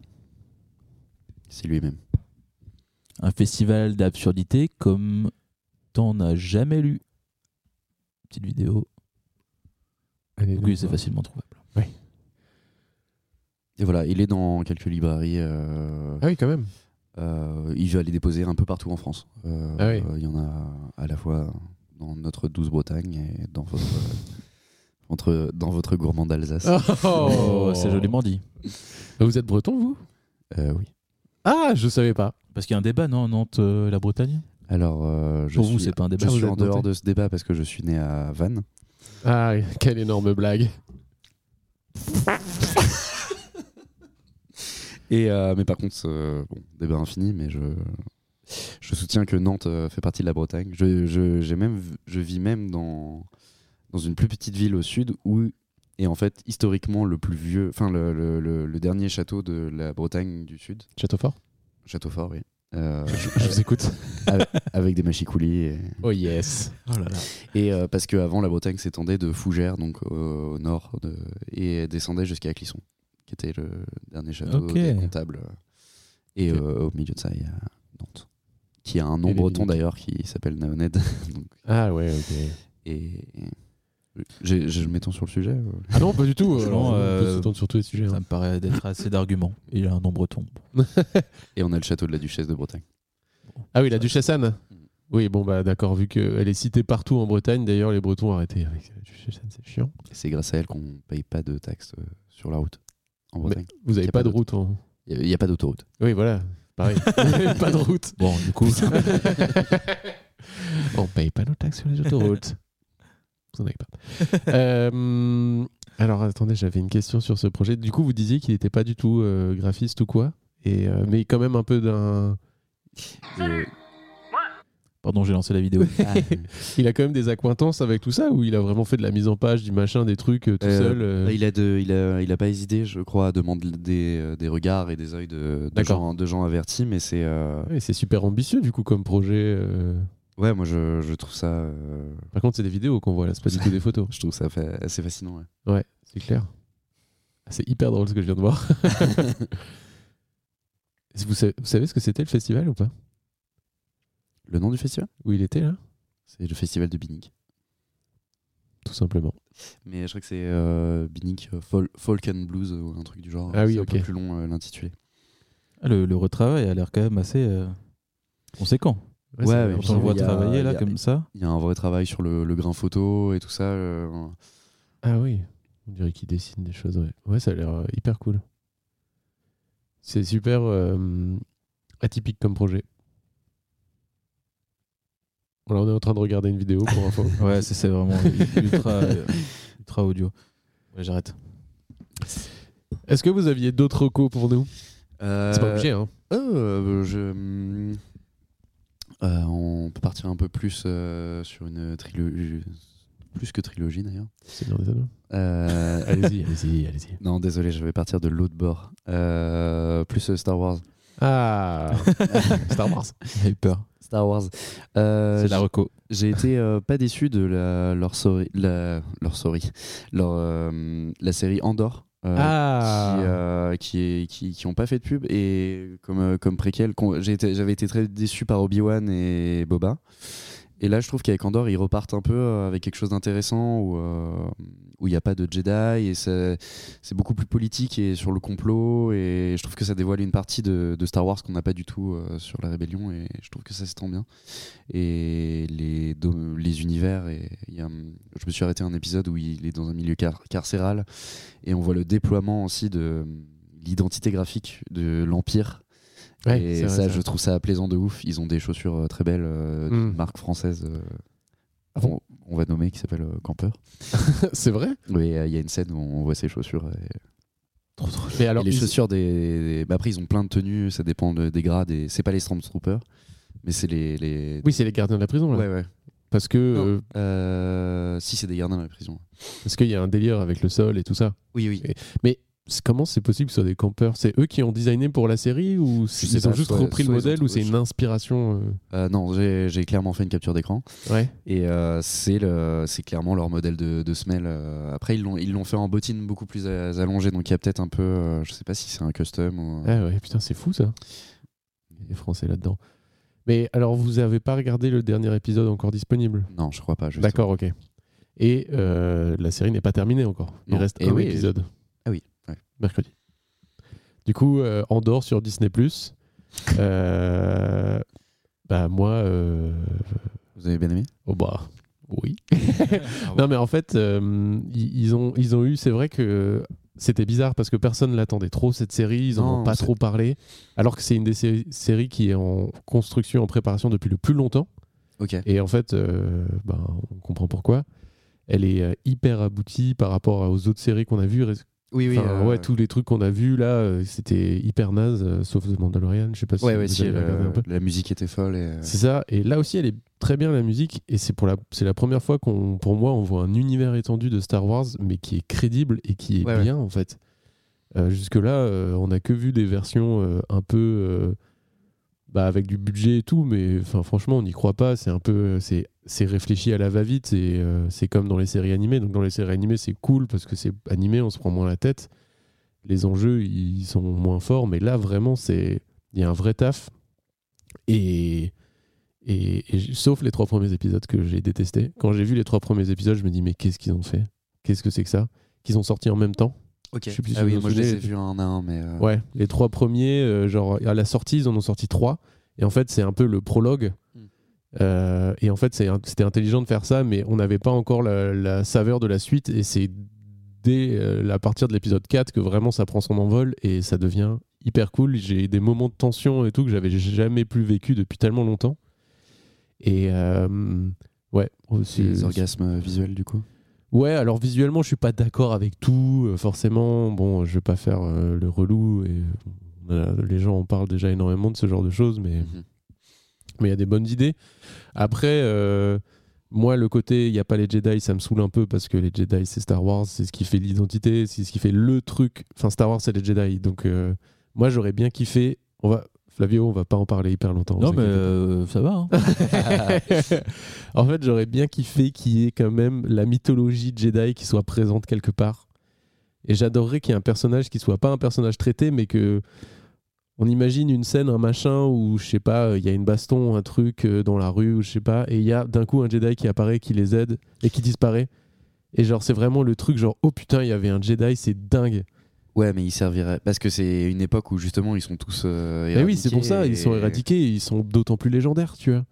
Speaker 3: C'est lui-même.
Speaker 5: un festival d'absurdité comme t'en as jamais lu. Petite vidéo.
Speaker 4: Allez,
Speaker 5: Donc, oui, c'est facilement trouvable.
Speaker 3: Et voilà, il est dans quelques librairies. euh,
Speaker 4: Ah oui, quand même.
Speaker 3: euh, il va les déposer un peu partout en France. Euh,
Speaker 4: Ah oui.
Speaker 3: euh, Il y en a à la fois dans notre douce Bretagne et dans votre, entre- dans votre gourmand d'Alsace.
Speaker 4: Ah.
Speaker 2: Oh, c'est joliment dit.
Speaker 4: Bah, Vous êtes breton, vous
Speaker 3: Euh, oui.
Speaker 4: Ah, je savais pas.
Speaker 2: Parce qu'il y a un débat, non, Nantes, euh, la Bretagne
Speaker 3: Alors, euh, je
Speaker 2: Pour
Speaker 3: suis,
Speaker 2: vous, c'est pas un débat.
Speaker 3: je
Speaker 4: vous
Speaker 3: suis
Speaker 4: êtes
Speaker 3: en dehors
Speaker 4: noté.
Speaker 3: de ce débat parce que je suis né à Vannes.
Speaker 4: Ah, quelle énorme blague.
Speaker 3: Et, euh, mais par contre, euh, bon, débat infini, mais je, je soutiens que Nantes euh, fait partie de la Bretagne. Je, je, j'ai même, v- je vis même dans, dans une plus petite ville au sud où est en fait historiquement le plus vieux, enfin le, le- le- le dernier château de la Bretagne du sud,
Speaker 4: Château-fort
Speaker 3: château fort, oui. Euh,
Speaker 4: Je vous écoute.
Speaker 3: avec des machicoulis. Et,
Speaker 4: Oh yes.
Speaker 3: et, euh, parce qu'avant, la Bretagne s'étendait de Fougères, donc au, au nord, de- et descendait jusqu'à Clisson, qui était le dernier château
Speaker 5: Ok.
Speaker 3: des comptables. Et euh, au milieu de ça, il y a Nantes, qui a un nom
Speaker 4: Et les
Speaker 3: breton
Speaker 4: Miniques.
Speaker 3: d'ailleurs, qui s'appelle Naoned. Donc,
Speaker 4: Ah ouais, ok.
Speaker 3: et. j'ai- Je m'étends sur le sujet. euh.
Speaker 4: Ah non, pas du tout.
Speaker 5: Non,
Speaker 4: Alors, on peut
Speaker 5: euh,
Speaker 4: se tourner sur tous les sujets.
Speaker 5: Ça
Speaker 4: hein.
Speaker 5: me paraît d'être assez d'arguments. Il a un nombre breton.
Speaker 3: Et on a le château de la Duchesse de Bretagne.
Speaker 4: Ah oui, la duchesse Anne. Oui, bon, bah d'accord, vu qu'elle est citée partout en Bretagne, d'ailleurs, les Bretons ont arrêté avec la duchesse Anne, c'est chiant.
Speaker 3: Et c'est grâce à elle qu'on paye pas de taxes euh, sur la route en Bretagne.
Speaker 4: Vous
Speaker 3: Y
Speaker 4: avez
Speaker 3: a
Speaker 4: pas,
Speaker 3: pas
Speaker 4: de
Speaker 3: d'autre.
Speaker 4: route en.
Speaker 3: Il n'y a, pas d'autoroute.
Speaker 4: Oui, voilà, pareil. pas de route.
Speaker 5: Bon, du coup,
Speaker 4: On paye pas nos taxes sur les autoroutes. Vous en avez pas. Euh, alors, attendez, j'avais une question sur ce projet. Du coup, vous disiez qu'il n'était pas du tout euh, graphiste ou quoi, et, euh, mais quand même un peu d'un. euh,
Speaker 5: pardon, j'ai lancé la vidéo.
Speaker 4: Ah. il a quand même des accointances avec tout ça, ou il a vraiment fait de la mise en page, du machin, des trucs euh, tout
Speaker 3: Euh,
Speaker 4: seul euh,
Speaker 3: Il a, de, il, a, il a pas hésité, je crois, à demander des, euh, des regards et des yeux de, de,
Speaker 4: D'accord.
Speaker 3: gens, de gens avertis, mais c'est. euh,
Speaker 4: Ouais, c'est super ambitieux du coup comme projet. euh.
Speaker 3: Ouais, moi je, je trouve ça. euh,
Speaker 4: Par contre, c'est des vidéos qu'on voit là, c'est pas du tout des photos.
Speaker 3: je trouve ça fa- assez fascinant. ouais.
Speaker 4: Ouais, c'est clair. Ah, C'est hyper drôle ce que je viens de voir. vous, savez, vous savez ce que c'était le festival ou pas
Speaker 3: Le nom du festival
Speaker 4: Où il était là
Speaker 3: C'est le festival de Binnick.
Speaker 4: Tout simplement.
Speaker 3: Mais je crois que c'est euh, Binnick euh, Fol- Folk and Blues euh, ou un truc du genre.
Speaker 4: Ah oui,
Speaker 3: c'est
Speaker 4: ok.
Speaker 3: un peu plus long euh, l'intitulé.
Speaker 5: Ah, le, le retravail a l'air quand même assez euh, conséquent.
Speaker 3: Ouais,
Speaker 4: c'est-
Speaker 3: ouais,
Speaker 5: Quand
Speaker 3: puis
Speaker 5: on le voit
Speaker 3: il y a-
Speaker 5: travailler
Speaker 3: il
Speaker 5: là
Speaker 3: y a-
Speaker 5: comme ça.
Speaker 3: Il y a un vrai travail sur le, le grain photo et tout ça. euh,
Speaker 4: Ah oui, on dirait qu'il dessine des choses. Ouais, ouais ça a l'air euh, hyper cool. C'est super euh, atypique comme projet. Voilà, on est en train de regarder une vidéo pour info.
Speaker 5: Ouais, c'est c'est vraiment ultra, euh, ultra audio. Ouais, j'arrête.
Speaker 4: Est-ce que vous aviez d'autres recos pour nous
Speaker 3: euh,
Speaker 4: C'est pas obligé, hein.
Speaker 3: Euh, je... hum, euh, on peut partir un peu plus euh, sur une trilogie. Plus que trilogie d'ailleurs.
Speaker 4: C'est l'heure des anneaux.
Speaker 3: Euh,
Speaker 4: Allez-y, allez-y, allez-y.
Speaker 3: non, désolé, je vais partir de l'autre bord. Euh, plus euh, Star Wars.
Speaker 4: Ah Star Wars.
Speaker 5: J'ai eu peur.
Speaker 3: Star Wars. Euh,
Speaker 5: c'est la reco.
Speaker 3: J'ai été euh, pas déçu de la, leur sorry, la, leur sorry, leur, euh, la série Andorre. euh,
Speaker 4: Ah.
Speaker 3: qui, euh, qui, est- qui, qui ont pas fait de pub et comme, euh, comme préquel, qu'on- j'ai été- j'avais été très déçu par Obi-Wan et Boba. Et là, je trouve qu'avec Andorre, ils repartent un peu euh, avec quelque chose d'intéressant où euh, où il n'y a pas de Jedi et ça- c'est beaucoup plus politique et sur le complot. Et je trouve que ça dévoile une partie de, de Star Wars qu'on n'a pas du tout euh, sur la rébellion et je trouve que ça s'étend bien. Et les, dom- les univers, et il y a un- je me suis arrêté à un épisode où il est dans un milieu car- carcéral et on voit le déploiement aussi de l'identité graphique de l'Empire
Speaker 4: Ouais, c'est
Speaker 3: et
Speaker 4: vrai,
Speaker 3: ça,
Speaker 4: c'est
Speaker 3: je
Speaker 4: vrai.
Speaker 3: trouve ça plaisant de ouf. Ils ont des chaussures euh, très belles euh, d'une
Speaker 4: Mm.
Speaker 3: marque française. euh,
Speaker 4: Ah bon
Speaker 3: on, on va nommer qui s'appelle euh, Camper.
Speaker 4: C'est vrai
Speaker 3: Oui, euh, il y a une scène où on voit ses chaussures. euh, Et,
Speaker 4: Mais alors,
Speaker 3: et les
Speaker 4: ils-
Speaker 3: chaussures des, des- bah, après ils ont plein de tenues, ça dépend de- des grades. Et c'est pas les Stormtroopers, mais c'est les, les...
Speaker 4: Oui, c'est les gardiens de la prison, là.
Speaker 3: ouais ouais.
Speaker 4: Parce que euh,
Speaker 3: Euh, si c'est des gardiens de la prison.
Speaker 4: parce qu'il y a un délire avec le sol et tout ça.
Speaker 3: Oui oui.
Speaker 4: C'est- Comment c'est possible que ce soit des campeurs C'est eux qui ont designé pour la série ou
Speaker 3: Je
Speaker 4: ils
Speaker 3: sais
Speaker 4: ont
Speaker 3: pas,
Speaker 4: juste
Speaker 3: soit-
Speaker 4: repris le
Speaker 3: soit ils ont
Speaker 4: modèle ou
Speaker 3: tout-
Speaker 4: c'est une inspiration
Speaker 3: Euh, non, j'ai j'ai clairement fait une capture d'écran.
Speaker 4: euh, Ouais.
Speaker 3: Et euh, c'est le- c'est clairement leur modèle de, de semelle. euh. Après, ils l'ont ils l'ont fait en bottine beaucoup plus à- allongée, donc il y a peut-être un peu. euh, je sais pas si c'est un custom ou. euh.
Speaker 4: Ah ouais, putain, c'est fou ça. Il y a des Français là-dedans. Mais alors, vous avez pas regardé le dernier épisode encore disponible
Speaker 3: Non, je crois pas. justement.
Speaker 4: D'accord, ok. Et euh, la série n'est pas terminée encore. Il
Speaker 3: Non.
Speaker 4: reste
Speaker 3: Eh
Speaker 4: un
Speaker 3: oui.
Speaker 4: épisode.
Speaker 3: Ah oui, ouais.
Speaker 4: Mercredi. Du coup, euh, Andorre sur Disney+. Euh, bah moi, euh,
Speaker 3: Vous avez bien aimé
Speaker 4: oh bah oui.
Speaker 3: Ah
Speaker 4: Non mais en fait, euh, ils ils ont ils ont eu. C'est vrai que c'était bizarre parce que personne l'attendait trop cette série. Ils en
Speaker 3: Non,
Speaker 4: ont pas
Speaker 3: c'est-
Speaker 4: trop parlé. Alors que c'est une des sé- séries qui est en construction, en préparation depuis le plus longtemps.
Speaker 3: Ok.
Speaker 4: Et en fait, euh, ben, on comprend pourquoi. Elle est euh, hyper aboutie par rapport aux autres séries qu'on a vues. ré-
Speaker 3: Oui, oui.
Speaker 4: Enfin,
Speaker 3: euh,
Speaker 4: Ouais, tous les trucs qu'on a vus là, euh, c'était hyper naze, euh, sauf The Mandalorian. Je sais pas si
Speaker 3: Ouais,
Speaker 4: vous
Speaker 3: ouais, si,
Speaker 4: avez
Speaker 3: euh,
Speaker 4: regardé un peu.
Speaker 3: la musique était folle. Et... euh,
Speaker 4: C'est ça. Et là aussi, elle est très bien la musique. Et c'est pour la, c'est la première fois qu'on, pour moi, on voit un univers étendu de Star Wars, mais qui est crédible et qui est
Speaker 3: Ouais, ouais.
Speaker 4: bien en fait. Euh, jusque là, on n'a que vu des versions euh, un peu, euh, bah, avec du budget et tout, mais enfin, franchement, on n'y croit pas. C'est un peu, euh, c'est, c'est réfléchi à la va-vite. Et euh, c'est comme dans les séries animées. Donc dans les séries animées, c'est cool parce que c'est animé, on se prend moins la tête. Les enjeux, ils sont moins forts, mais là, vraiment, c'est, il y a un vrai taf. Et et, et j- sauf les trois premiers épisodes que j'ai détestés. Quand j'ai vu les trois premiers épisodes, je me dis mais qu'est-ce qu'ils ont fait Qu'est-ce que c'est que ça Qu'ils ont sorti en même temps
Speaker 3: Ok.
Speaker 4: je sais plus si
Speaker 3: ah oui,
Speaker 4: vous vous
Speaker 3: moi je les ai
Speaker 4: souvenez.
Speaker 3: vus un à un, mais. euh,
Speaker 4: Ouais, les trois premiers, euh, genre à la sortie, ils en ont sorti trois. Et en fait, c'est un peu le prologue.
Speaker 3: Mm.
Speaker 4: Euh, et en fait, c'est un- c'était intelligent de faire ça, mais on n'avait pas encore la, la saveur de la suite. Et c'est dès euh, à partir de l'épisode 4 que vraiment ça prend son envol et ça devient hyper cool. J'ai des moments de tension et tout que j'avais jamais plus vécu depuis tellement longtemps. Et euh, ouais,
Speaker 3: C'est les orgasmes visuels du coup.
Speaker 4: Ouais, alors visuellement, je suis pas d'accord avec tout, euh, forcément. Bon, je vais pas faire euh, le relou. Et, euh, les gens en parlent déjà énormément de ce genre de choses, mais
Speaker 3: Mhm.
Speaker 4: mais il y a des bonnes idées. Après, euh, moi, le côté il n'y a pas les Jedi, ça me saoule un peu parce que les Jedi, c'est Star Wars, c'est ce qui fait l'identité, c'est ce qui fait le truc. Enfin, Star Wars, c'est les Jedi. Donc, euh, moi, j'aurais bien kiffé. On va, Flavio, on va pas en parler hyper longtemps.
Speaker 5: Non,
Speaker 4: vous
Speaker 5: mais
Speaker 4: inquiétez pas.
Speaker 5: euh, ça va. hein.
Speaker 4: Euh, en fait, j'aurais bien kiffé qu'il y ait quand même la mythologie Jedi qui soit présente quelque part. Et j'adorerais qu'il y ait un personnage qui soit pas un personnage traité, mais que on imagine une scène, un machin où je sais pas, il y a une baston, un truc euh, dans la rue ou je sais pas, et il y a d'un coup un Jedi qui apparaît, qui les aide et qui disparaît. Et genre c'est vraiment le truc genre oh putain il y avait un Jedi, c'est dingue.
Speaker 3: Ouais, mais ils serviraient. Parce que c'est une époque où justement ils sont tous. euh,
Speaker 4: Mais oui c'est pour ça,
Speaker 3: éradiqués
Speaker 4: ils sont
Speaker 3: et-
Speaker 4: éradiqués, et ils sont d'autant plus légendaires, tu vois.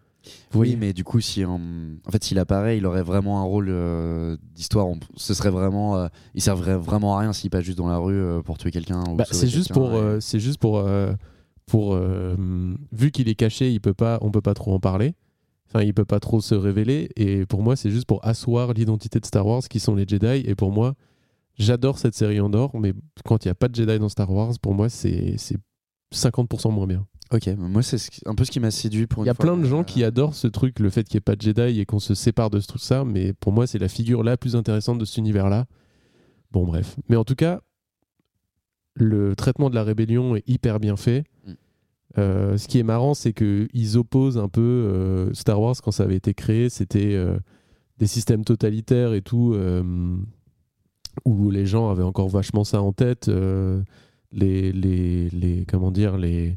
Speaker 4: Vous
Speaker 3: Oui,
Speaker 4: voyez
Speaker 3: mais du coup, si en, en fait, s'il apparaît, il aurait vraiment un rôle euh, d'histoire. On- Ce serait vraiment, euh, il servirait vraiment à rien s'il passe juste dans la rue euh, pour tuer quelqu'un. ou
Speaker 4: Bah,
Speaker 3: sauver
Speaker 4: c'est juste
Speaker 3: quelqu'un,
Speaker 4: pour,
Speaker 3: et-
Speaker 4: euh, c'est juste pour, euh, pour euh, hum, vu qu'il est caché, il peut pas, on peut pas trop en parler. Enfin, il peut pas trop se révéler. Et pour moi, c'est juste pour asseoir l'identité de Star Wars, qui sont les Jedi. Et pour moi, j'adore cette série Andorre, mais quand il y a pas de Jedi dans Star Wars, pour moi, c'est c'est 50% moins bien.
Speaker 3: Ok, mais moi c'est ce qui- un peu ce qui m'a séduit pour.
Speaker 4: Il
Speaker 3: une
Speaker 4: y a
Speaker 3: fois,
Speaker 4: plein de
Speaker 3: mais,
Speaker 4: gens
Speaker 3: euh,
Speaker 4: qui adorent ce truc, le fait qu'il n'y ait pas de Jedi et qu'on se sépare de tout ça, mais pour moi, c'est la figure la plus intéressante de cet univers-là. Bon, bref. Mais en tout cas, le traitement de la rébellion est hyper bien fait.
Speaker 3: Mm.
Speaker 4: Euh, ce qui est marrant, c'est qu'ils opposent un peu euh, Star Wars quand ça avait été créé. C'était euh, des systèmes totalitaires et tout, euh, où les gens avaient encore vachement ça en tête. euh, les, les, les, comment dire, les,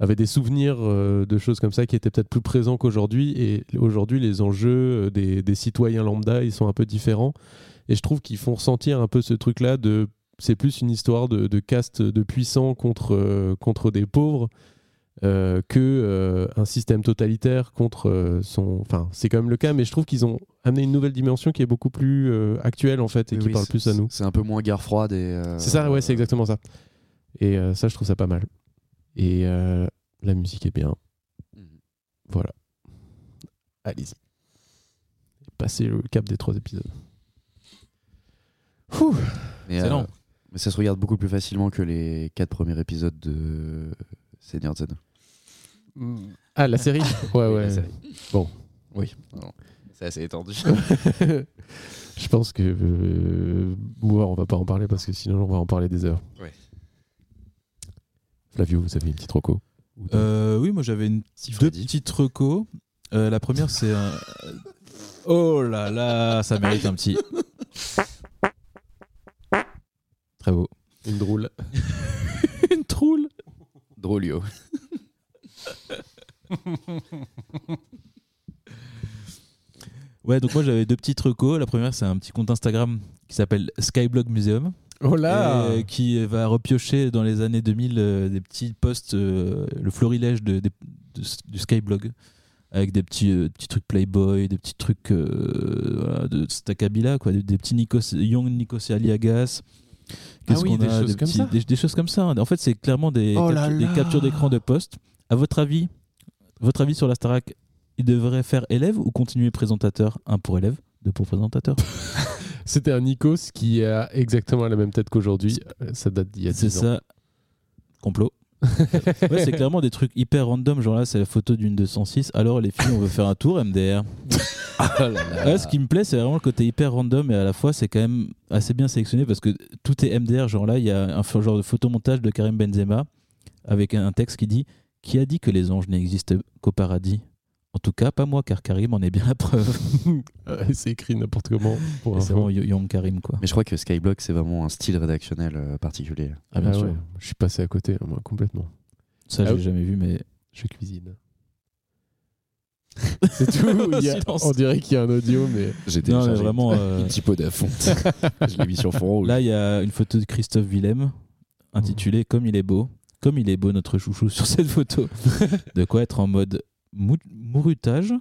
Speaker 4: avaient des souvenirs euh, de choses comme ça qui étaient peut-être plus présents qu'aujourd'hui. Et aujourd'hui, les enjeux euh, des, des citoyens lambda, ils sont un peu différents. Et je trouve qu'ils font ressentir un peu ce truc-là de. C'est plus une histoire de, de caste de puissants contre, euh, contre des pauvres euh, que euh, un système totalitaire contre euh, son. Enfin, c'est quand même le cas, mais je trouve qu'ils ont amené une nouvelle dimension qui est beaucoup plus euh, actuelle en fait et
Speaker 3: oui,
Speaker 4: qui
Speaker 3: oui,
Speaker 4: parle
Speaker 3: c'est-
Speaker 4: plus à nous.
Speaker 3: C'est un peu moins guerre froide et. euh,
Speaker 4: C'est ça, ouais, c'est exactement ça. Et euh, ça, je trouve ça pas mal. Et euh, la musique est bien.
Speaker 3: Mhm.
Speaker 4: Voilà. Allez-y. Passez le cap des trois épisodes. Ouh.
Speaker 3: Mais,
Speaker 5: C'est
Speaker 3: euh,
Speaker 5: long.
Speaker 3: Mais ça se regarde beaucoup plus facilement que les quatre premiers épisodes de Seigneur des Anneaux.
Speaker 4: Ah, la série Ouais,
Speaker 3: Oui,
Speaker 4: ouais.
Speaker 3: la série.
Speaker 4: Bon.
Speaker 3: Oui. Non. C'est assez étendu.
Speaker 4: Je pense que. euh, ouais, on va pas en parler parce que sinon on va en parler des heures.
Speaker 3: Ouais.
Speaker 4: Flavio, vous avez une petite roco
Speaker 5: Euh, oui, moi j'avais une deux
Speaker 3: Freddy.
Speaker 5: petites recos. Euh, la première, c'est un. Oh là là, ça mérite un petit. Très beau.
Speaker 4: Une drôle.
Speaker 5: Une troule.
Speaker 3: Drôlio.
Speaker 5: Ouais, donc moi j'avais deux petites recos. La première, c'est un petit compte Instagram qui s'appelle Skyblog Museum.
Speaker 4: Oh là
Speaker 2: et qui va repiocher dans les années 2000 euh, des petits posts, euh, le florilège de, des- de- du Skyblog, avec des petits, euh, petits trucs Playboy, des petits trucs euh, voilà, de Stakabila, quoi, des, des petits Nikos, Young Nikos Aliagas.
Speaker 4: Ah oui, des choses comme ça
Speaker 2: des, des choses comme ça. En fait, c'est clairement des,
Speaker 4: Oh là
Speaker 2: captu- des
Speaker 4: là
Speaker 2: captures d'écran de poste. À votre avis, votre avis sur la Starac, il devrait faire élève ou continuer présentateur Un pour élève, deux pour présentateur.
Speaker 4: C'était un Nikos qui a exactement la même tête qu'aujourd'hui. Euh, Ça date d'il y a 10
Speaker 2: C'est
Speaker 4: ans.
Speaker 2: ça. Complot. ouais, c'est clairement des trucs hyper random. Genre là, c'est la photo d'une 206. Alors, les filles, on veut faire un tour MDR. Ah Ouais, ce qui me plaît, c'est vraiment le côté hyper random et à la fois, c'est quand même assez bien sélectionné parce que tout est MDR. Genre là, il y a un f- genre de photomontage de Karim Benzema avec un un texte qui dit Qui a dit que les anges n'existent qu'au paradis En tout cas, pas moi, car Karim en est bien la preuve.
Speaker 4: Euh, C'est écrit n'importe comment. Pour
Speaker 2: Et C'est
Speaker 4: info.
Speaker 2: vraiment Yo- Young Karim, quoi.
Speaker 3: Mais je crois que Skyblock, c'est vraiment un style rédactionnel euh, particulier.
Speaker 4: Ah,
Speaker 2: bien sûr.
Speaker 4: ouais, Je suis passé à côté, hein, moi, complètement.
Speaker 2: Ça,
Speaker 4: Ah
Speaker 2: j'ai
Speaker 4: oui.
Speaker 2: jamais vu, mais
Speaker 4: Je cuisine. C'est tout. il y a-
Speaker 2: Silence.
Speaker 4: on dirait qu'il y a un audio, mais.
Speaker 3: J'ai
Speaker 2: non, mais vraiment. euh,
Speaker 3: peu d'affront. je l'ai mis sur fond
Speaker 2: Là, il y a une photo de Christophe Willem intitulée Comme il est beau. Comme il est beau, notre chouchou, sur cette photo. de quoi être en mode mou- mourutage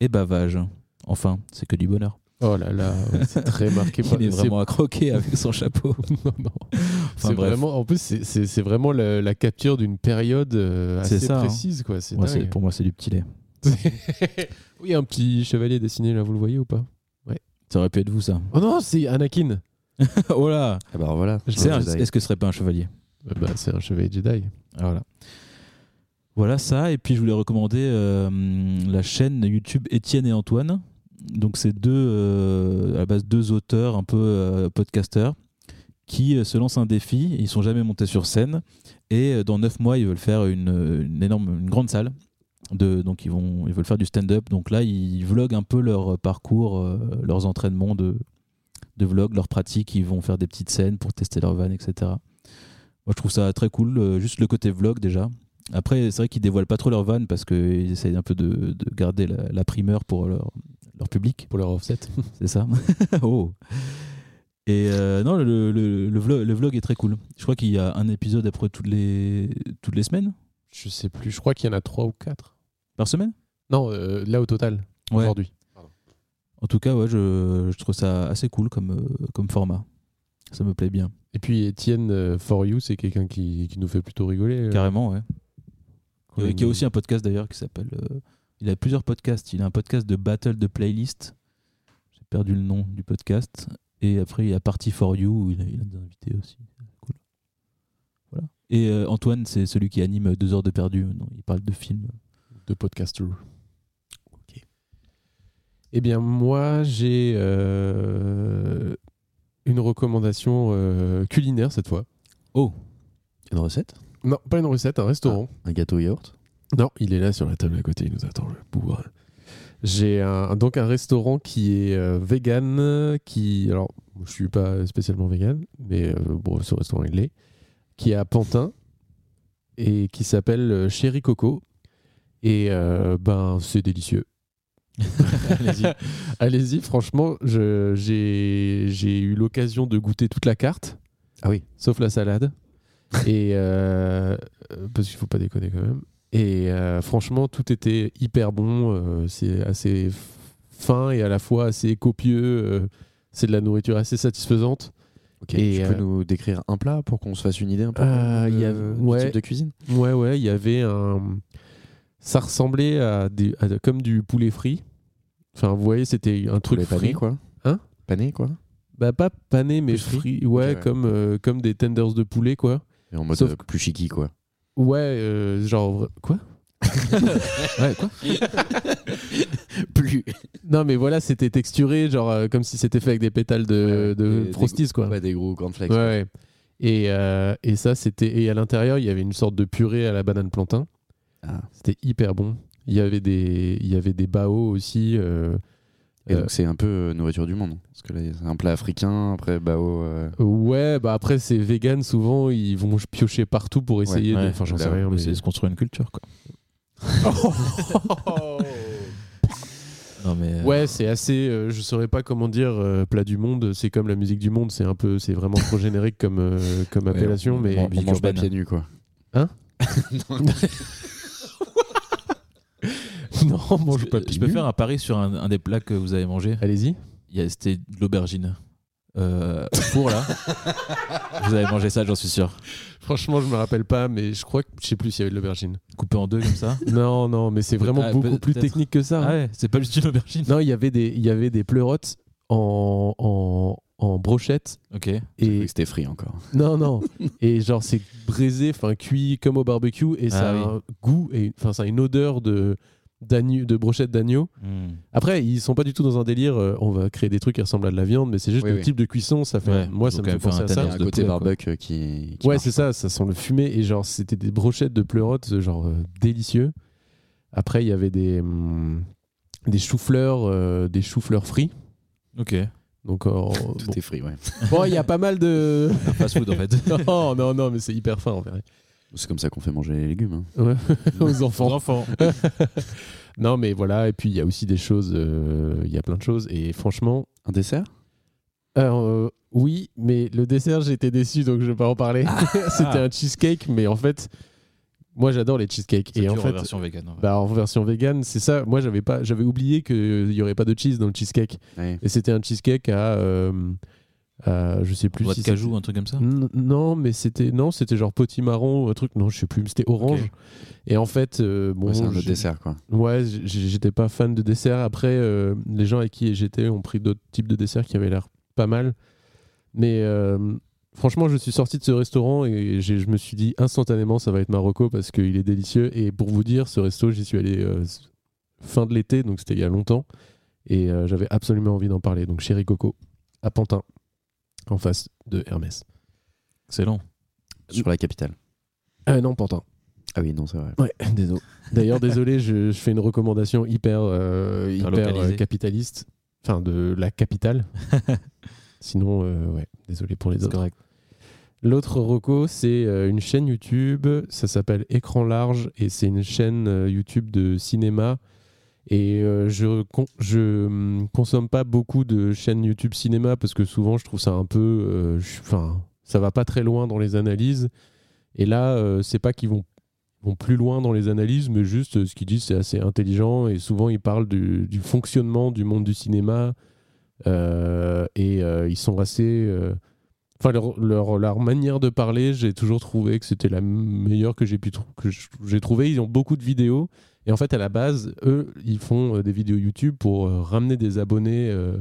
Speaker 2: et bavage. Enfin, c'est que du bonheur.
Speaker 4: Oh là là, ouais, c'est très marqué par
Speaker 2: Il est vraiment à croquer avec son chapeau.
Speaker 4: c'est- Non, non.
Speaker 2: Enfin,
Speaker 4: c'est
Speaker 2: bref.
Speaker 4: vraiment, en plus, c'est- c'est c'est vraiment la, la capture d'une période euh,
Speaker 2: C'est
Speaker 4: assez
Speaker 2: ça, hein.
Speaker 4: précise. Quoi. C'est
Speaker 2: Moi, c'est-
Speaker 4: dingue.
Speaker 2: pour moi, c'est du petit lait.
Speaker 4: oui, un petit chevalier dessiné là, vous le voyez ou pas
Speaker 2: Ça aurait pu être vous, ça.
Speaker 4: Oh non, c'est Anakin
Speaker 2: oh là
Speaker 3: Ah bah voilà.
Speaker 4: Je
Speaker 3: un
Speaker 2: C'est un-
Speaker 3: Jedi.
Speaker 2: Est-ce que ce serait pas un chevalier
Speaker 4: Euh, bah, C'est un chevalier Jedi.
Speaker 2: Voilà. Voilà ça. Et puis je voulais recommander euh, la chaîne YouTube Étienne et Antoine. Donc c'est deux euh, à la base deux auteurs un peu euh, podcasteurs qui euh, se lancent un défi. Ils sont jamais montés sur scène et euh, dans neuf mois ils veulent faire une, euh, une énorme une grande salle. De, donc ils vont ils veulent faire du stand-up. Donc là ils vloguent un peu leur parcours, euh, leurs entraînements de de vlog, leurs pratiques. Ils vont faire des petites scènes pour tester leur van, etc. Moi, je trouve ça très cool, euh, juste le côté vlog déjà. Après, c'est vrai qu'ils dévoilent pas trop leur van parce qu'ils essayent un peu de, de garder la, la primeur pour leur, leur public,
Speaker 4: Pour leur offset.
Speaker 2: c'est ça Oh Et euh, non, le, le, le, vlog, le vlog est très cool. Je crois qu'il y a un épisode après toutes les, toutes les semaines
Speaker 4: Je sais plus, je crois qu'il y en a 3 ou 4.
Speaker 2: Par semaine
Speaker 4: Non, euh, là au total,
Speaker 2: Ouais.
Speaker 4: aujourd'hui.
Speaker 2: En tout cas, ouais, je, je trouve ça assez cool comme, euh, comme format. Ça me plaît bien.
Speaker 4: Et puis Étienne euh, For You, c'est quelqu'un qui, qui nous fait plutôt rigoler. euh,
Speaker 2: Carrément, ouais.
Speaker 4: qu'on
Speaker 2: Euh,
Speaker 4: aime
Speaker 2: qui a
Speaker 4: bien.
Speaker 2: aussi un podcast d'ailleurs qui s'appelle. euh, il a plusieurs podcasts. Il a un podcast de battle de playlist. J'ai perdu le nom du podcast. Et après, il y a Party for You où il a, il a des invités aussi. Cool. Voilà. Et euh, Antoine, c'est celui qui anime Deux heures de perdu. Non, il parle de films.
Speaker 4: de podcaster. Eh bien, moi, j'ai euh, une recommandation euh, culinaire cette fois.
Speaker 3: Une recette
Speaker 4: Non, pas une recette, un restaurant.
Speaker 3: Un gâteau yaourt
Speaker 4: Non, il est là sur la table à côté, il nous attend, le bourrin. J'ai un- donc un restaurant qui est euh, vegan, qui. Alors, je suis pas spécialement vegan, mais euh, bon, ce restaurant, il l'est. Qui est à Pantin et qui s'appelle euh, Chéri Coco. Et euh, ben, c'est délicieux. Allez-y. Allez-y, franchement, je- j'ai j'ai eu l'occasion de goûter toute la carte
Speaker 3: Ah oui.
Speaker 4: sauf la salade. et euh, parce qu'il faut pas déconner quand même. Et euh, franchement, tout était hyper bon. euh, c'est assez f- fin et à la fois assez copieux. euh, c'est de la nourriture assez satisfaisante.
Speaker 3: Ok.
Speaker 4: Et,
Speaker 3: tu
Speaker 4: euh,
Speaker 3: peux nous décrire un plat pour qu'on se fasse une idée un peu
Speaker 4: Euh,
Speaker 3: de-
Speaker 4: il y a-
Speaker 3: du
Speaker 4: ouais.
Speaker 3: type de cuisine
Speaker 4: Ouais, ouais, il y avait un. Ça ressemblait à, des, à- comme du poulet frit. Enfin, vous voyez, c'était un truc
Speaker 3: Poulet
Speaker 4: frit.
Speaker 3: pané quoi
Speaker 4: Hein
Speaker 3: Pané quoi
Speaker 4: Bah, pas pané, mais
Speaker 3: Plus frit.
Speaker 4: frit. Ouais,
Speaker 3: Ok, ouais.
Speaker 4: Comme, euh, comme des tenders de poulet, quoi.
Speaker 3: Et en mode
Speaker 4: Sauf
Speaker 3: euh, plus chiqui quoi.
Speaker 4: Ouais, euh, genre. Quoi Ouais, quoi
Speaker 3: Plus.
Speaker 4: Non, mais voilà, c'était texturé, genre euh, comme si c'était fait avec des pétales de,
Speaker 3: Ouais,
Speaker 4: de
Speaker 3: des- des
Speaker 4: frosties, quoi.
Speaker 3: Ouais, des gros cornflakes.
Speaker 4: Ouais, ouais. Et, euh, et ça, c'était. Et à l'intérieur, il y avait une sorte de purée à la banane plantain.
Speaker 3: Ah.
Speaker 4: C'était hyper bon. Il y avait des, il y avait des bao aussi. euh,
Speaker 3: Et
Speaker 4: euh,
Speaker 3: donc c'est un peu euh, nourriture du monde. Parce que là, c'est un plat africain, après bao. euh,
Speaker 4: ouais, bah après, c'est vegan, souvent, ils vont piocher partout pour essayer. de...
Speaker 2: Ouais.
Speaker 4: Enfin, j'en sais
Speaker 3: Là,
Speaker 4: rien, mais.
Speaker 2: C'est se construire une culture. Quoi.
Speaker 5: Non, mais, euh,
Speaker 4: Ouais, c'est assez. euh, je saurais pas comment dire euh, plat du monde. C'est comme la musique du monde. C'est un peu. C'est vraiment trop générique comme euh, comme appellation.
Speaker 5: on-
Speaker 4: mais
Speaker 5: on-
Speaker 3: On, on mange pas
Speaker 5: urbaine.
Speaker 3: pieds nus, quoi.
Speaker 4: non, on mange
Speaker 2: Je-
Speaker 4: pas.
Speaker 2: je
Speaker 4: pieds
Speaker 2: peux
Speaker 4: nus.
Speaker 2: faire un pari sur un, un des plats que vous avez mangé.
Speaker 4: Allez-y.
Speaker 2: Il y a- C'était de l'aubergine. Euh, au four, là. vous avez mangé ça, j'en suis sûr.
Speaker 4: Franchement, je me rappelle pas, mais je crois que je sais plus s'il y avait de l'aubergine.
Speaker 2: Coupé en deux comme ça.
Speaker 4: Non, non, mais c'est vraiment
Speaker 2: Ah,
Speaker 4: beaucoup
Speaker 2: peut-
Speaker 4: plus
Speaker 2: peut-être.
Speaker 4: technique que ça. hein.
Speaker 2: Ah ouais, c'est pas juste une aubergine.
Speaker 4: Non, il y avait des il y avait des pleurotes en en, en brochette
Speaker 2: Ok.
Speaker 3: J'ai cru
Speaker 4: et
Speaker 3: que C'était frit encore.
Speaker 4: non non et genre c'est braisé, enfin cuit comme au barbecue et
Speaker 2: Ah
Speaker 4: ça a
Speaker 2: oui.
Speaker 4: un goût et enfin ça a une odeur de d'agneau- de brochette d'agneau. Après, ils sont pas du tout dans un délire. euh, on va créer des trucs qui ressemblent à de la viande, mais c'est juste
Speaker 3: Oui,
Speaker 4: le
Speaker 3: oui.
Speaker 4: type de cuisson. Ça fait
Speaker 2: Ouais,
Speaker 4: moi, ça
Speaker 2: donc
Speaker 4: me
Speaker 2: à
Speaker 4: fait
Speaker 2: faire
Speaker 4: penser
Speaker 2: un
Speaker 4: à
Speaker 3: Il
Speaker 4: ça.
Speaker 3: y a un
Speaker 2: de
Speaker 3: côté
Speaker 2: poulet, quoi.
Speaker 3: barbecue qui. qui
Speaker 4: Ouais,
Speaker 3: marche.
Speaker 4: c'est ça. Ça sent le fumé et genre c'était des brochettes de pleurotes, euh, genre euh, délicieux. Après, il y avait des hum, des choux-fleurs, euh, des choux-fleurs frits.
Speaker 2: Ok.
Speaker 4: Donc euh, bon.
Speaker 3: Tout est frit, ouais.
Speaker 4: Bon, il y a pas mal de.
Speaker 2: Un fast food, en fait.
Speaker 4: non, non, non, mais c'est hyper fin en vrai.
Speaker 3: C'est comme ça qu'on fait manger les légumes. hein.
Speaker 4: Ouais, aux
Speaker 2: Pour
Speaker 4: enfants.
Speaker 2: enfants.
Speaker 4: Non, mais voilà. Et puis il y a aussi des choses. euh, Il y a plein de choses. Et franchement,
Speaker 3: Un dessert
Speaker 4: Alors, euh, oui, mais le dessert, j'étais déçu, donc je ne vais pas en parler.
Speaker 2: Ah.
Speaker 4: C'était un cheesecake, mais en fait, moi j'adore les cheesecakes.
Speaker 2: C'est
Speaker 4: Et en
Speaker 2: dur
Speaker 4: fait,
Speaker 2: en version vegan. en vrai.
Speaker 4: bah, en version vegan, c'est ça. Moi, j'avais pas, j'avais oublié qu'il n'y aurait pas de cheese dans le cheesecake.
Speaker 3: Ouais.
Speaker 4: Et c'était un cheesecake à, euh, à, je sais plus
Speaker 2: Noix
Speaker 4: si
Speaker 2: de cajou, un truc comme ça.
Speaker 4: c'était- N- Non, mais c'était non, c'était genre potimarron ou un truc. Non, je sais plus. mais C'était orange.
Speaker 2: Ok.
Speaker 4: Et en fait, euh, bon,
Speaker 3: Ouais, c'est un autre
Speaker 4: j'ai-
Speaker 3: dessert, quoi.
Speaker 4: Ouais, j- j'étais pas fan de dessert. Après, euh, les gens avec qui j'étais ont pris d'autres types de desserts qui avaient l'air pas mal. Mais euh, franchement, je suis sorti de ce restaurant et j'ai- je me suis dit instantanément, ça va être Marocco parce qu'il est délicieux. Et pour vous dire, ce resto, j'y suis allé euh, s- fin de l'été, donc c'était il y a longtemps. Et euh, j'avais absolument envie d'en parler. Donc, Chéri Coco, à Pantin, en face de Hermès.
Speaker 2: Excellent.
Speaker 3: Sur la capitale.
Speaker 4: Ah non, Pantin.
Speaker 3: Ah oui, non, c'est vrai.
Speaker 4: Ouais, désolé. D'ailleurs, désolé, je, je fais une recommandation hyper, euh,
Speaker 2: Hyper
Speaker 4: hyper,
Speaker 2: localisée.
Speaker 4: euh, capitaliste, enfin de la capitale. Sinon, euh, ouais, désolé pour les
Speaker 2: C'est
Speaker 4: autres.
Speaker 2: correct.
Speaker 4: L'autre reco, c'est euh, une chaîne YouTube, ça s'appelle Écran Large, et c'est une chaîne euh, YouTube de cinéma. Et euh, je, con- je hum, consomme pas beaucoup de chaînes YouTube cinéma parce que souvent je trouve ça un peu. euh, je- Enfin, ça va pas très loin dans les analyses. Et là, euh, c'est pas qu'ils vont, vont plus loin dans les analyses, mais juste euh, ce qu'ils disent, c'est assez intelligent. Et souvent, ils parlent du, du fonctionnement du monde du cinéma. Euh, et euh, ils sont assez. euh, Enfin, leur, leur, leur manière de parler, j'ai toujours trouvé que c'était la meilleure que j'ai pu trou- que je- j'ai trouvé. Ils ont beaucoup de vidéos. Et en fait, à la base, eux, ils font euh, des vidéos YouTube pour euh, ramener des abonnés, euh,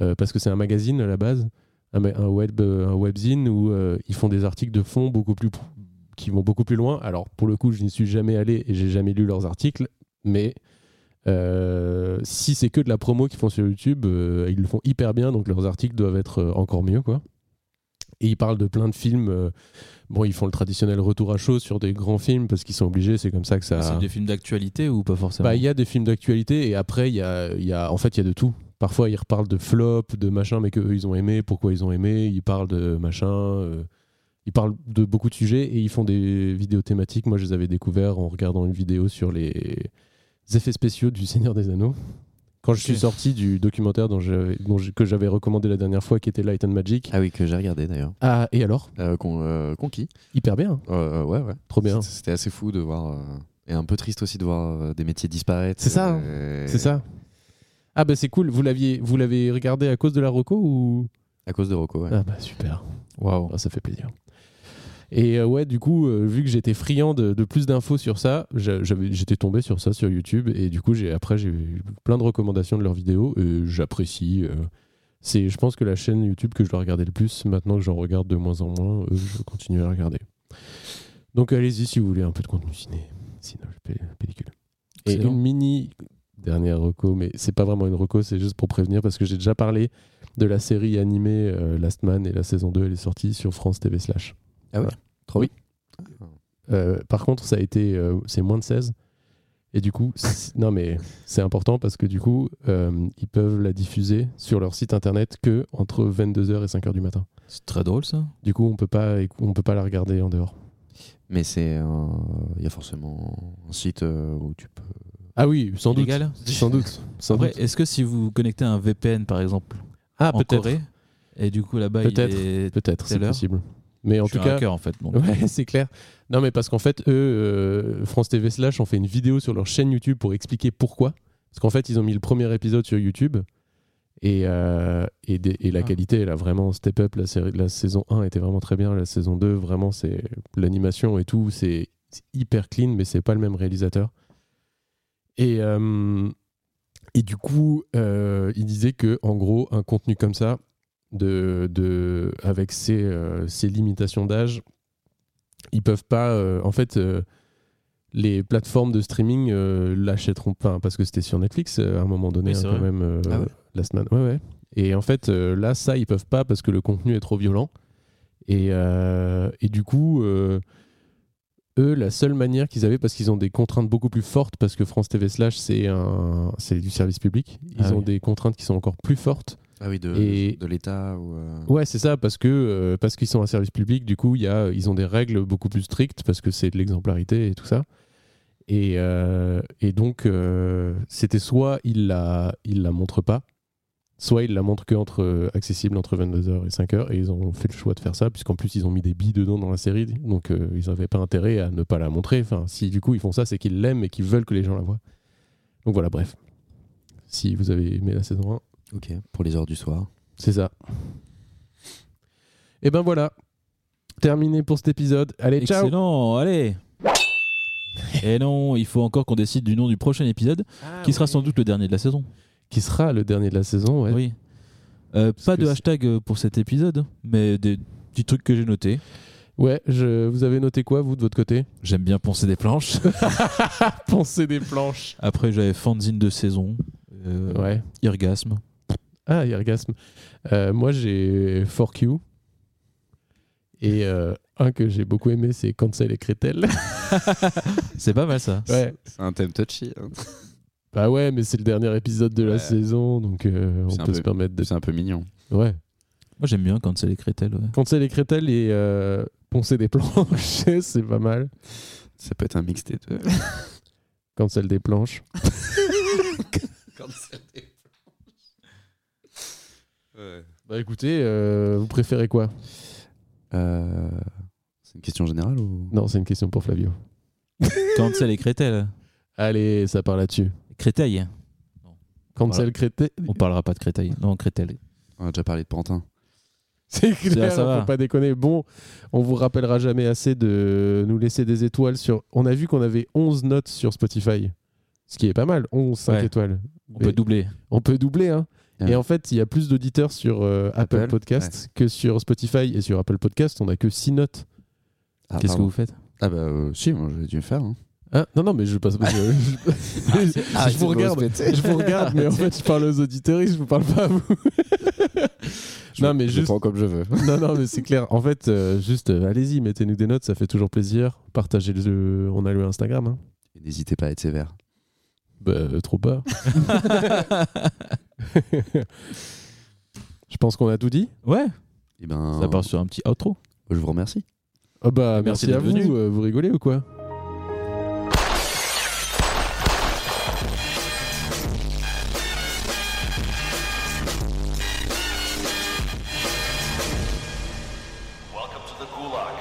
Speaker 4: euh, parce que c'est un magazine à la base, un, ma- un web, euh, un webzine où euh, ils font des articles de fond beaucoup plus, pou- qui vont beaucoup plus loin. Alors, pour le coup, je n'y suis jamais allé et j'ai jamais lu leurs articles, mais euh, si c'est que de la promo qu'ils font sur YouTube, euh, ils le font hyper bien, donc leurs articles doivent être euh, encore mieux, quoi. Et ils parlent de plein de films. euh, bon, ils font le traditionnel retour à chaud sur des grands films parce qu'ils sont obligés. C'est comme ça que ça.
Speaker 2: C'est des films d'actualité ou pas forcément
Speaker 4: Bah, il y a des films d'actualité et après, il y a, il y a, en fait, il y a de tout. Parfois, ils reparlent de flop, de machin, mais qu'eux, ils ont aimé, pourquoi ils ont aimé, ils parlent de machin, euh, ils parlent de beaucoup de sujets et ils font des vidéos thématiques. Moi, je les avais découverts en regardant une vidéo sur les effets spéciaux du Seigneur des Anneaux. Quand je suis
Speaker 2: Ok.
Speaker 4: sorti du documentaire dont j'avais- dont j'- que j'avais recommandé la dernière fois, qui était Light and Magic.
Speaker 3: Ah oui, que j'ai regardé d'ailleurs.
Speaker 4: Ah, et alors
Speaker 3: Euh, qu'on- euh, conquis.
Speaker 4: Hyper bien, hein.
Speaker 3: Euh, euh, ouais, ouais.
Speaker 4: trop bien.
Speaker 3: C'était- C'était assez fou de voir. euh, Et un peu triste aussi de voir euh, des métiers disparaître.
Speaker 4: C'est ça, hein.
Speaker 3: euh,
Speaker 4: C'est ça Ah, bah c'est cool, vous l'aviez vous l'avez regardé à cause de la reco ou
Speaker 3: À cause de Rocco, ouais.
Speaker 4: Ah, bah super.
Speaker 2: Waouh.
Speaker 4: Ah, ça fait plaisir. Et euh, ouais, du coup, euh, vu que j'étais friand de, de plus d'infos sur ça, j'a- j'avais- j'étais tombé sur ça sur YouTube. Et du coup, j'ai après, j'ai eu plein de recommandations de leurs vidéos. Et j'apprécie. euh, c'est, je pense que la chaîne YouTube que je dois regarder le plus, maintenant que j'en regarde de moins en moins, euh, je continue à la regarder. Donc allez-y si vous voulez un peu de contenu ciné, cinéma, pellicule. Et
Speaker 2: Excellent.
Speaker 4: une mini dernière reco, mais c'est pas vraiment une reco, c'est juste pour prévenir parce que j'ai déjà parlé de la série animée euh, Last Man et la saison 2 elle est sortie sur France TV slash.
Speaker 3: Ah ouais
Speaker 4: Voilà. Oui. Euh, par contre, ça a été euh, c'est moins de 16 et du coup, c'est- non mais c'est important parce que du coup, euh, ils peuvent la diffuser sur leur site internet que entre 22h et 5h du matin.
Speaker 2: C'est très drôle ça.
Speaker 4: Du coup, on peut pas écou- on peut pas la regarder en dehors.
Speaker 3: Mais c'est. un- Il y a forcément un site euh, où tu peux
Speaker 4: Ah oui, sans doute.
Speaker 5: Légal
Speaker 4: Sans doute. Sans
Speaker 5: Après,
Speaker 4: doute.
Speaker 5: est-ce que si vous connectez un VPN par exemple
Speaker 4: Ah,
Speaker 5: en
Speaker 4: peut-être.
Speaker 5: Corée et du coup là-bas il
Speaker 4: Peut-être.
Speaker 5: est
Speaker 4: Peut-être, c'est
Speaker 5: Taylor
Speaker 4: possible. Mais en
Speaker 5: Je suis
Speaker 4: tout
Speaker 5: un
Speaker 4: cas,
Speaker 5: hacker, en fait donc.
Speaker 4: Ouais, c'est clair. Non, mais parce qu'en fait, eux, euh, France TV Slash ont fait une vidéo sur leur chaîne YouTube pour expliquer pourquoi. Parce qu'en fait, ils ont mis le premier épisode sur YouTube. Et, euh, et, des- et la
Speaker 5: Ah.
Speaker 4: qualité, elle a vraiment step up. La, série, la saison 1 était vraiment très bien. La saison 2, vraiment, c'est l'animation et tout. C'est c'est hyper clean, mais c'est pas le même réalisateur. Et, euh, et du coup, euh, il disait que, en gros, un contenu comme ça, de, de, avec ses, euh, ses limitations d'âge, ils peuvent pas. euh, en fait, euh, les plateformes de streaming euh, l'achèteront pas parce que c'était sur Netflix euh, à un moment donné,
Speaker 5: Oui, c'est
Speaker 4: hein, quand
Speaker 5: vrai.
Speaker 4: même, euh,
Speaker 3: Ah ouais
Speaker 4: Last Man. Ouais, ouais. Et en fait, euh, là, ça, ils peuvent pas parce que le contenu est trop violent. Et, euh, et du coup, euh, eux, la seule manière qu'ils avaient, parce qu'ils ont des contraintes beaucoup plus fortes, parce que France TV Slash, c'est un- c'est du service public, ils
Speaker 5: Ah
Speaker 4: ont
Speaker 5: oui.
Speaker 4: des contraintes qui sont encore plus fortes.
Speaker 3: Ah oui, de,
Speaker 4: Et-
Speaker 3: de l'État ou. euh,
Speaker 4: Ouais, c'est ça, parce que euh, parce qu'ils sont un service public, du coup, il y a, ils ont des règles beaucoup plus strictes parce que c'est de l'exemplarité et tout ça. Et, euh, et donc, euh, c'était soit ils la, ils la montrent pas, soit ils la montrent que entre, euh, accessible entre 22h et 5h, et ils ont fait le choix de faire ça, puisqu'en plus, ils ont mis des billes dedans dans la série, donc euh, ils n'avaient pas intérêt à ne pas la montrer. Enfin, si du coup ils font ça, c'est qu'ils l'aiment et qu'ils veulent que les gens la voient. Donc voilà, bref. Si vous avez aimé la saison 1,
Speaker 3: Ok, pour les heures du soir.
Speaker 4: c'est ça. Et ben voilà. Terminé pour cet épisode. Allez, ciao.
Speaker 5: Excellent, allez Et non, il faut encore qu'on décide du nom du prochain épisode,
Speaker 2: Ah
Speaker 4: Ah
Speaker 5: qui sera sans doute le dernier de la saison.
Speaker 4: Qui sera le dernier de la saison. ouais.
Speaker 5: Oui. Euh, pas
Speaker 4: que
Speaker 5: de
Speaker 4: c'est-
Speaker 5: hashtag euh, pour cet épisode, mais des petits trucs que j'ai notés.
Speaker 4: Ouais, je... vous avez noté quoi, vous, de votre côté
Speaker 5: J'aime bien poncer des planches.
Speaker 4: Penser des planches.
Speaker 5: Après, j'avais fanzine de saison, euh,
Speaker 4: Ouais.
Speaker 5: irgasme.
Speaker 4: Ah, Irgasme. Euh, moi, j'ai 4Q. Et euh, un que j'ai beaucoup aimé, c'est Cancel et Crétel.
Speaker 5: C'est pas mal ça.
Speaker 4: ouais.
Speaker 3: C'est un thème touchy. hein,
Speaker 4: Bah ouais, mais c'est le dernier épisode de la
Speaker 3: Ouais.
Speaker 4: saison, donc euh, on
Speaker 3: C'est un
Speaker 4: peut
Speaker 3: peu-
Speaker 4: se permettre de.
Speaker 3: C'est un peu mignon.
Speaker 4: Ouais.
Speaker 5: Moi, j'aime bien quand c'est les crételles. ouais.
Speaker 4: Cancel et Crétel et euh, Poncer des planches, c'est pas mal.
Speaker 3: Ça peut être un mix des deux.
Speaker 4: Cancel des planches. Bah écoutez, euh, vous préférez quoi
Speaker 3: Euh, C'est une question générale ou
Speaker 4: Non, c'est une question pour Flavio.
Speaker 5: Quand c'est les crételles.
Speaker 4: Allez, ça part là-dessus.
Speaker 5: Créteil.
Speaker 4: Cancel
Speaker 5: Voilà.
Speaker 4: Crété.
Speaker 5: On parlera pas de Créteil. Non, Créteil.
Speaker 3: On a déjà parlé de Pantin.
Speaker 4: C'est clair,
Speaker 5: ça va.
Speaker 4: faut pas déconner. Bon, on vous rappellera jamais assez de nous laisser des étoiles sur. On a vu qu'on avait 11 notes sur Spotify. Ce qui est pas mal, 11, 5
Speaker 5: Ouais.
Speaker 4: étoiles.
Speaker 5: On
Speaker 4: Mais
Speaker 5: peut doubler.
Speaker 4: on peut doubler, hein.
Speaker 3: Ouais.
Speaker 4: Et en fait, il y a plus d'auditeurs sur euh, Apple,
Speaker 3: Apple,
Speaker 4: Podcast que sur Spotify. Et sur Apple Podcast, on a que 6 notes.
Speaker 3: Ah,
Speaker 5: Qu'est-ce que
Speaker 3: pardon.
Speaker 5: vous faites
Speaker 3: Ah bah euh, si, moi j'ai dû le faire. hein.
Speaker 4: Hein non, non, mais je passe. je- je-
Speaker 3: ah,
Speaker 4: Ah, je vous regarde. je vous regarde, mais en fait, je parle aux auditeurs, je vous parle pas à vous. non, mais
Speaker 3: Je
Speaker 4: juste.
Speaker 3: prends comme je veux.
Speaker 4: Non, non, mais c'est clair. En fait, euh, juste, euh, allez-y, mettez-nous des notes, ça fait toujours plaisir. Partagez le. On a le Instagram, hein.
Speaker 3: Et N'hésitez pas à être sévère.
Speaker 4: Bah, euh, trop pas. je pense qu'on a tout dit.
Speaker 5: Ouais,
Speaker 3: Et ben,
Speaker 5: ça part sur un petit outro.
Speaker 3: je vous remercie.
Speaker 4: Ah bah,
Speaker 5: Merci
Speaker 4: merci, à
Speaker 5: d'être
Speaker 4: vous.
Speaker 5: venu.
Speaker 4: euh, Vous rigolez ou quoi
Speaker 6: Welcome to the Gulag.